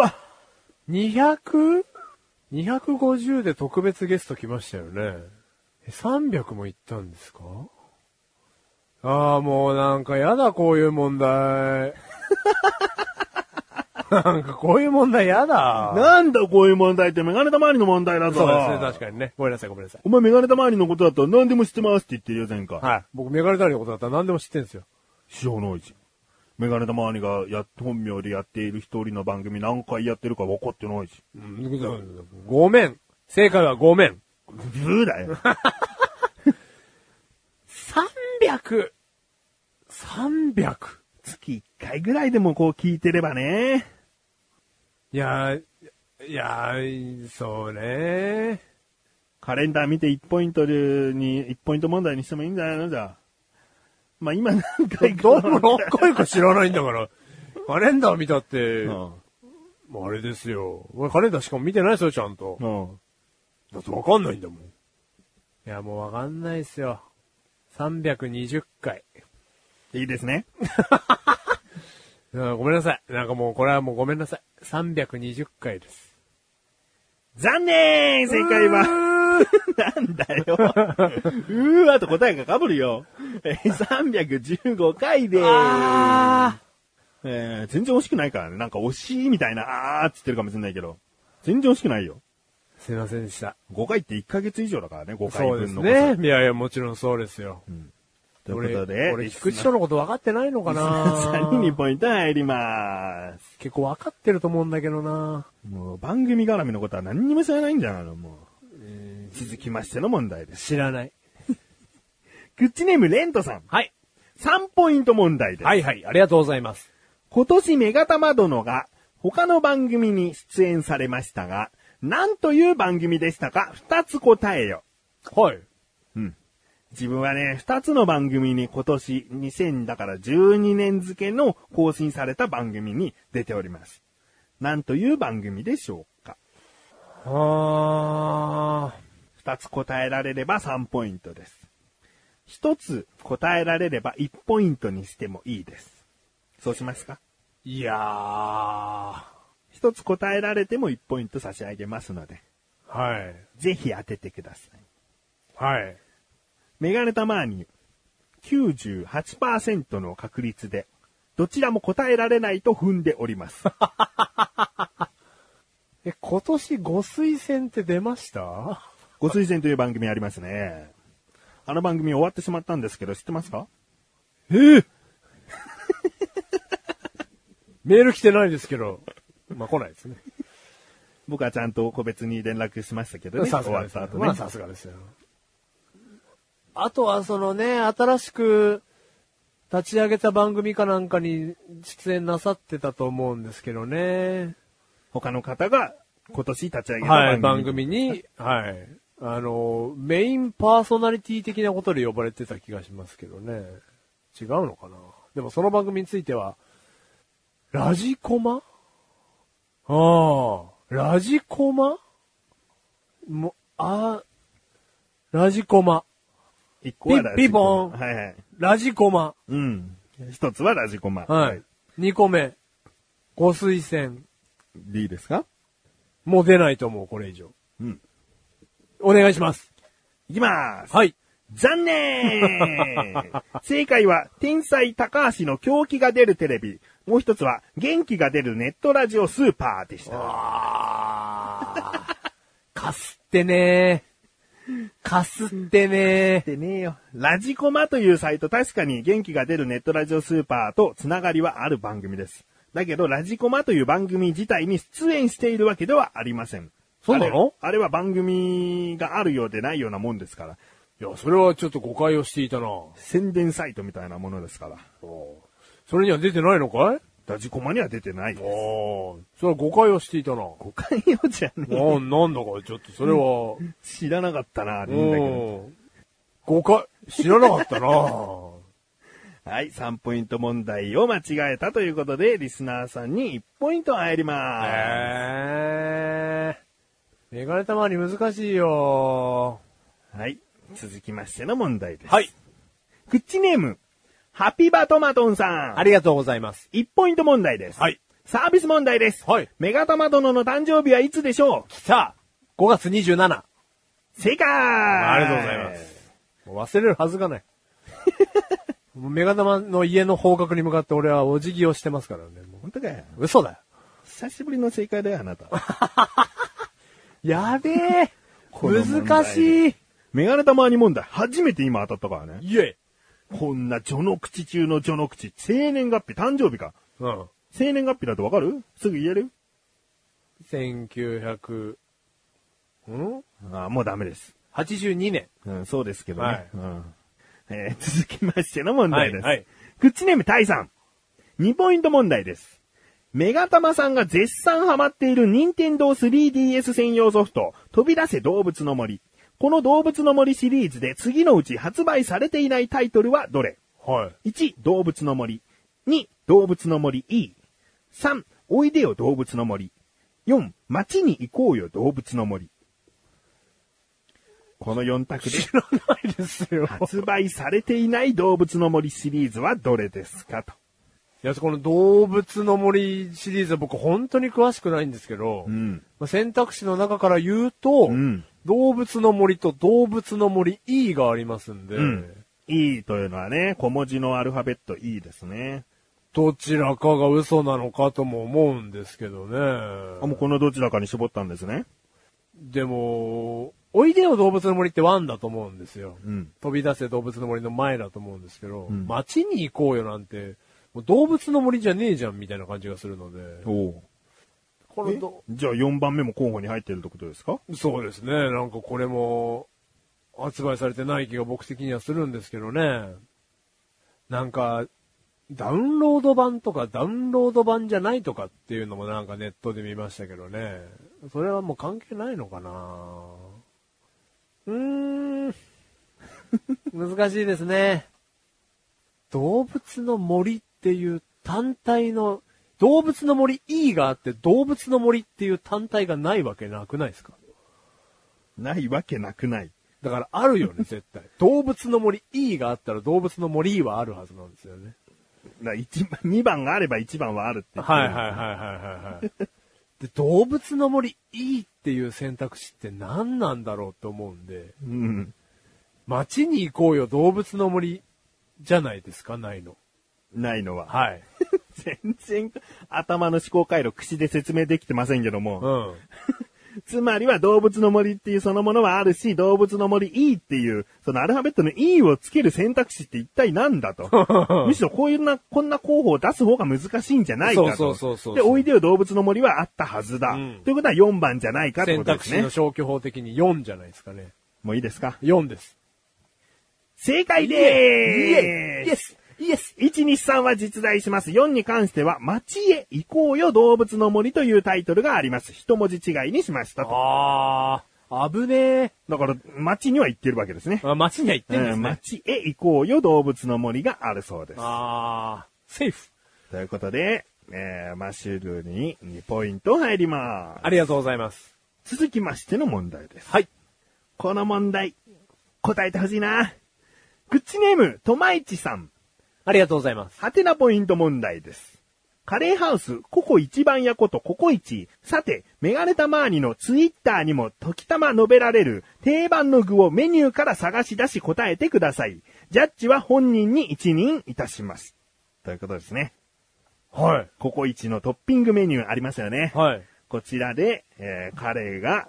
B: ーわ。
A: 200? 250で特別ゲスト来ましたよね。え300も行ったんですかああ、もうなんかやだ、こういう問題。なんかこういう問題やだ。
B: なんだこういう問題ってメガネたまわりの問題だぞ。
A: そうですね、確かにね。ごめんなさい、ごめんなさい。
B: お前メガネたまわりのことだったら何でも知ってますって言ってるよ、前回。
A: はい。僕、メガネタリのことだったら何でも知ってんですよ。
B: 知らないし。メガネたまわりがや、本名でやっている一人の番組何回やってるか分かってないし。
A: ごめん。正解はごめん。
B: ブーだよ。
A: 300。300。
B: 月1回ぐらいでもこう聞いてればね。
A: いやー、いやー、そうね
B: カレンダー見て1ポイントでに、1ポイント問題にしてもいいんじゃないのじゃあ。まあ、今何回か
A: どうも何回か知らないんだから。カレンダー見たって、
B: うん
A: もうあれですよ。俺カレンダーしかも見てないですよ、ちゃんと。
B: うん。
A: だってわかんないんだもん。いや、もうわかんないっすよ。320回。
B: いいですね。
A: いやごめんなさい。なんかもうこれはもうごめんなさい。320回です。
B: 残念正解は。
A: は。
B: なんだよ。うーわと答えが被るよ。えー、315回で
A: あ
B: えー、全然惜しくないからね。なんか惜しいみたいな、あーって言ってるかもしれないけど。全然惜しくないよ。
A: ーすいませんでした。
B: 5回って1ヶ月以上だからね、5回
A: そうです
B: 分の。
A: ね。。いやいや、もちろんそうですよ。
B: ということで、
A: 俺、俺菊池とのこと分かってないのか
B: さんに
A: な
B: ポイント入ります。
A: 結構分かってると思うんだけどな
B: もう番組絡みのことは何にも知らないんじゃないのもう。続きましての問題です。
A: 知らない。
B: グッチネームレントさん。
A: はい。
B: 3ポイント問題です。
A: はいはい、ありがとうございます。
B: 今年メガタマ殿が他の番組に出演されましたが、何という番組でしたか二つ答えよ。
A: はい。
B: 自分はね、二つの番組に今年2000だから12年付けの更新された番組に出ております。何という番組でしょうか
A: あ
B: 二つ答えられれば3ポイントです。一つ答えられれば1ポイントにしてもいいです。そうしますか
A: ー。いやー。は
B: 一つ答えられても1ポイント差し上げますので。
A: い。
B: ぜひ当ててください。
A: はい。
B: メガネたまーに98%の確率で、どちらも答えられないと踏んでおります。
A: え、今年ご推薦って出ました
B: ご推薦という番組ありますね。あの番組終わってしまったんですけど、知ってますか
A: え メール来てないですけど。まあ、来ないですね。
B: 僕はちゃんと個別に連絡しましたけどね。
A: さす
B: 終
A: が
B: わ
A: で
B: っ
A: す
B: た
A: よ。
B: 後
A: まあ、
B: ね。
A: さすがですよ。あとは、そのね、新しく立ち上げた番組かなんかに出演なさってたと思うんですけどね。
B: 他の方が今年立ち上げた
A: はい、
B: 番
A: 番組
B: 組。
A: に、はい。あの、メインパーソナリティ的なことで呼ばれてた気がしますけどね。違うのかなでもその番組については、ラジコマああ、ラジコマも、あーラジコマ。
B: 一個はラジコマ
A: ピピボン
B: はいはい。
A: ラジコマ。
B: うん。一つはラジコマ。
A: はい。。二個目。ご推薦。
B: でいいですか
A: もう出ないと思う、これ以上。
B: うん。
A: お願いします。
B: いきます。
A: はい。
B: 残念正解は、天才高橋の狂気が出るテレビ。もう一つは、元気が出るネットラジオスーパーでした。
A: あーかすってねー。かすってねー。
B: でねえよ。ラジコマというサイト、確かに元気が出るネットラジオスーパーとつながりはある番組です。だけど、ラジコマという番組自体に出演しているわけではありません。
A: そうなの
B: あれあれは番組があるようでないようなもんですから。
A: いや、それはちょっと誤解をしていたな。
B: 宣伝サイトみたいなものですから。
A: それには出てないのかい
B: ラジコマには出てない
A: ああ。それは誤解をしていたな。
B: 誤解よじゃねえ。
A: な、なんだか、ちょっとそれは。
B: 知らなかったな、って
A: う
B: 言うんだけど。
A: ん。誤解、知らなか ったな。
B: はい、3ポイント問題を間違えたということで、リスナーさんに1ポイント入りま
A: へえ。メガネたまに難しいよ。
B: す。はい、続きましての問題です。
A: はい。
B: クッチネーム、ハピバトマトンさん。
A: ありがとうございます。
B: 1ポイント問題です。
A: はい。
B: サービス問題です。
A: はい
B: メガタマ殿の誕生日はいつでしょ
A: 来た !5 月27。
B: う正解あ
A: ありがとうございます。もう忘れるはずがない。もうメガネ玉の家の方角に向かって俺はお辞儀をしてますからね。も
B: 本当かよ。
A: う嘘だよ。
B: 久しぶりの正解だよ、あなた。
A: やべえ
B: この問題
A: 難しい
B: メガネタマーニ問題、初めて今当たったからね。
A: いえ。
B: こんな序の口中の序の口、生年月日、誕生日か。
A: うん。
B: 生年月日だとわかるすぐ言える
A: 1900、ん
B: ああ、もうダメです。
A: ?82 年。
B: うん、そうですけどね。
A: はい
B: うんえー 続きましての問題です。
A: はいはい
B: クッチネームタイさん。2ポイント問題です。メガタマさんが絶賛ハマっている任天堂 3DS 専用ソフト、飛び出せ動物の森。この動物の森シリーズで次のうち発売されていないタイトルはどれ
A: はい。
B: 1、動物の森。2、動物の森 E。3、おいでよ動物の森。4、街に行こうよ動物の森。この4択で
A: 知ら ないですよ。
B: 発売されていない動物の森シリーズはどれですかと。
A: いや、この動物の森シリーズは僕本当に詳しくないんですけど、
B: ん。
A: まあ選択肢の中から言うと、
B: うん
A: 動物の森と動物の森 E がありますんで、
B: うん。E というのはね、小文字のアルファベット E ですね。
A: どちらかが嘘なのかとも思うんですけどね。
B: あ、もうこのどちらかに絞ったんですね。
A: でも、おいでよ動物の森ってワンだと思うんですよ。
B: うん
A: 飛び出せ動物の森の前だと思うんですけど、
B: ん
A: 街に行こうよなんて、もう動物の森じゃねえじゃんみたいな感じがするので、
B: お
A: これど
B: じゃあ4番目も候補に入ってるってことですか
A: そうですね、なんかこれも、発売されてない気が僕的にはするんですけどね。なんか、ダウンロード版とかダウンロード版じゃないとかっていうのもなんかネットで見ましたけどね。それはもう関係ないのかなうーん。難しいですね。動物の森っていう単体の、動物の森 E があって動物の森っていう単体がないわけなくないですか
B: ないわけなくない。
A: だからあるよ ね、絶対。動物の森 E があったら動物の森 E はあるはずなんですよね。
B: な一番、2番があれば1番はあるって言ってる
A: はいはいはいはいはい。 で、動物の森 E っていう選択肢って何なんだろうと思うんで、
B: うん。
A: 街に行こうよ動物の森じゃないですか、ないの。
B: ないのは。
A: はい。
B: 全然、頭の思考回路、口で説明できてませんけど
A: う
B: も。
A: ん。
B: つまりは動物の森っていうそのものはあるし、動物の森 E っていう、そのアルファベットの E をつける選択肢って一体なん だと。むしろこういうな、こんな候補を出す方が難しいんじゃないかと。
A: そうそうそうそう
B: で、おいでよ動物の森はあったはずだ。
A: うん
B: ということは4番じゃないかって
A: 選
B: ことで
A: 択
B: す
A: 肢
B: ね
A: の。消去法的に4じゃないですかね。
B: もういいですか
A: 4です。
B: 正解
A: イ
B: で
A: イ
B: ーす
A: エスイエス
B: 123は実在します。4に関しては、街へ行こうよ動物の森というタイトルがあります。一文字違いにしましたと。
A: あー、危ね
B: だから、街には行ってるわけですね
A: え。。あ、街には行ってんで
B: う
A: す
B: ん
A: ね。
B: 街へ行こうよ動物の森があるそうです。
A: あー、セーフ。
B: ということで、えー、マッシュルに2ポイント入りま
A: ありがとうございます。
B: す。続きましての問題です。
A: はい。
B: この問題、答えてほしいな。グッチネーム、とまいちさん。
A: ありがとうございます。
B: はてなポイント問題です。カレーハウス、ココ一番屋ことココイチ。さて、メガネタマーニのツイッターにも時たま述べられる定番の具をメニューから探し出し答えてください。ジャッジは本人に一任いたします。ということですね。
A: はい。
B: ココイチのトッピングメニューありますよね。
A: はい。
B: こちらで、えーカレーが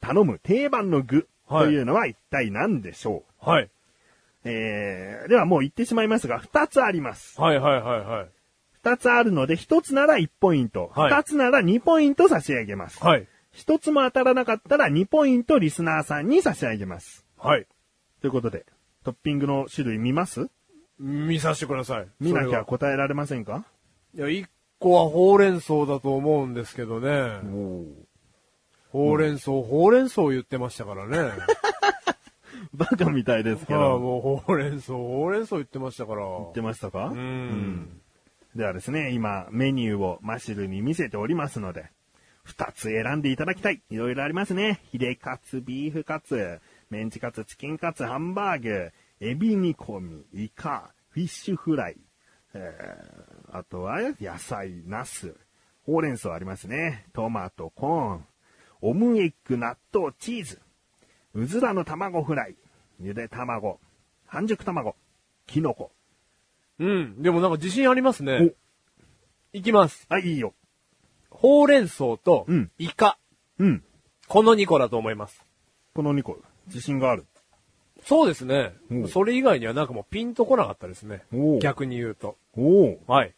B: 頼む定番の具
A: はい
B: というのは一体何でしょう、
A: はい。
B: えー、ではもう言ってしまいますが、二つあります。
A: はいはいはいはい。
B: 二つあるので、一つなら一ポイント、
A: はい
B: 二つなら二ポイント差し上げます。
A: はい。
B: 一つも当たらなかったら2ポイントリスナーさんに差し上げます。
A: はい。
B: ということで、トッピングの種類見ます
A: 見させてください。
B: 見な
A: そ
B: き
A: れ
B: ゃ
A: は
B: 答えられませんか
A: いや、一個はほうれん草だと思うんですけどね。ほうれん草、ほうれん草言ってましたから ね。
B: バカみたいですけ
A: ああ、
B: ど。
A: もうほうれん草、ほうれん草言ってましたから。
B: 言ってましたか
A: うーん。
B: ではですね、今、メニューをマシルに見せておりますので、二つ選んでいただきたい。いろいろありますね。ヒレカツ、ビーフカツ、メンチカツ、チキンカツ、ハンバーグ、エビ煮込み、イカ、フィッシュフライ、えー、あとは野菜、ナス、ほうれん草ありますね。トマト、コーン、オムエッグ、納豆、チーズ、うずらの卵フライ、ゆで卵、半熟卵、キノコ。
A: うん。でもなんか自信ありますね。いきます。
B: あ、いいよ。
A: ほうれん草と
B: うん、
A: イカ。
B: うん。
A: この2個だと思います。
B: この2個、自信がある。
A: そうですね
B: おう。
A: それ以外にはなんかもうピンとこなかったですね
B: おう。
A: 逆に言うと。
B: おお。
A: はい。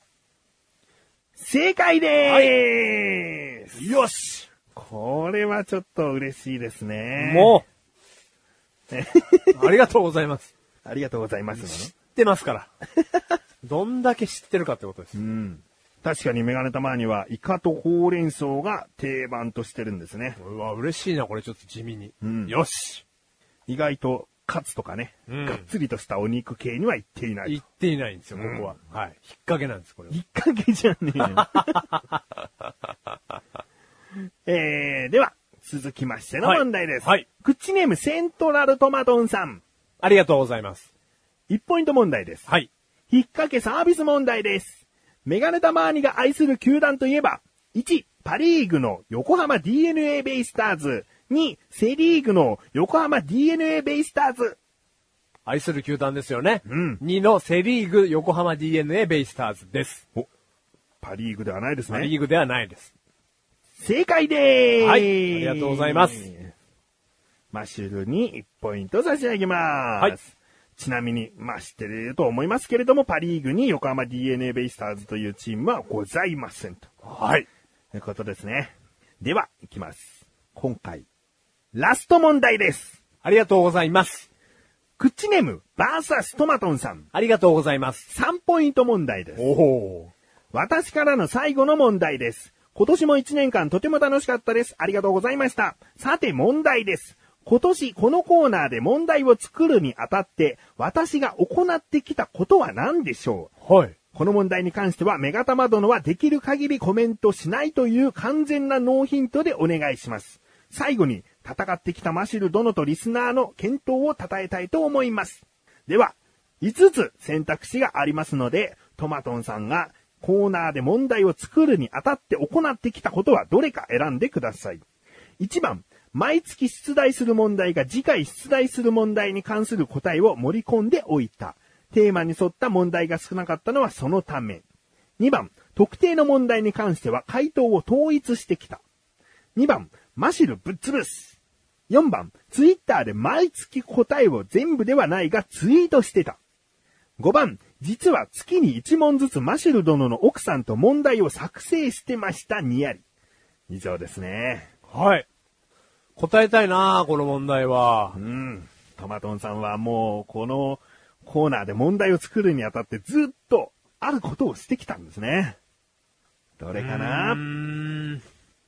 B: 正解でーす、
A: よし
B: これはちょっと嬉しいですね。
A: も
B: う。
A: う、ありがとうございます。
B: ありがとうございます
A: 知ってます から。どんだけ知ってるかってことです
B: な。の。うん。確かにメガネたまには、イカとほうれん草が定番としてるんですね。
A: うわ、嬉しいな、これちょっと地味に。
B: うん
A: よし
B: 意外と、カツとかね、
A: うん
B: がっつりとしたお肉系には行っていない。
A: 言
B: 引
A: っていないんですよ、ここは。はい。引っ掛けなんです、これは。
B: っ掛けじゃねえよ。 えー、では、続きましての問題です。
A: はいはい
B: クッチネームセントラルトマトンさん。
A: ありがとうございます。
B: 1ポイント問題です。
A: はい。
B: 引っ掛けサービス問題です。メガネタマーニが愛する球団といえば、1、パリーグの横浜 DNA ベイスターズ、2、セリーグの横浜 DNA ベイスターズ。
A: 愛する球団ですよね。
B: うん
A: 2のセリーグ横浜 DNA ベイスターズです。
B: パリーグではないです
A: パリーグではないです。
B: 正解でーす。
A: はいありがとうございます。
B: マッシュルに1ポイント差し上げます。
A: はい
B: ちなみに、まあ知ってると思いますけれども、パリーグに横浜 DNA ベイスターズというチームはございませんと。
A: はい。
B: ということですね。では、いきます。今回、ラスト問題です。
A: ありがとうございます。
B: クッチネーム、バーサストマトンさん、
A: ありがとうございます。
B: 3ポイント問題です。
A: お
B: 私からの最後の問題です。今年も1年間とても楽しかったです。ありがとうございました。さて問題です。今年このコーナーで問題を作るにあたって、私が行ってきたことは何でしょう
A: はい。
B: この問題に関しては、メガタマ殿はできる限りコメントしないという完全なノーヒントでお願いします。最後に、戦ってきたマシル殿とリスナーの健闘を称えたいと思います。では、5つ選択肢がありますので、トマトンさんがコーナーで問題を作るにあたって行ってきたことはどれか選んでください。1番、毎月出題する問題が次回出題する問題に関する答えを盛り込んでおいた。テーマに沿った問題が少なかったのはそのため。2番、特定の問題に関しては回答を統一してきた。2番、マシルぶっ潰す。4番、ツイッターで毎月答えを全部ではないがツイートしてた。5番、実は月に1問ずつマシル殿の奥さんと問題を作成してました、にやり。以上ですね。
A: はい。答えたいなこの問題は
B: う。ん。トマトンさんはもう、このコーナーで問題を作るにあたってずっとあることをしてきたんですね。どれか
A: うー。
B: なん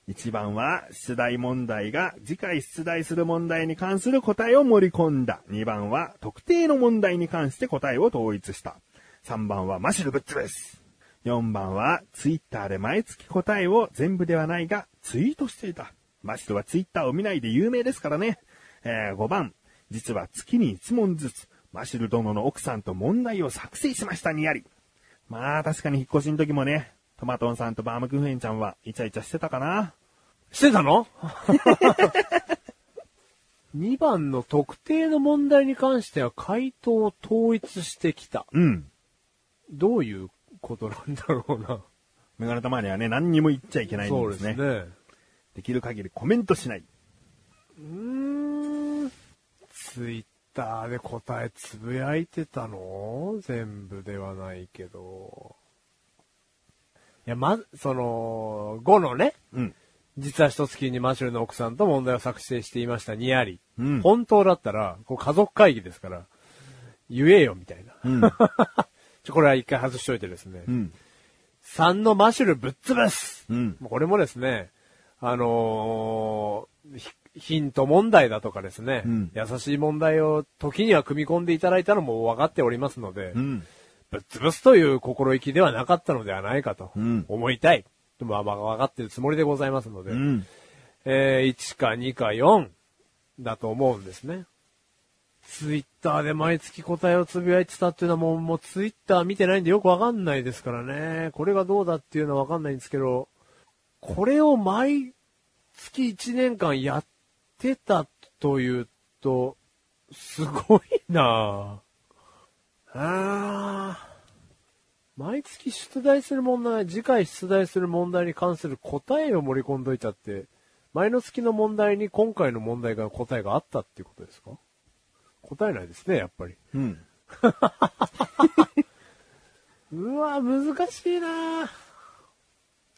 B: 一番は、出題問題が次回出題する問題に関する答えを盛り込んだ。二番は、特定の問題に関して答えを統一した。三番は、マシュルブッチです。四番は、ツイッターで毎月答えを全部ではないが、ツイートしていた。マシュルはツイッターを見ないで有名ですからね。えー、5番、実は月に1問ずつ、マシュル殿の奥さんと問題を作成しましたにやり。まあ、確かに引っ越しの時もね、トマトンさんとバームクーヘンちゃんはイチャイチャしてたかな。
A: してたの 2番の特定の問題に関しては回答を統一してきた。
B: うん。
A: どういうことなんだろうな。
B: メガネたまにはね、何にも言っちゃいけないん
A: そう
B: で
A: ですす
B: ね。
A: ね。
B: できる限りコメントしない。
A: うーん。ツイッターで答えつぶやいてたの全部ではないけど。いや、まず、その、5のね、
B: うん。
A: 実は一月にマシュルの奥さんと問題を作成していました、にやり。
B: うん
A: 本当だったら、こう家族会議ですから、言えよ、みたいな。
B: うん。
A: ちょこれは一回外しといてですね。
B: うん。
A: 3のマシュルぶっ潰す、
B: うん
A: もうこれもですね、あのーひヒント問題だとかですね、
B: うん
A: 優しい問題を時には組み込んでいただいたのも分かっておりますので、
B: うん。
A: ぶっ潰すという心意気ではなかったのではないかと
B: うん
A: 思いたい。まあまあ分かってるつもりでございますので、
B: うん。
A: えー1か2か4だと思うんですね。ツイッターで毎月答えをつぶやいてたっていうのはもう、もうツイッター見てないんでよくわかんないですからね。これがどうだっていうのはわかんないんですけど、これを毎月1年間やってたというと、すごいなぁ。あー毎月出題する問題、次回出題する問題に関する答えを盛り込んどいたって、前の月の問題に今回の問題が答えがあったっていうことですか答えないですね、やっぱり。
B: うん。
A: うわ、難しいな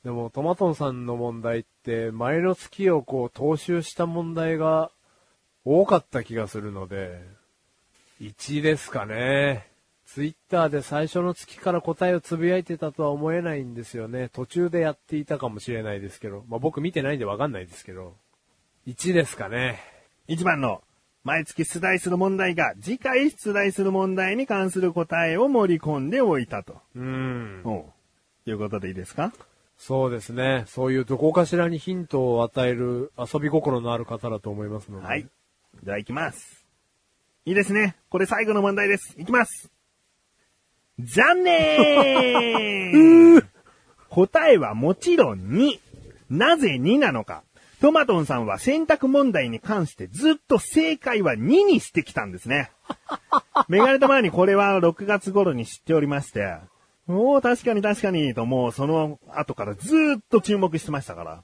A: でも、トマトンさんの問題って、前の月をこう、踏襲した問題が多かった気がするので、1ですかね。ツイッターで最初の月から答えをつぶやいてたとは思えないんですよね。途中でやっていたかもしれないですけど。まあ、僕見てないんでわかんないですけど。1ですかね。
B: 1番の、毎月出題する問題が、次回出題する問題に関する答えを盛り込んでおいたと。
A: うん。
B: おうということでいいですか
A: そうですね。そういうどこかしらにヒントを与える遊び心のある方だと思いますので。
B: はい。じゃあ行きます。いいですね。これ最後の問題です。行きます。残念答えはもちろん2。なぜ2なのか。トマトンさんは選択問題に関してずっと正解は2にしてきたんですね。メガネと前にこれは6月頃に知っておりまして、もう確かに確かにともうその後からずっと注目してましたから。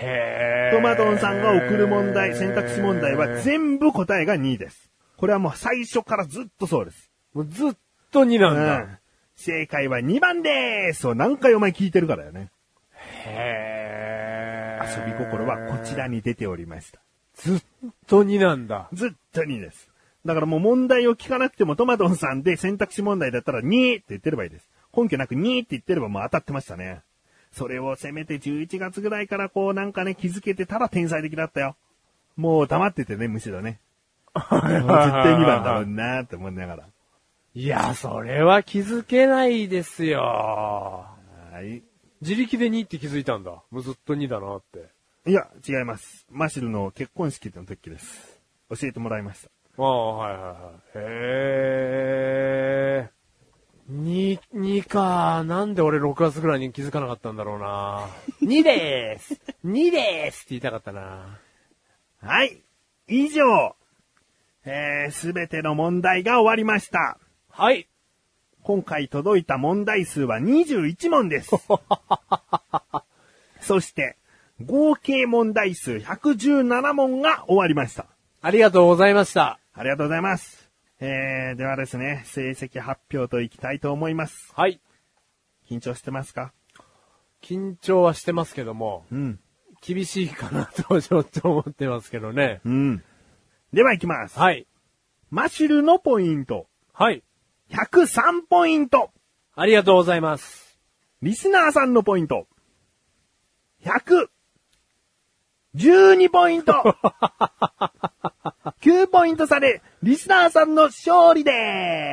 A: へ
B: トマトンさんが送る問題、選択肢問題は全部答えが2です。これはもう最初からずっとそうです。
A: もうずっと2なんだ。
B: うん正解は2番でーすを何回お前聞いてるからよね。
A: へ
B: 遊び心はこちらに出ておりました。
A: ずっと2なんだ。
B: ずっと2です。だからもう問題を聞かなくてもトマトンさんで選択肢問題だったら2って言ってればいいです。根拠なく2って言ってればもう当たってましたね。それをせめて11月ぐらいからこうなんかね気づけてたら天才的だったよ。もう黙っててね、むしろね。 もう絶対2番だろうなーって思いながら。
A: いや、それは気づけないですよ。
B: はい。
A: 自力で2って気づいたんだ。もうずっと2だなって。
B: いや、違います。マシルの結婚式の時です。教えてもらいました。
A: ああ、はいはいはい。へえ。2、2か。なんで俺6月ぐらいに気づかなかったんだろうな。2でーす !2 でーすって言いたかったな。
B: はい。以上。えー、すべての問題が終わりました。
A: はい。
B: 今回届いた問題数は21問です。 そして、合計問題数117問が終わりました。
A: ありがとうございました。
B: ありがとうございます。えー、ではですね、成績発表といきたいと思います。
A: はい。
B: 緊張してますか
A: 緊張はしてますけども、
B: うん。
A: 厳しいかなとちょっと思ってますけどね。
B: うん。では行きます。
A: はい。
B: マシュルのポイント、
A: はい。
B: 103ポイント。
A: ありがとうございます。
B: リスナーさんのポイント、100。12ポイント !9 ポイント差で、リスナーさんの勝利で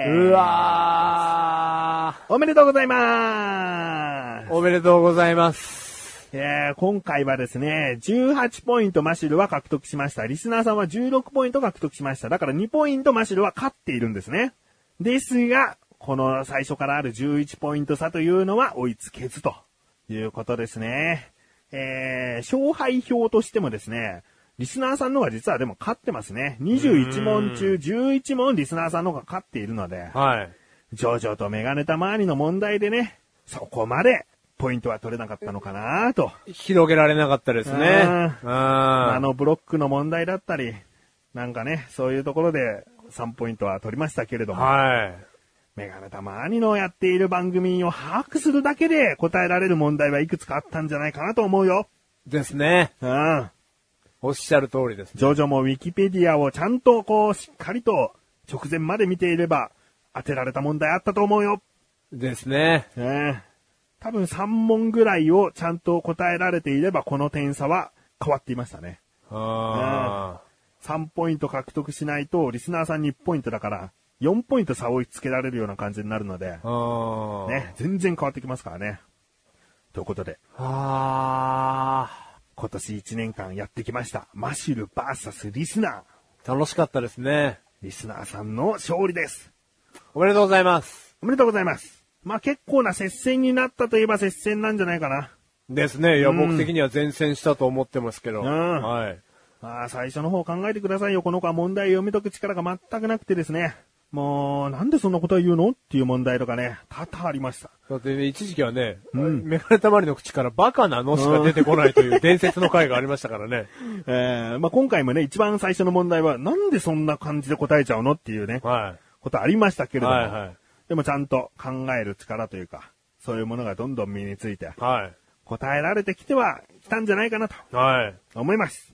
B: ーす
A: うわ
B: おめでとうございまー
A: ー。おめでとうございます。
B: す、えー今回はですね、18ポイントマシルは獲得しました。リスナーさんは16ポイント獲得しました。だから2ポイントマシルは勝っているんですね。ですが、この最初からある11ポイント差というのは追いつけずということですね。えー、勝敗表としてもですね、リスナーさんの方が実はでも勝ってますね。21問中11問リスナーさんの方が勝っているので、
A: はい。
B: ジョジョとメガネた周りの問題でね、そこまでポイントは取れなかったのかなと。
A: 広げられなかったですね。
B: あ
A: うん。
B: あ
A: あ
B: のブロックの問題だったり、なんかね、そういうところで3ポイントは取りましたけれども、
A: は
B: メガネたまにのやっている番組を把握するだけで答えられる問題はいくつかあったんじゃないかなと思うよ。
A: ですね。
B: うん。
A: おっしゃる通りです。
B: ジョジョもウィキペディアをちゃんとこう、しっかりと直前まで見ていれば、当てられた問題あったと思うよ。
A: ですね。
B: ねえ多分3問ぐらいをちゃんと答えられていれば、この点差は変わっていましたね。
A: あ
B: 3ポイント獲得しないと、リスナーさんに1ポイントだから、4ポイント差を追いつけられるような感じになるので
A: ー、あー。
B: ね、全然変わってきますからね。ということで、
A: あ
B: 今年1年間やってきました。マシュル VS リスナー。
A: ー。楽しかったですね。
B: リスナーさんの勝利です。
A: おめでとうございます。
B: おめでとうございます。まあ結構な接戦になったといえば接戦なんじゃないかな。
A: ですね。いや、
B: うん
A: 僕的には前線したと思ってますけど。
B: うん
A: はい。
B: まあ最初の方考えてくださいよ。この子は問題読み解く力が全くなくてですね。もう、なんでそんなことを言うのっていう問題とかね、多々ありました。
A: だってね、一時期はね、メガネたまりの口からバカなのしか出てこないと いう伝説の回がありましたからね。
B: えー、まあ今回もね、一番最初の問題は、なんでそんな感じで答えちゃうのっていうね、
A: は
B: ことありましたけれども。
A: はいはい
B: でもちゃんと考える力というか、そういうものがどんどん身について
A: い。、はい。
B: 答えられてきてはきたんじゃないかなと
A: はい。
B: 思います。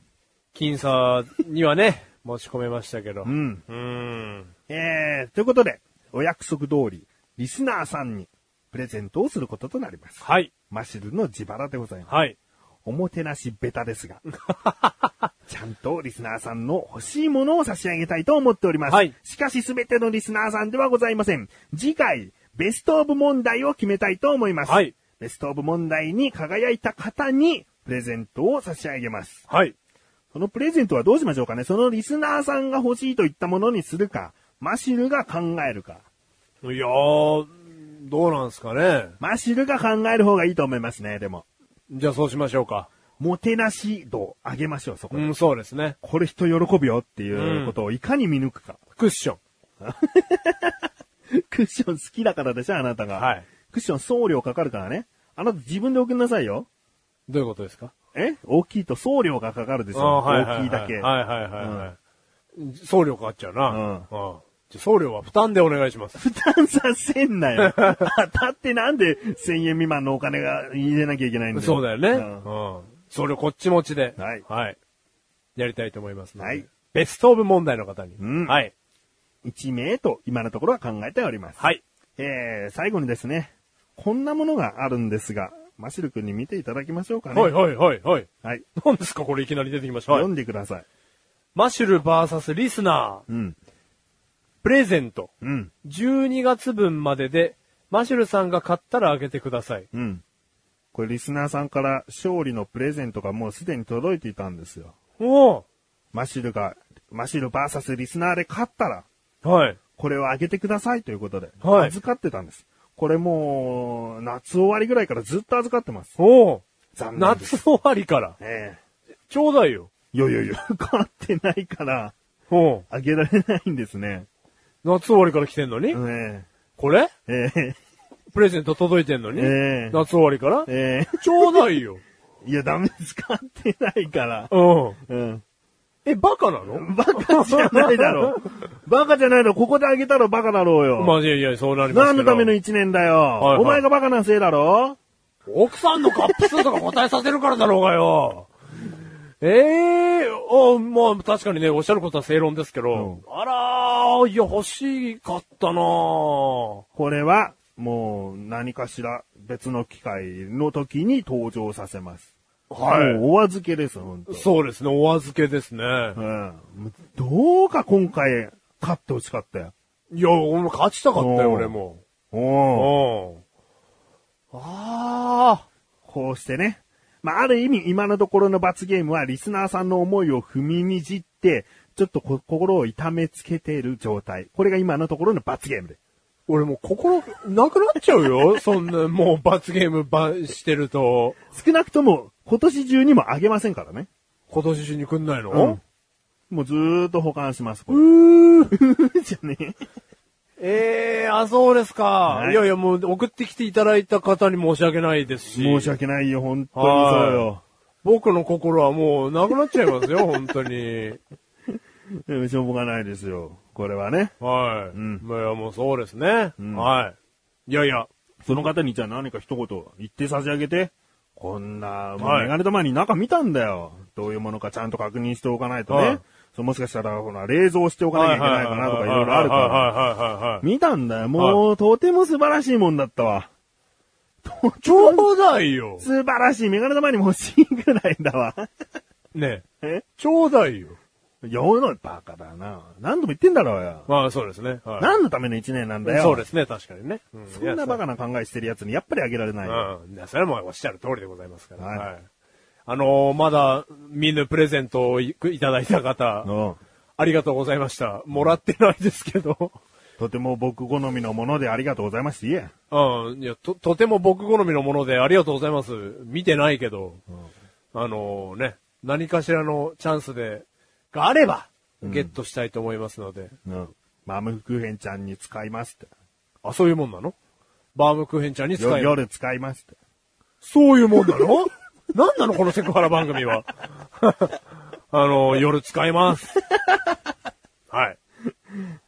A: 僅差にはね、持ち込めましたけど。う
B: う。ん。
A: うん。
B: えー、ということで、お約束通り、リスナーさんにプレゼントをすることとなります。
A: はい。
B: マシルの自腹でございます。
A: はい。
B: おもてなしベタですが。 ちゃんとリスナーさんの欲しいものを差し上げたいと思っております。
A: はい
B: しかしすべてのリスナーさんではございません。次回、ベストオブ問題を決めたいと思います。
A: はい
B: ベストオブ問題に輝いた方に、プレゼントを差し上げます。
A: はい。
B: そのプレゼントはどうしましょうかねそのリスナーさんが欲しいといったものにするか、マシルが考えるか。
A: いやー、どうなんすかね。
B: マシルが考える方がいいと思いますね、でも。
A: じゃあそうしましょうか。
B: もてなし度を上げましょう、そこ
A: う
B: で。
A: ん、そうですね。
B: これ人喜ぶよっていうことをいかに見抜くか。
A: クッション。
B: クッション好きだからでしょ、あなたが。
A: はい。
B: クッション送料かかるからね。あなた自分で送んなさいよ。
A: どういうことですか
B: え大きいと送料がかかるでしょ。大きいだけ。
A: はいはいはいはい、送料かかっちゃうな。
B: う
A: うんん。じゃあ送料は負担でお願いします。
B: 負担させんなよ。 だってなんで1000円未満のお金が入れなきゃいけないんだよ。
A: そうだよね。
B: ん
A: うん。それをこっち持ちで。
B: はい
A: はい。やりたいと思いますので
B: はい
A: ベストオブ問題の方に。
B: うん
A: はい。
B: 1名と今のところは考えております。
A: はい。
B: えー、最後にですね、こんなものがあるんですが、マシル君に見ていただきましょうかね。
A: はいはいはいはい。
B: はい。
A: 何ですかこれいきなり出てきました。は
B: 読
A: い。
B: んでください。
A: マシュルバーサスリスナー、
B: うん。
A: プレゼント。
B: うん。
A: 12月分までで、マシュルさんが買ったらあげてください。
B: うん。これリスナーさんから勝利のプレゼントがもうすでに届いていたんですよ。
A: お
B: マシルが、マシル VS リスナーで勝ったら、
A: おはい。
B: これをあげてくださいということで、
A: はい
B: 預かってたんです。これもう、夏終わりぐらいからずっと預かってます。
A: おお
B: 残念です。
A: 夏終わりから。
B: え
A: ちょうだいよ。
B: えいやいやい や、買ってないから、
A: おう
B: あげられないんですね。
A: 夏終わりから来てんのに、
B: え
A: これ
B: えええ
A: プレゼント届いてんのに、
B: ええ
A: 夏終わりから、
B: え
A: ちょうだ いよ。
B: えいや、ダメです。買ってないから。
A: うん。
B: うん。
A: え、バカなの
B: バカじゃないだろ。 バカじゃないだろ。ここであげたらバカだろ うよ。
A: まあ、いやいや、そうなりますけ
B: 何
A: ど
B: のための一年だよ、
A: いはい
B: お前がバカなせいだろ
A: 奥さんのカップ数とか答えさせるからだろうがよ。ええあまあ、確かにね、おっしゃることは正論ですけど、あらー、いや、欲しかったなー
B: これは、もう、何かしら、別の機会の時に登場させます。
A: はい
B: もうお預けです、本当。
A: そうですね、お預けですね。
B: うん。もうどうか今回、勝ってほしかったよ。
A: いや、俺も勝ちたかったよ、
B: おう
A: 俺も。うん。
B: おー
A: あ
B: こうしてね。まあ、ある意味、今のところの罰ゲームは、リスナーさんの思いを踏みにじって、ちょっとこ心を痛めつけている状態。これが今のところの罰ゲームです。
A: ー、俺もう心、なくなっちゃうよ。そんな、もう罰ゲームばしてると。
B: 少なくとも、今年中にもあげませんからね。
A: 今年中に来んない
B: うん
A: の、
B: もうずーっと保管しま す、これ。
A: うー。
B: じゃねえ
A: ええあ、そうですか。
B: い
A: い、やいや、もう送ってきていただいた方に申し訳ないですし。
B: 申し訳ないよ、本当にそうよ。
A: 僕の心はもうなくなっちゃいますよ、本当に。
B: でもしょうがないですよ。これはね。
A: はい。
B: ん
A: いや、もうそうですね。
B: ん
A: はい。いやいや、
B: その方にじゃあ何か一言言って差し上げて。こんな、も
A: は
B: う
A: い
B: メガネ玉に中見たんだよ。どういうものかちゃんと確認しておかないとね。
A: はい
B: そうもしかしたら、ほら、冷蔵しておかなきゃいけないかなとかいろいろある
A: はい
B: から。
A: はいはいはいはい。
B: 見たんだよ。もう、とても素晴らしいもんだったわ。と
A: ちょうだいよ。
B: 素晴らしい。メガネ玉にも欲しいぐらいだわ。
A: ね
B: え
A: ちょうだいよ。
B: 世のバカだな。何度も言ってんだろうよ。
A: まあそうですね。はい
B: 何のための一年なんだよ。
A: そうですね、確かにね。う
B: そんなバカな考えしてるやつにやっぱりあげられないよ。
A: うん。いやそれはもうおっしゃる通りでございますから。
B: はい
A: はい。あのーまだ見ぬプレゼントをいいただいた方、
B: うん
A: ありがとうございました。もらってないですけど。
B: とても僕好みのものでありがとうございます。いえ。
A: うん。いや、と、とても僕好みのものでありがとうございます。見てないけど、あのね、何かしらのチャンスで、があれば、ゲットしたいと思いますので。
B: うん。マムクーヘンちゃんに使いますって。
A: あ、そういうもんなのバームクーヘンちゃんに使
B: よ
A: える。
B: 夜使いますって。
A: そういうもんな のなんなのこのセクハラ番組は。 あの、夜使います。はい。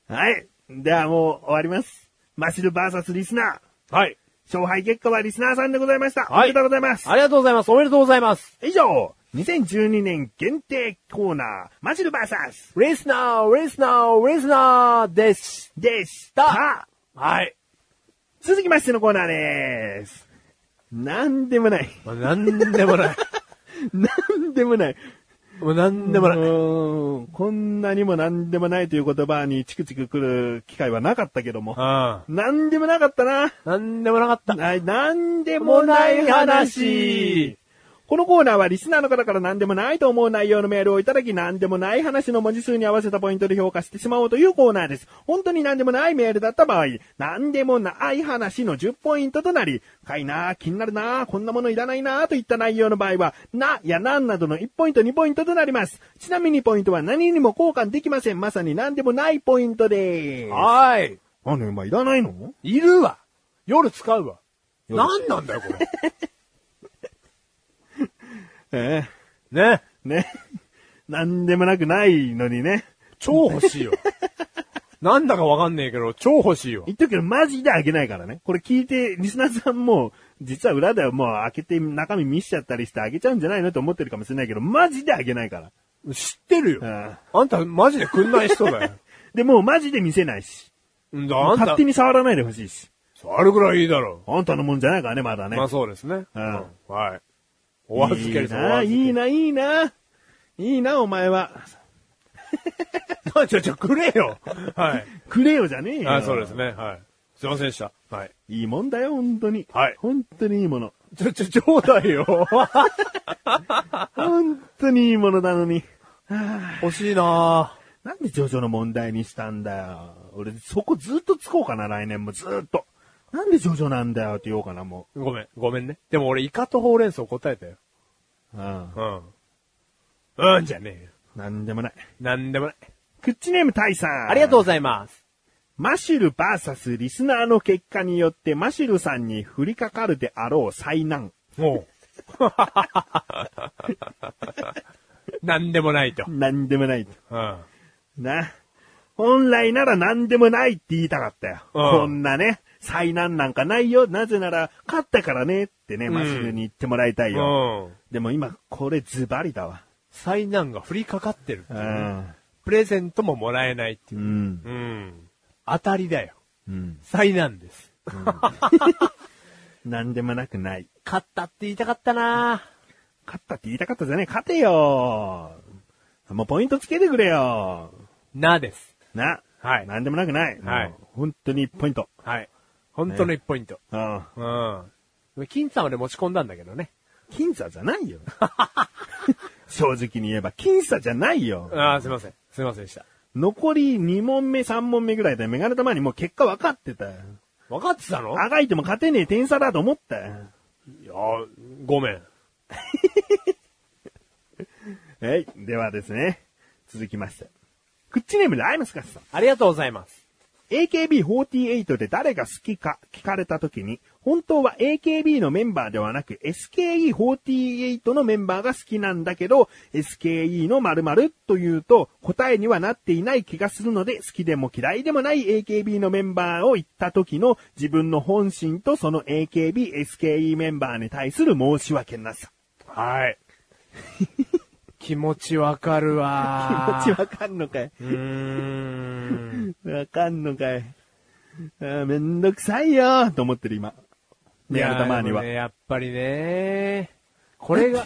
B: はい。ではもう終わります。マシルバーサスリスナー。
A: はい。
B: 勝敗結果はリスナーさんでございました。
A: はい
B: おめでとうございます。
A: ありがとうございます。おめでとうございます。
B: 以上、2012年限定コーナー、マシルバーサス
A: リスナー、リスナー、リスナーでし
B: でしたた。
A: はい。
B: 続きましてのコーナーです。なんでもない。
A: まあ、なんでも ない。
B: なんでもない。
A: もうなんでもな
B: う
A: い。
B: ーんこんなにもなんでもないという言葉にチクチク来る機会はなかったけども。
A: あ
B: なんでもなかったな。
A: あ。なんでもなかった。
B: はい、なんでもない話。このコーナーはリスナーの方から何でもないと思う内容のメールをいただき、何でもない話の文字数に合わせたポイントで評価してしまおうというコーナーです。本当に何でもないメールだった場合、何でもない話の10ポイントとなり、深いなぁ、気になるなぁ、こんなものいらないなぁといった内容の場合は、なやなんなどの1ポイント、2ポイントとなります。ちなみにポイントは何にも交換できません。まさに何でもないポイントです。
A: はい。
B: あの、今いらないの
A: いるわ。夜使うわ。
B: 夜
A: なんなんだよ、これ。
B: え え
A: ね。
B: ね。 なんでもなくないのにね。
A: 超欲しい よ。なんだかわかんねえけど、超欲しいよ。
B: 言っとくけど、マジであげないからね。これ聞いて、リスナーさんも、実は裏ではもう開けて中身見しちゃったりしてあげちゃうんじゃないのと思ってるかもしれないけど、マジであげないから。
A: 知ってるよ。
B: うん
A: あんたマジでくんない人 だよ。
B: で、もうマジで見せないし。
A: うんだ、あんた
B: 勝手、に触らないでほしいし。
A: あるぐらいいいだろ
B: あんたのもんじゃないからね、まだ
A: う。
B: ね。
A: まあそうですね。
B: うん
A: はい。お預け
B: いい
A: です、お
B: な、
A: 預け。
B: いいな、いいな。いいな、お前は。
A: な。 ちょ、ちょ、くれよ。はい。
B: くれよじゃねえよ。
A: あそうです。ね。はい。すいませんでした。はい。
B: いいもんだよ、本当に。
A: はい
B: 本当にいいもの。
A: ちょ、ちょ、ちょうだいよ。
B: 本当にいいものなのに。
A: 欲しいな
B: なんでジョジョの問題にしたんだよ。俺、そこずっとつこうかな、来年もずっと。なんでジョジョなんだよって言おうかな、も
A: ごめん、ごめんね。でも俺、イカとほうれん草答えたよ。
B: う。うん。
A: うん。うん、じゃねえよ。
B: なんでもない。
A: なんでもない。
B: クッチネームタイさん。
A: ありがとうございます。
B: マシュルバーサスリスナーの結果によってマシュルさんに降りかかるであろう災難。
A: お う。なんでもないと。
B: なんでもない。
A: うん。
B: な。本来ならなんでもないって言いたかったよ。
A: うん
B: こんなね、災難なんかないよ。なぜなら、勝ったからねってね、マシュルに言ってもらいたいよ。
A: うん。
B: でも今、これズバリだわ。
A: 災難が降りかかってるっていうね
B: うん
A: プレゼントももらえないっていうう。
B: ん。
A: うん。当たりだよ。
B: うん。
A: 災難です。
B: なんでもなくない。
A: 勝ったって言いたかったな
B: 勝ったって言いたかったじゃねえ。勝てよもうポイントつけてくれよ
A: なです。
B: な。
A: はい
B: なんでもなくない。
A: はい
B: もう本当に1ポイント。
A: はい。本当の1ポイント。
B: うん。
A: うん。金さんまで持ち込んだんだけどね。
B: 僅差じゃないよ。 正直に言えば、僅差じゃないよ。
A: ああ、すいません。すいませんでした。
B: 残り2問目、3問目ぐらいでメガネ玉にもう結果分かってたよ。
A: 分かってたの
B: あがいても勝てねえ点差だと思ったよ。
A: いや、ごめん。
B: はい。ではですね、続きまして。クッチネームライムスカスさん。
A: ありがとうございます。
B: AKB48 で誰が好きか聞かれた時に、本当は AKB のメンバーではなく SKE48 のメンバーが好きなんだけど、SKE の〇〇というと答えにはなっていない気がするので、好きでも嫌いでもない AKB のメンバーを言った時の自分の本心とその AKB、SKE メンバーに対する申し訳なさ。はい。
A: 気持ちわかるわ
B: 気持ちわかんのかいう
A: ーん。
B: わかんのかい。あーめんどくさいよーと思ってる今。リアルタマーには。
A: いやでもねやっぱりね、これ が、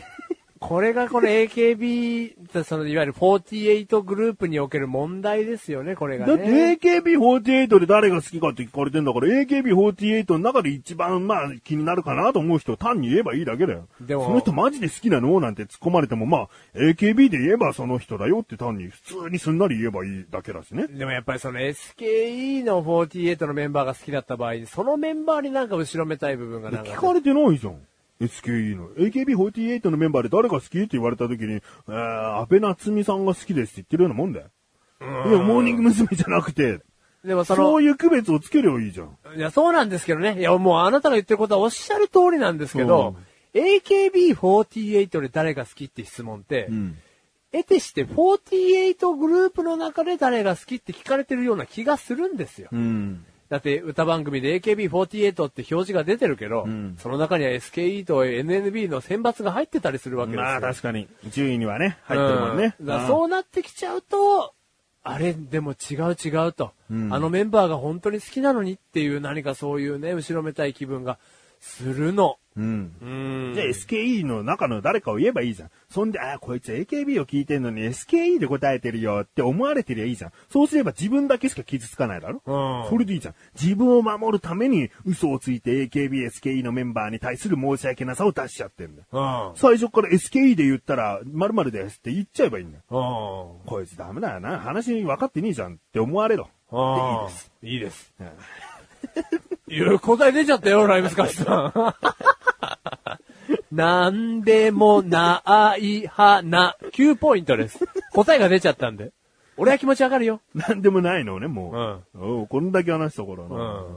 A: これがこの AKB、そのいわゆる48グループにおける問題ですよね、これが
B: だっ
A: ね。
B: て AKB48 で誰が好きかって聞かれてんだから、AKB48 の中で一番まあ気になるかなと思う人を単に言えばいいだけだよ。
A: でも
B: その人マジで好きなのなんて突っ込まれても、まあ、AKB で言えばその人だよって単に普通にすんなり言えばいいだけだしね。
A: でもやっぱりその SKE の48のメンバーが好きだった場合、そのメンバーになんか後ろめたい部分がなんか。
B: 聞かれてないじゃん。SKE の。AKB48 のメンバーで誰が好きって言われた時に、えー、安倍夏美さんが好きですって言ってるようなもんだよ。いや、モーニング娘。じゃなくて、
A: でもその、
B: そういう区別をつければいいじゃん。
A: いや、そうなんですけどね。いや、もうあなたの言ってることはおっしゃる通りなんですけど、AKB48 で誰が好きって質問って、
B: ん
A: 得てして48グループの中で誰が好きって聞かれてるような気がするんですよ。
B: うん。
A: だって歌番組で AKB48 って表示が出てるけど、
B: ん
A: その中には SKE と NNB の選抜が入ってたりするわけですよ。
B: まあ確かに、10位にはね、入ってるもんね。
A: うんだから
B: ああ
A: そうなってきちゃうと、あれ、でも違う違うと、
B: うん
A: あのメンバーが本当に好きなのにっていう何かそういうね、後ろめたい気分がするの。
B: うん。
A: うん。
B: じゃあ SKE の中の誰かを言えばいいじゃん。そんで、ああ、こいつ AKB を聞いてんのに SKE で答えてるよって思われてりゃいいじゃん。そうすれば自分だけしか傷つかないだろ
A: うん
B: それでいいじゃん。自分を守るために嘘をついて AKB、SKE のメンバーに対する申し訳なさを出しちゃってんだよ。
A: うん。
B: 最初から SKE で言ったら、〇〇ですって言っちゃえばいいんだよ。
A: うん。
B: こいつダメだよな。話分かってねえじゃんって思われろ。
A: うん。。
B: でいいです
A: いいです。いう答え出ちゃったよ、ライブスカッシュさ ん。なんでもない花。9ポイントです。答えが出ちゃったんで。俺は気持ちわかるよ。
B: なんでもないのね、もう。おうこんだけ話したから
A: う
B: な。
A: ん。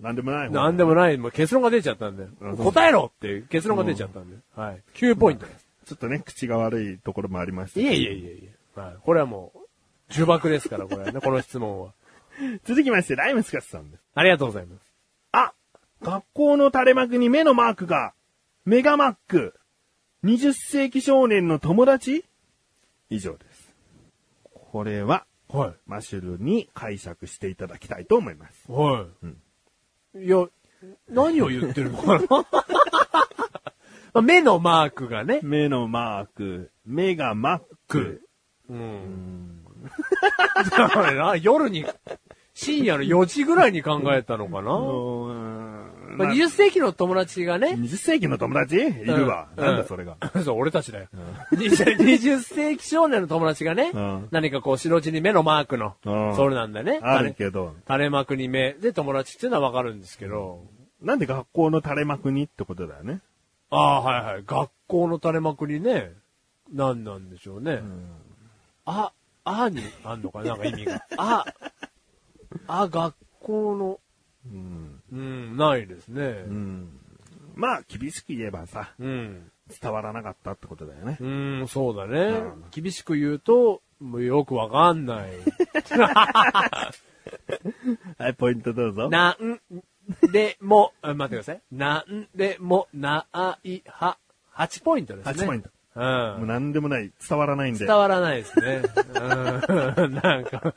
B: なんでもない方
A: なんでもない、もう結論が出ちゃったんで
B: うん。
A: 答えろっていう結論が出ちゃったんで。はい。9ポイントです。
B: ちょっとね、口が悪いところもありました。
A: いえいえいえいえ。はい。これはもう、呪縛ですから、これはね、この質問は。
B: 続きまして、ライムスカスさんです。
A: ありがとうございます。
B: あ学校の垂れ幕に目のマークが、メガマック、20世紀少年の友達以上です。これは、
A: は
B: マシュルに解釈していただきたいと思います。
A: い。はい。いや、何を言ってるの かなまあ目のマークがね。
B: 目のマーク、メガマック。
A: うん。 だからな、夜に、深夜の4時ぐらいに考えたのか
B: う
A: な、
B: ーん
A: ま
B: ま
A: あ、
B: あ
A: ?20 世紀の友達がね、
B: 20世紀の友達いるわ。
A: うん
B: なんだそれが。
A: そう、俺たちだよ。20, 20世紀少年の友達がね、
B: うん
A: 何かこう白地に目のマークの、
B: うん
A: それなんだよね。
B: あるけど。
A: 垂れ幕に目で友達っていうのはわかるんですけど、
B: なんで学校の垂れ幕にってことだよね。
A: ああー、はいはい。学校の垂れ幕にね、何なんでしょうね。あ、あにあんのかななんか意味が。あ、あ、学校の、
B: うん。
A: うん、ないですね。
B: うん。まあ、厳しく言えばさ、
A: うん。
B: 伝わらなかったってことだよね。
A: うん、そうだね
B: ん。
A: 厳しく言うと、もうよくわかんない。
B: はい、ポイントどう ぞ。
A: なんでも、あ待ってください。なんでもないは、8ポイントですね。
B: 8ポイント。
A: う。
B: もうんなんでもない。伝わらないんで。
A: 伝わらないですね。うん。 なんか、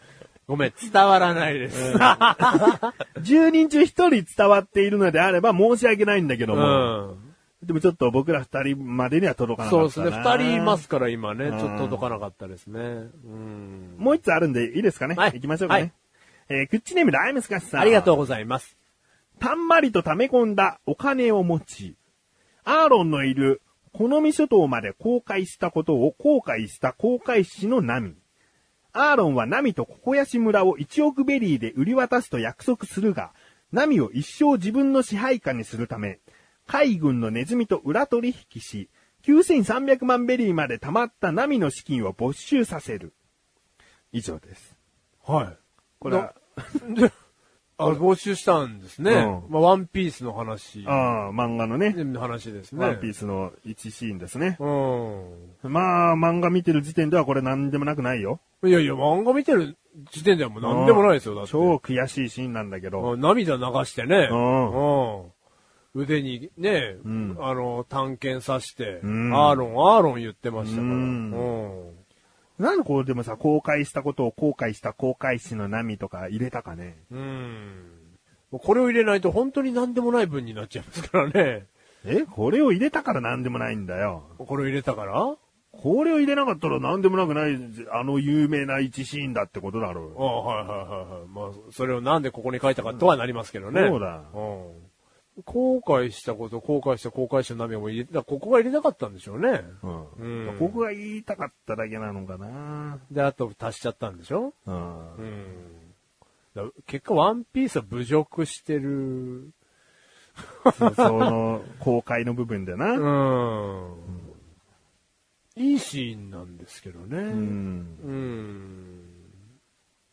A: ごめん、伝わらないです。
B: 10人中1人伝わっているのであれば申し訳ないんだけど
A: う
B: も。
A: ん。
B: でもちょっと僕ら2人までには届かな
A: そう
B: か
A: で
B: っ
A: す
B: たな。
A: ね。二人います。から今ね、ち
B: ん
A: ょっと届かなかったですね。うん。
B: もう1つあるんでいいですかね。
A: はい
B: 行きましょうかね。えー、クッチネームライムスカシさん。
A: ありがとうございます。
B: たんまりと溜め込んだお金を持ち、アーロンのいるコノミ諸島まで公開したことを後悔した航海士のナミ。アーロンはナミとココヤシ村を1億ベリーで売り渡すと約束するが、ナミを一生自分の支配下にするため、海軍のネズミと裏取引し、9300万ベリーまで貯まったナミの資金を没収させる。以上です。
A: はい。
B: これは、
A: あ、募集したんですね。
B: うん
A: まあ、ワンピースの話。
B: ああ、漫画のね、
A: の話ですね。
B: ワンピースの1シーンですね。
A: う
B: まあ、漫画見てる時点ではこれ何でもなくないよ。
A: ん。いやいや、漫画見てる時点ではもう何でもないですよ、だって。
B: 超悔しいシーンなんだけど。
A: うん涙流してね。
B: うん
A: うん腕にね、
B: ん
A: あの、探検さして、
B: うん
A: アーロン、アーロン言ってましたから。
B: う
A: うんん。
B: なんでこうでもさ、後悔したことを後悔した後悔しの波とか入れたかね。
A: うん。これを入れないと本当に何でもない分になっちゃいますからね。
B: えこれを入れたから何でもないんだよ。
A: これを入れたから
B: これを入れなかったら何でもなくない、あの有名な一シーンだってことだ
A: あ
B: ろ
A: あ、はいはいはいはい。まあ、それをなんでここに書いたかとはなりますけどね。
B: うんそうだ
A: うん。後悔したこと、後悔した、後悔した涙も入れ、だからここが入れなかったんでしょうね。
B: う。うん。
A: うん
B: ここが言いたかっただけなのかな。
A: で、あと足しちゃったんでしょ
B: うん。
A: うん。だ結果、ワンピースは侮辱してる。
B: そその、公開の部分でな。
A: うん。いいシーンなんですけどね。
B: う
A: うん。
B: ん。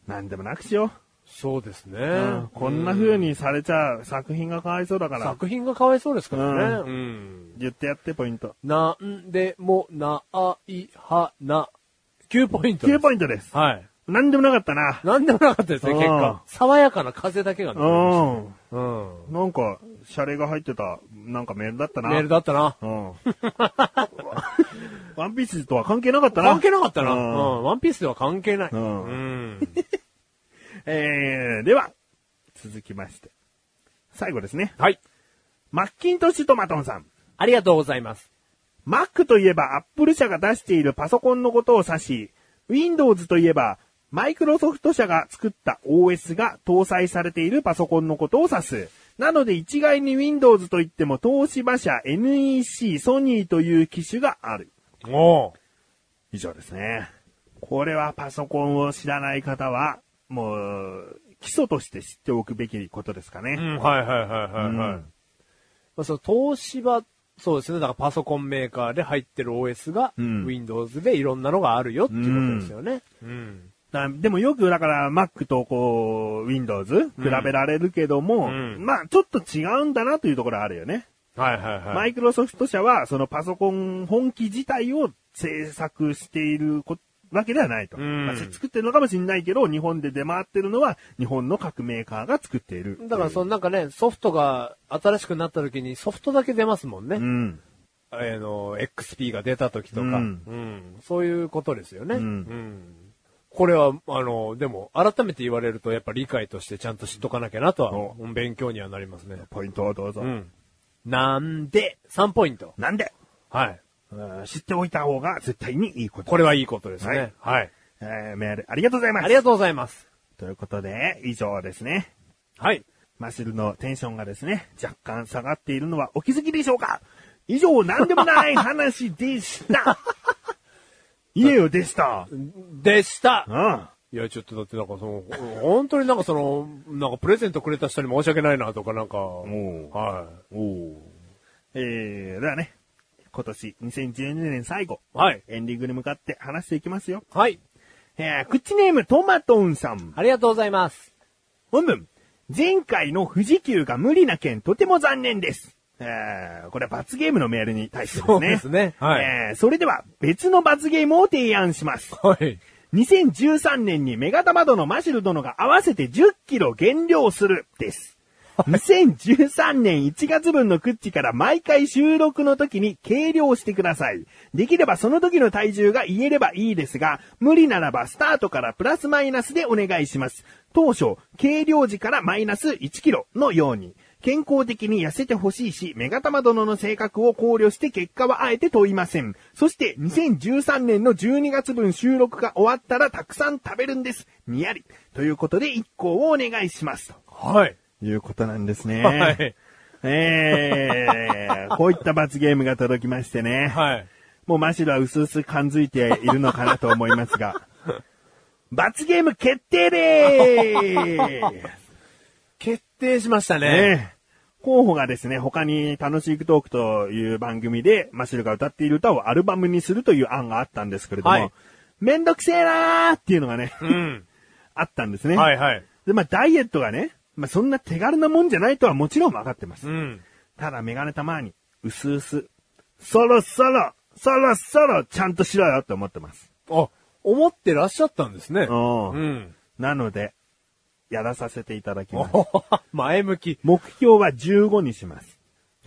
B: 何でもなくしよ
A: そうですね。
B: う。うん。こんな風にされちゃ作品がかわいそうだから。
A: 作品がかわいそうですからね。うん。
B: 言ってやって、ポイント。
A: なんでもないはな。9ポイントです。
B: 9ポイントです。
A: はい。
B: 何でもなかったな。
A: なんでもなかったですね、
B: うん
A: 結果。爽やかな風だけがね。
B: う
A: うん。
B: ん。なんか、シャレが入ってた、なんかメールだったな。
A: メールだったな。
B: うん。 ワンピースとは関係なかったな。
A: 関係なかったな。
B: う
A: うんん。ワンピースでは関係ない。
B: うん
A: うん。
B: えー、では、続きまして。最後ですね。
A: はい。
B: マッキントッシュトマトンさん。
A: ありがとうございます。
B: マックといえばアップル社が出しているパソコンのことを指し、Windows といえばマイクロソフト社が作った OS が搭載されているパソコンのことを指す。なので一概に Windows といっても東芝社 NEC、ソニーという機種がある。
A: お
B: 以上ですね。これはパソコンを知らない方は、もう、基礎として知っておくべきことですか
A: う
B: ね。
A: ん、はいはいはいはい、はい
B: うん
A: まあ、その東芝、そうですね。だからパソコンメーカーで入ってる OS が、
B: うん
A: Windows でいろんなのがあるよっていうことですよね。うん。
B: だでもよくだから Mac とこう Windows 比べられるけども、
A: うん
B: まあちょっと違うんだなというところあるよね。
A: はいはいはい。
B: マイクロソフト社はそのパソコン本機自体を制作しているこわけではないと。
A: うん
B: まあ作ってるのかもしれないけど、日本で出回ってるのは日本の各メーカーが作っている。
A: だからそのなんかね、ソフトが新しくなった時にソフトだけ出ますもんね。
B: うん。
A: あの、XP が出た時とか、
B: う
A: うんんそういうことですよね。
B: うん
A: うんこれは、あの、でも、改めて言われると、やっぱ理解としてちゃんと知っとかなきゃなとは、
B: お
A: うん勉強にはなりますね。
B: ポイントをどうぞ。
A: うん。なんで、3ポイント。
B: なんで、
A: はい。
B: うん知っておいた方が絶対にいいこと。
A: これはいいことですね。はい。
B: えーメールありがとうございます。
A: ありがとうございます。
B: ということで、以上ですね。
A: はい。
B: マシルのテンションがですね、若干下がっているのはお気づきでしょうか以上、なんでもない話 でした。言えよ、でした。
A: でした
B: うん。
A: いや、ちょっとだってなんかその、 本当になんかその、なんかプレゼントくれた人に申し訳ないなとかなんか、
B: う
A: は
B: おえー、ではね、今年2012年最後、
A: い。はい。
B: エンディングに向かって話していきますよ。
A: はい。
B: えー、口ネームトマトンさん。
A: ありがとうございます。
B: 本文。前回の富士急が無理な件、とても残念です。えー、これは罰ゲームのメールに対してです
A: そ
B: ね。
A: うですねはい
B: えー、それでは別の罰ゲームを提案します。
A: はい。
B: 2013年にメガタマドのマシル殿が合わせて10キロ減量するです。2013年1月分のクッチから毎回収録の時に計量してください。できればその時の体重が言えればいいですが、無理ならばスタートからプラスマイナスでお願いします。当初、計量時からマイナス1キロのように。健康的に痩せてほしいし、メガタマ殿の性格を考慮して結果はあえて問いません。そして、2013年の12月分収録が終わったらたくさん食べるんです。にやり。ということで、1個をお願いします。
A: はい。
B: ということなんですね。
A: はい。
B: えー、こういった罰ゲームが届きましてね。
A: はい。
B: もうマシルは薄々感づいているのかなと思いま すが。罰ゲーム決定でーす
A: 決定しましたね。
B: ね候補がですね、他に楽しいトークという番組で、マシルが歌っている歌をアルバムにするという案があったんですけれども、
A: はい
B: めんどくせえなーっていうのがね、
A: うん。
B: あったんですね。
A: はいはい。
B: で、まあ、ダイエットがね、まあ、そんな手軽なもんじゃないとはもちろん分かってます。
A: うん。
B: ただ、メガネたまに、うすうす、そろそろ、そろそろ、ちゃんとしろよって思ってます。
A: あ、思ってらっしゃったんですね。
B: うん
A: うん。
B: なので、やらさせていただきます。
A: 前向き。
B: 目標は15にします。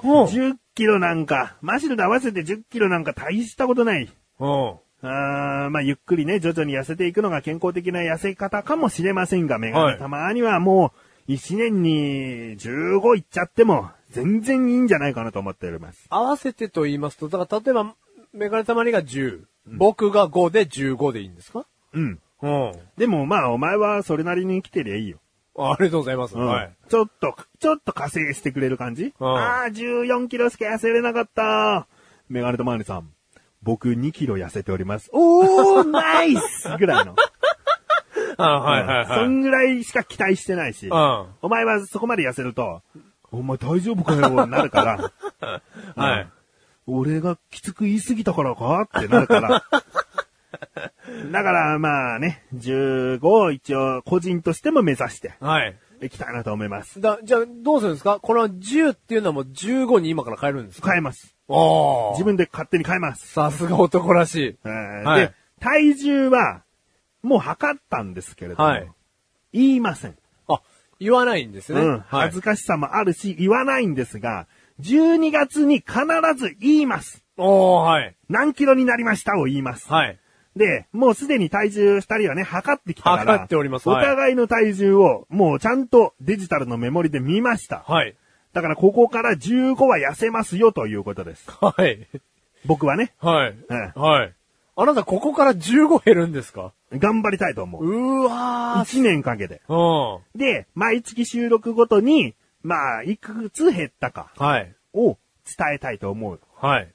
A: うん。
B: 10キロなんか、マシルと合わせて10キロなんか大したことない。
A: うん。
B: あーまあ、ゆっくりね、徐々に痩せていくのが健康的な痩せ方かもしれませんが、メガ
A: は
B: ネ
A: い
B: たまにはもう、1年に15いっちゃっても、全然いいんじゃないかなと思っております。
A: 合わせてと言いますと、だから例えば、メガネたまりが10、僕が5で15でいいんですか
B: うん。
A: うん。
B: でもまあ、お前はそれなりに生きてりゃいいよ。
A: あありがとうございます。
B: うん
A: はい。
B: ちょっと、ちょっと加勢してくれる感じ、
A: うん
B: ああ、14キロしか痩せれなかった。メガネとマーネさん、僕2キロ痩せております。おー、ナイスぐらいの。
A: あはいはい
B: そ
A: はい。
B: んぐらいしか期待してないし、
A: ん
B: お前はそこまで痩せると、お前大丈夫かよ、なる から、
A: はい。
B: 俺がきつく言いすぎたからかってなるから。だからまあね、15を一応個人としても目指して
A: はい。
B: いきたいなと思います。
A: だ、じゃあ、どうするんですかこの10っていうのはもう15に今から変えるんですか
B: 変えます。
A: ああ。
B: 自。分で勝手に変えます。
A: さすが男らしい。
B: えー
A: はい
B: で、体重は、もう測ったんですけれども、
A: はい
B: 言いません、
A: あ、言わないんですね。
B: うん。
A: は
B: 恥
A: い
B: ず。かしさもあるし、言わないんですが、12月に必ず言います。
A: おー、はい。
B: 何キロになりましたを言います。
A: はい。
B: で、もうすでに体重二人はね、測ってきたから、
A: 測っておりますはい
B: 互いの体重を、もうちゃんとデジタルのメモリで見ました。
A: はい。
B: だからここから15は痩せますよということです。
A: はい。
B: 僕はね、
A: はい。
B: うん
A: はい。あなたここから15減るんですか
B: 頑張りたいと思う。
A: うわ
B: 1年かけて。
A: ー。うん。
B: で、毎月収録ごとに、まあ、いくつ減ったか
A: はい。
B: を伝えたいと思う。
A: はい。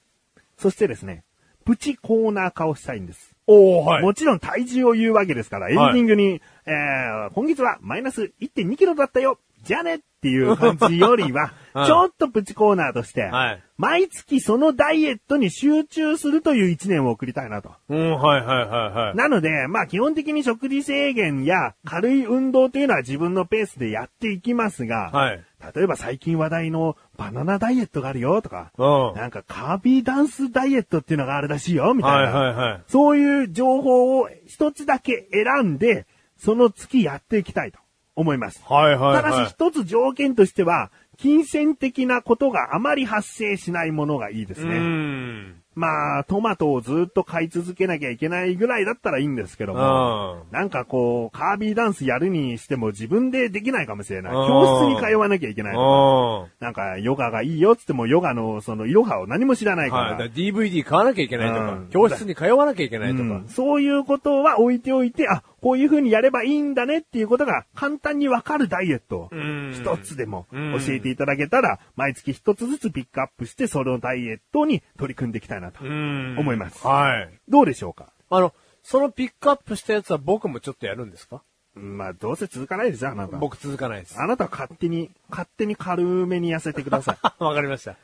B: そしてですね、プチコーナー化をしたいんです。
A: おー、はい。
B: もちろん体重を言うわけですから、エンディングに、えー、今月はマイナス1.2キロだったよじゃあねっていう感じよりは
A: 、うん
B: ちょっとプチコーナーとして、
A: はい
B: 毎月そのダイエットに集中するという一年を送りたいなと。
A: うん、はいはいはいはい。
B: なので、まあ基本的に食事制限や軽い運動というのは自分のペースでやっていきますが、
A: はい。
B: 例えば最近話題のバナナダイエットがあるよとか、
A: うん。
B: なんかカービーダンスダイエットっていうのがあるらしいよみたいな、
A: はいはいはい。
B: そういう情報を一つだけ選んで、その月やっていきたいと思います。
A: はいはい
B: た
A: は
B: だし
A: い。
B: 一つ条件としては、金銭的なことがあまり発生しないものがいいで
A: う
B: すね。
A: ん。
B: まあ、トマトをずっと買い続けなきゃいけないぐらいだったらいいんですけども、なんかこう、カービーダンスやるにしても自分でできないかもしれない。
A: うん
B: 教室に通わなきゃいけない。
A: は
B: なんか、ヨガがいいよってっても、ヨガのその、いろはを何も知らない
A: い。
B: か
A: だ
B: ら。
A: から、DVD 買わなきゃいけないと
B: う
A: か
B: ん、
A: 教室に通わなきゃいけないうと
B: ん
A: か。
B: そういうことは置いておいて、あ、こういう風にやればいいんだねっていうことが簡単にわかるダイエットを
A: ん
B: 一つでも
A: うん
B: 教えていただけたら、毎月一つずつピックアップして、そのダイエットに取り組んでいきたいなと
A: うん
B: 思います。
A: はい。
B: どうでしょうか
A: あの、そのピックアップしたやつは僕もちょっとやるんですか
B: まあ、どうせ続かないでしょ、あなた。
A: 僕続かないです。
B: あなたは勝手に、勝手に軽めに痩せてください。
A: わかりました。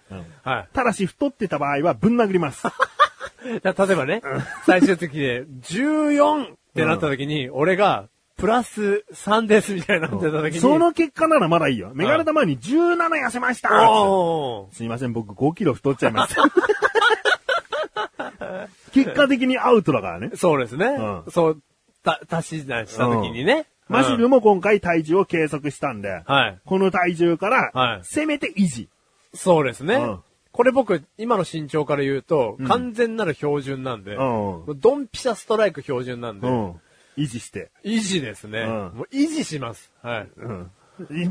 A: はい。
B: ただし、太ってた場合はぶん殴り ます。
A: だ例えばね、最終的で14ってなった時に、俺がプラス3ですみたいになってた時に、
B: その結果ならまだいいよ。メガネ玉に17痩せました
A: おー
B: すいません、僕5キロ太っちゃいました。 結果的にアウトだからね。
A: そうですね。
B: うん
A: そう、た、足し算した時にね。
B: マシ
A: う
B: ル
A: ん
B: も今回体重を計測したんで、
A: はい。
B: この体重か
A: は
B: ら
A: い、
B: せめて維持。
A: そうですね。
B: うん
A: これ僕、今の身長から言うと、完全なる標準なんで、
B: うん
A: ドンピシャストライク標準なんで、
B: うん維持して。
A: 維持ですね、
B: うん
A: もう維持します。はい。
B: うん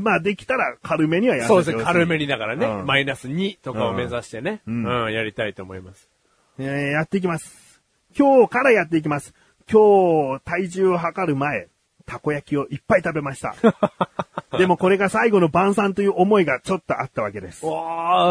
B: まあできたら軽めにはや
A: そうですね。軽め
B: に。
A: にだからね、
B: うん
A: マイナス2とかを目指してね、う、
B: うんん
A: やりたいと思います。
B: えーやっていきます。今日からやっていきます。今日、体重を測る前、たこ焼きをいっぱい食べ ました。でもこれが最後の晩餐という思いがちょっとあったわけです。
A: お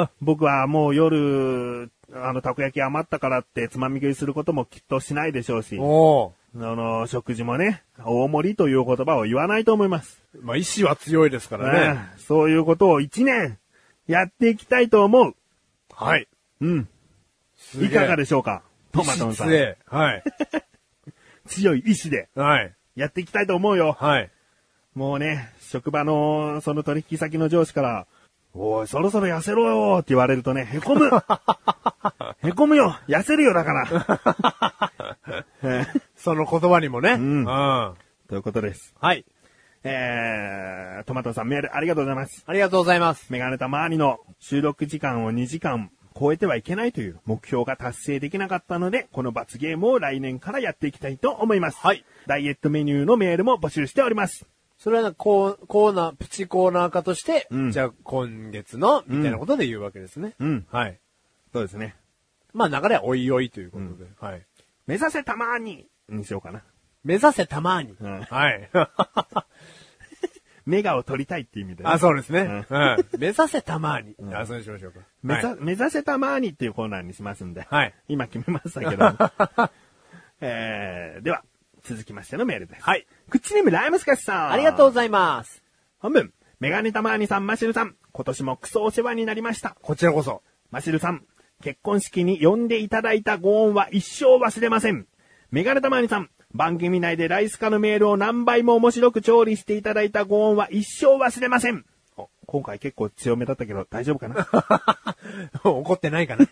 A: ー
B: 僕はもう夜、あの、たこ焼き余ったからってつまみ食いすることもきっとしないでしょうし、あ
A: おー
B: の、食事もね、大盛りという言葉を言わないと思います。
A: まあ、意志は強いですからね。
B: ねそういうことを一年、やっていきたいと思う。
A: はい。
B: うん。
A: すげえ
B: いかがでしょうかトマトンさ
A: 意志
B: ん。
A: 強いはい。
B: 強い意志で
A: はい。
B: やっていきたいと思うよ。
A: はい。
B: もうね、職場の、その取引先の上司から、おい、そろそろ痩せろよって言われるとね、へこ むへこむよ痩せるよ だから、えー
A: その言葉にもね。
B: ん
A: は
B: ということです。
A: い。
B: えー、トマトさんメールありがとうございます。
A: ありがとうございます。
B: メガネた周りの収録時間を2時間超えてはいけないという目標が達成できなかったので、この罰ゲームを来年からやっていきたいと思います。
A: はい。
B: ダイエットメニューのメールも募集しております。
A: それはなんかコーコーナー、プチコーナー化として、
B: うん
A: じゃあ今月の、みたいなことで言うわけですね。
B: うん
A: はい。
B: そうですね。
A: まあ流れはおいおいということで。はい。
B: 目指せたまーににしようかな。
A: 目指せたまに。
B: うん
A: はい。
B: メガを取りたいっていう意味でね、
A: あ、そうですね。
B: う
A: うん目指せたまに。あ、そうしましょうか。
B: 目指、
A: はい
B: 目指せたまーにっていうコーナーにしますんで。
A: はい
B: 今決めましたけど。 えー、では、続きましてのメールです。
A: はい。
B: クッチネームライムスカシさん。
A: ありがとうございます。
B: 本文、メガネたまーにさん、マシルさん、今年もクソお世話になりました。
A: こちらこそ。
B: マシルさん、結婚式に呼んでいただいたご恩は一生忘れません。メガネたまーにさん、番組内でライスカのメールを何倍も面白く調理していただいたご恩は一生忘れません。お今回結構強めだったけど大丈夫かな
A: 怒ってないか な。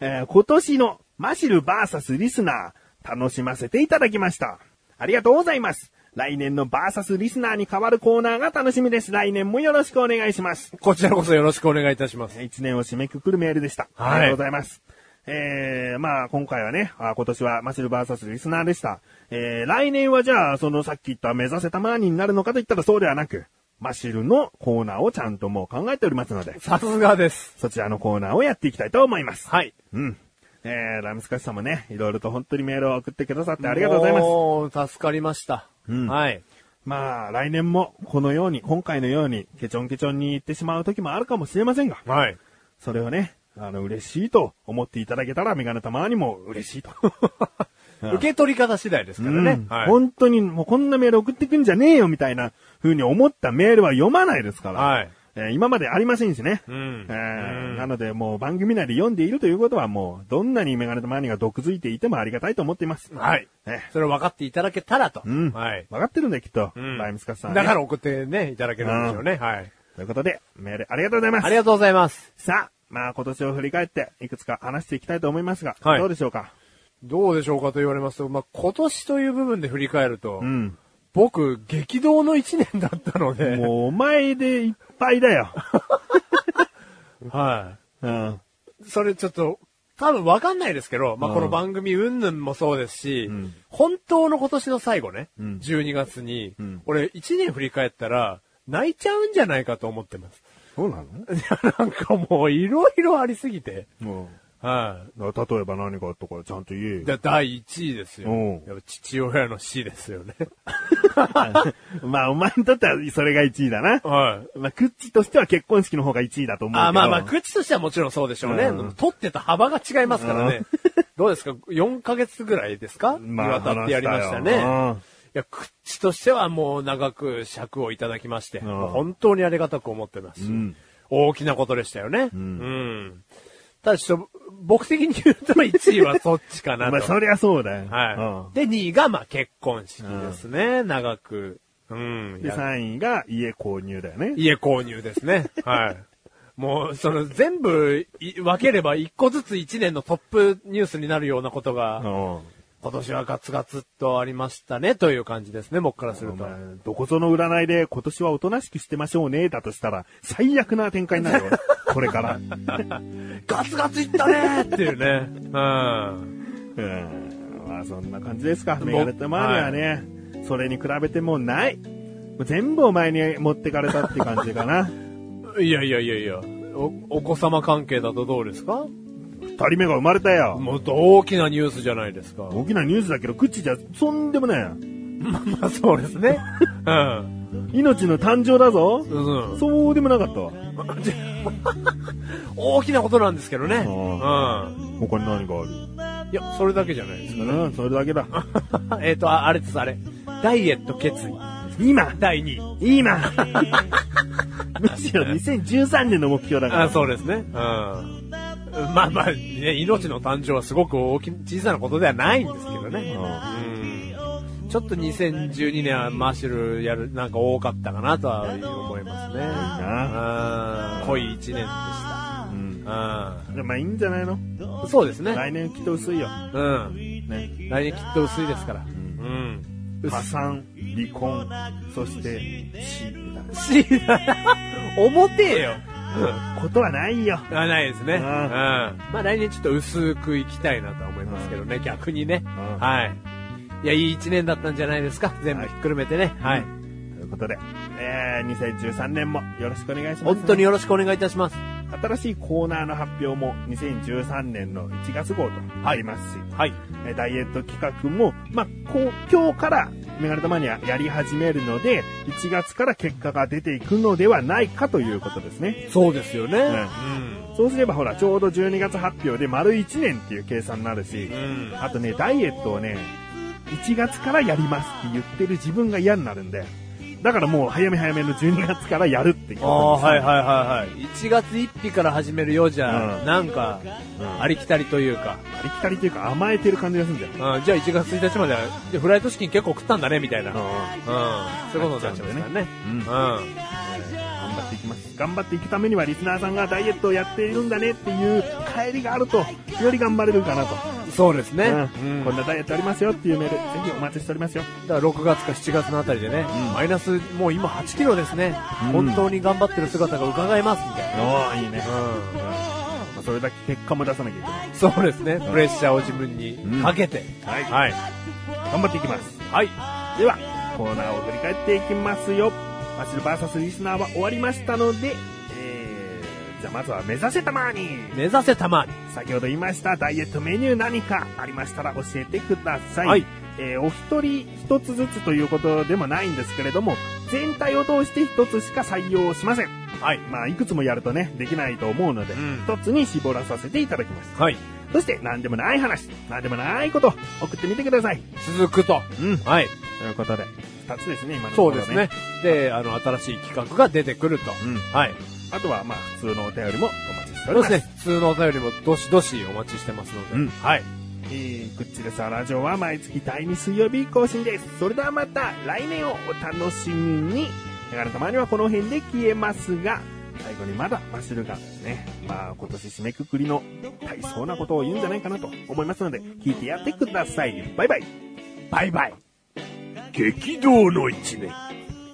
B: えー今年のマシルバーサスリスナー、楽しませていただきました。ありがとうございます。来年のバーサスリスナーに変わるコーナーが楽しみです。来年もよろしくお願いします。
A: こちらこそよろしくお願いいたします。
B: 一年を締めくくるメールでした。
A: はい
B: ありがとうございます。えー、まあ今回はね、あ今年はマシルバーサスリスナーでした。えー、来年はじゃあ、そのさっき言った目指せたまーになるのかといったらそうではなく、マシルのコーナーをちゃんともう考えておりますので、
A: さすがです。
B: そちらのコーナーをやっていきたいと思います。
A: はい。
B: うん。えー、ラムスカシさんもね、いろいろと本当にメールを送ってくださってありがとうございます。
A: もう助かりました。
B: うん
A: はい。
B: まあ、来年もこのように、今回のように、ケチョンケチョンに行ってしまう時もあるかもしれませんが、
A: はい。
B: それをね、あの、嬉しいと思っていただけたら、メガネたまにも嬉しいと。
A: 受け取り方次第ですからね。
B: うん
A: はい。
B: 本当にもうこんなメール送ってくんじゃねえよみたいな風に思ったメールは読まないですから。
A: はい
B: えー今までありませんしね。
A: うん
B: えーなのでもう番組内で読んでいるということはもうどんなにメガネとマニが毒づいていてもありがたいと思っています。
A: はい。
B: ね
A: それを分かっていただけたらと。
B: うん。
A: はい。
B: わかってるんだよきっと。
A: うん
B: ライムスカスさん、
A: だから。送ってね、いただけるんでしょうね。はい。
B: ということで、メールありがとうございま す。
A: ありがとうございます。
B: さあ、まあ今年を振り返っていくつか話していきたいと思いますが、
A: はい
B: どうでしょうか
A: どうでしょうかと言われますと、まあ、今年という部分で振り返ると、
B: うん。
A: 僕、激動の一年だったの で、
B: もうお前でいっぱいだ よ。
A: は
B: うん。
A: い。それちょっと、多分わかんないですけど、まあ、
B: うん
A: この番組云々もそうですし、
B: うん
A: 本当の今年の最後ね、
B: うん
A: 12月に、
B: うん
A: 俺1年振り返ったら、泣いちゃうんじゃないかと思ってます。
B: そうなの
A: いや、なんかもういろいろありすぎて。
B: も
A: は
B: う、だ例えば何かあったからちゃんと言え
A: い。
B: よ。
A: だ第1位ですよ
B: うん。
A: やっぱ父親の死です よね。
B: まあ、お前にとってはそれが1位だな。
A: はい。
B: まあ、クッチとしては結婚式の方が1位だと思う けど。
A: あまあまあ、口としてはもちろんそうでしょうね。
B: うん
A: 取ってた幅が違いますからね。どうですか ?4 ヶ月ぐらいですか、
B: まあ
A: にわたってやりました
B: 話
A: ね。
B: したようん
A: いや、口としてはもう長く尺をいただきまして、
B: ん
A: もう本当にありがたく思ってますし、
B: うん
A: 大きなことでしたよね。うんん。ただし、僕的に言うと1位はそっちかなと。
B: まあ、そりゃそうだよ。
A: はい。で、2位が、まあ、結婚式ですね。長く。うん。
B: うんで、
A: や
B: 3位が家購入だよね。
A: 家購入ですね。はい。もう、その、全部い、分ければ、一個ずつ一年のトップニュースになるようなこと
B: う
A: が、
B: ん。
A: 今年はガツガツっとありましたね、という感じですね、僕からする
B: お
A: と。
B: 前どこぞの占いで今年はおとなしくしてましょうね、だとしたら、最悪な展開にな るよ。これから。
A: ガツガツいったねーっていうね。うん。
B: うん。まあ、そんな感じですか。
A: 僕
B: メガネたまにはね、それに比べてもうない。もう全部お前に持ってかれたって感じかな。
A: いやいやいやいや。お、お子様関係だとどうですか
B: 二人目が生まれたよ。
A: もっと大きなニュースじゃないですか。
B: 大きなニュースだけど、口じゃ、そんでもね、
A: まあ、そうですね。うん。
B: 命の誕生だぞ。
A: うん。
B: そうでもなかったわ。
A: 大きなことなんですけどね。
B: あ
A: うん。
B: 他に何がある
A: いや、それだけじゃないです かね。
B: うん、それだけだ。
A: えっと、ああれです、あれ。ダイエット決意。
B: 今
A: 第2位。
B: 今 むしろ2013年の目標だから。
A: あそうですね。うん。まあまあ、ね、命の誕生はすごく大き、小さなことではないんですけどね。うん。ちょっと2012年はマッシュルやる、なんか多かったかなとは思いますね。うん濃い一年でした。
B: うん。
A: う
B: じゃあまあいいんじゃないの
A: ん。そうですね。
B: 来年きっと薄いよ。
A: うん。
B: ね。
A: 来年きっと薄いですから。うん。薄
B: 破産、離婚、そして死だ。
A: いな。 重てえよ。
B: ことはないよ。
A: あないですね。う
B: うん
A: ん。まあ来年ちょっと薄くいきたいなとは思いますけどね、逆にね。
B: ん
A: はい。いや、いい一年だったんじゃないですか。全部ひっくるめてね。はい。
B: ということで、えー、2013年もよろしくお願いします、
A: 本当に。よろしくお願いいたします。
B: 新しいコーナーの発表も2013年の1月号とありますし、
A: はい。
B: えーダイエット企画も、まあ、こう、今日からメガネタマニアやり始めるので、1月から結果が出ていくのではないかということですね。
A: そうですよね。
B: そうすればほら、ちょうど12月発表で丸1年っていう計算になるし、
A: ん
B: あとね、ダイエットをね、1月からやりますって言ってる自分が嫌になるんで、だからもう早め早めの12月からやるって決
A: あ
B: ま
A: あ、
B: った
A: はい
B: んで
A: はいはいはい。1月1日から始めるようじゃ、
B: うん
A: なんか、
B: うん
A: ありきたりというか、
B: すありきたりというか甘えてる感じがするんだよ。
A: うん、じゃあ1月1日までは、じゃあフライドチキン結構食ったんだね、みたいな。うん。そういうことになっちゃいますからね。
B: うん
A: うん。
B: 頑張っていきます。頑張っていくためにはリスナーさんがダイエットをやっているんだねっていう帰りがあると、より頑張れるかなと。
A: そうですね。
B: うんこんなダイエットありますよっていうメール、ぜひお待ちしておりますよ。
A: だから6月か7月のあたりでね、マイナスもう今8キロですね、
B: うん
A: 本当に頑張ってる姿が伺えますみたいな、
B: おー、いいね。うんまあそれだけ結果も出さなきゃいけない。
A: そうですね、プレッシャーを自分にかけて、
B: はい
A: はい、
B: 頑張っていきます。
A: はい、
B: では、コーナーを振り返っていきますよ。マシルバーサスリスナーは終わりましたので、えー、じゃあまずは目指せたまーに
A: 目指せたま
B: 先ほど言いましたダイエットメニュー何かありましたら教えてください。
A: はい
B: えーお一人一つずつということでもないんですけれども、全体を通して一つしか採用しません。
A: はい、
B: まあ、いくつもやるとね、できないと思うので、
A: うん
B: 一つに絞らさせていただきました。
A: はい、
B: そして、何でもない話、何でもないこと、送ってみてください。
A: 続くと、
B: うん。
A: はい、
B: ということで、二つですね、今のとこ
A: そう
B: ろ
A: ですね。、で、あの、新しい企画が出てくると、
B: うん
A: はい、
B: あとは、まあ、普通のお便りもお待ちして
A: そ
B: おり
A: う
B: ま。
A: ですすね、普通のお便りもどしどしお待ちしてますので、
B: うん
A: はい、
B: えー、グッチレスアラジオは毎月第2水曜日更新です。それではまた来年をお楽しみに。だからたまにはこの辺で消えますが、最後にまだマシュルがね、まあ今年締めくくりの大層なことを言うんじゃないかなと思いますので、聞いてやってください。バイバイ。バイバイ。
C: 激動の一年。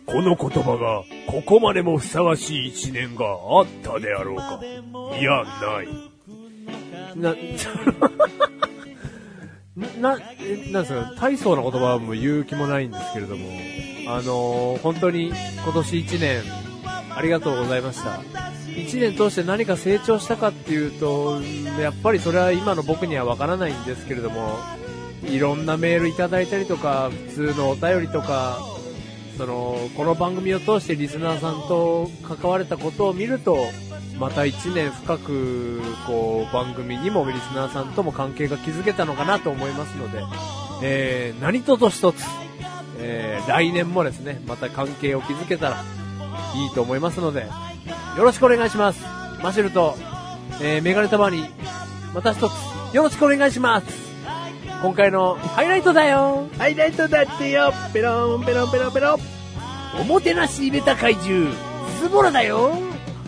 C: この言葉が、ここまでもふさわしい一年があったであろうか。いや、ない。
A: な、 な、なえなんですか、大層な言葉はもう言う気もないんですけれども、あのー本当に今年一年、ありがとうございました。一年通して何か成長したかっていうと、うんやっぱりそれは今の僕にはわからないんですけれども、いろんなメールいただいたりとか、普通のお便りとか、その、この番組を通してリスナーさんと関われたことを見ると、また一年深く、こう、番組にもリスナーさんとも関係が築けたのかなと思いますので、えー、何とぞ一つ、えー、来年もですね、また関係を築けたらいいと思いますので、よろしくお願いします。マシュルと、えー、メガネたまに、また一つ、よろしくお願いします。今回のハイライトだよ
B: ハイライトだってよペロンペロンペロンペロン
A: おもてなし入れた怪獣、ズボラだよ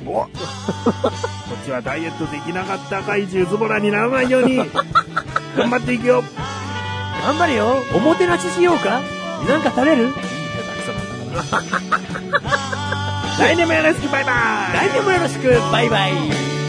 B: おこっちはダイエットできなかった怪獣ズボラにならないように、頑張っていくよ
A: 頑張れよおもてなししようかなんか食べる
B: 来年もよろしくバイバイ
A: 来年もよろしくバイバイ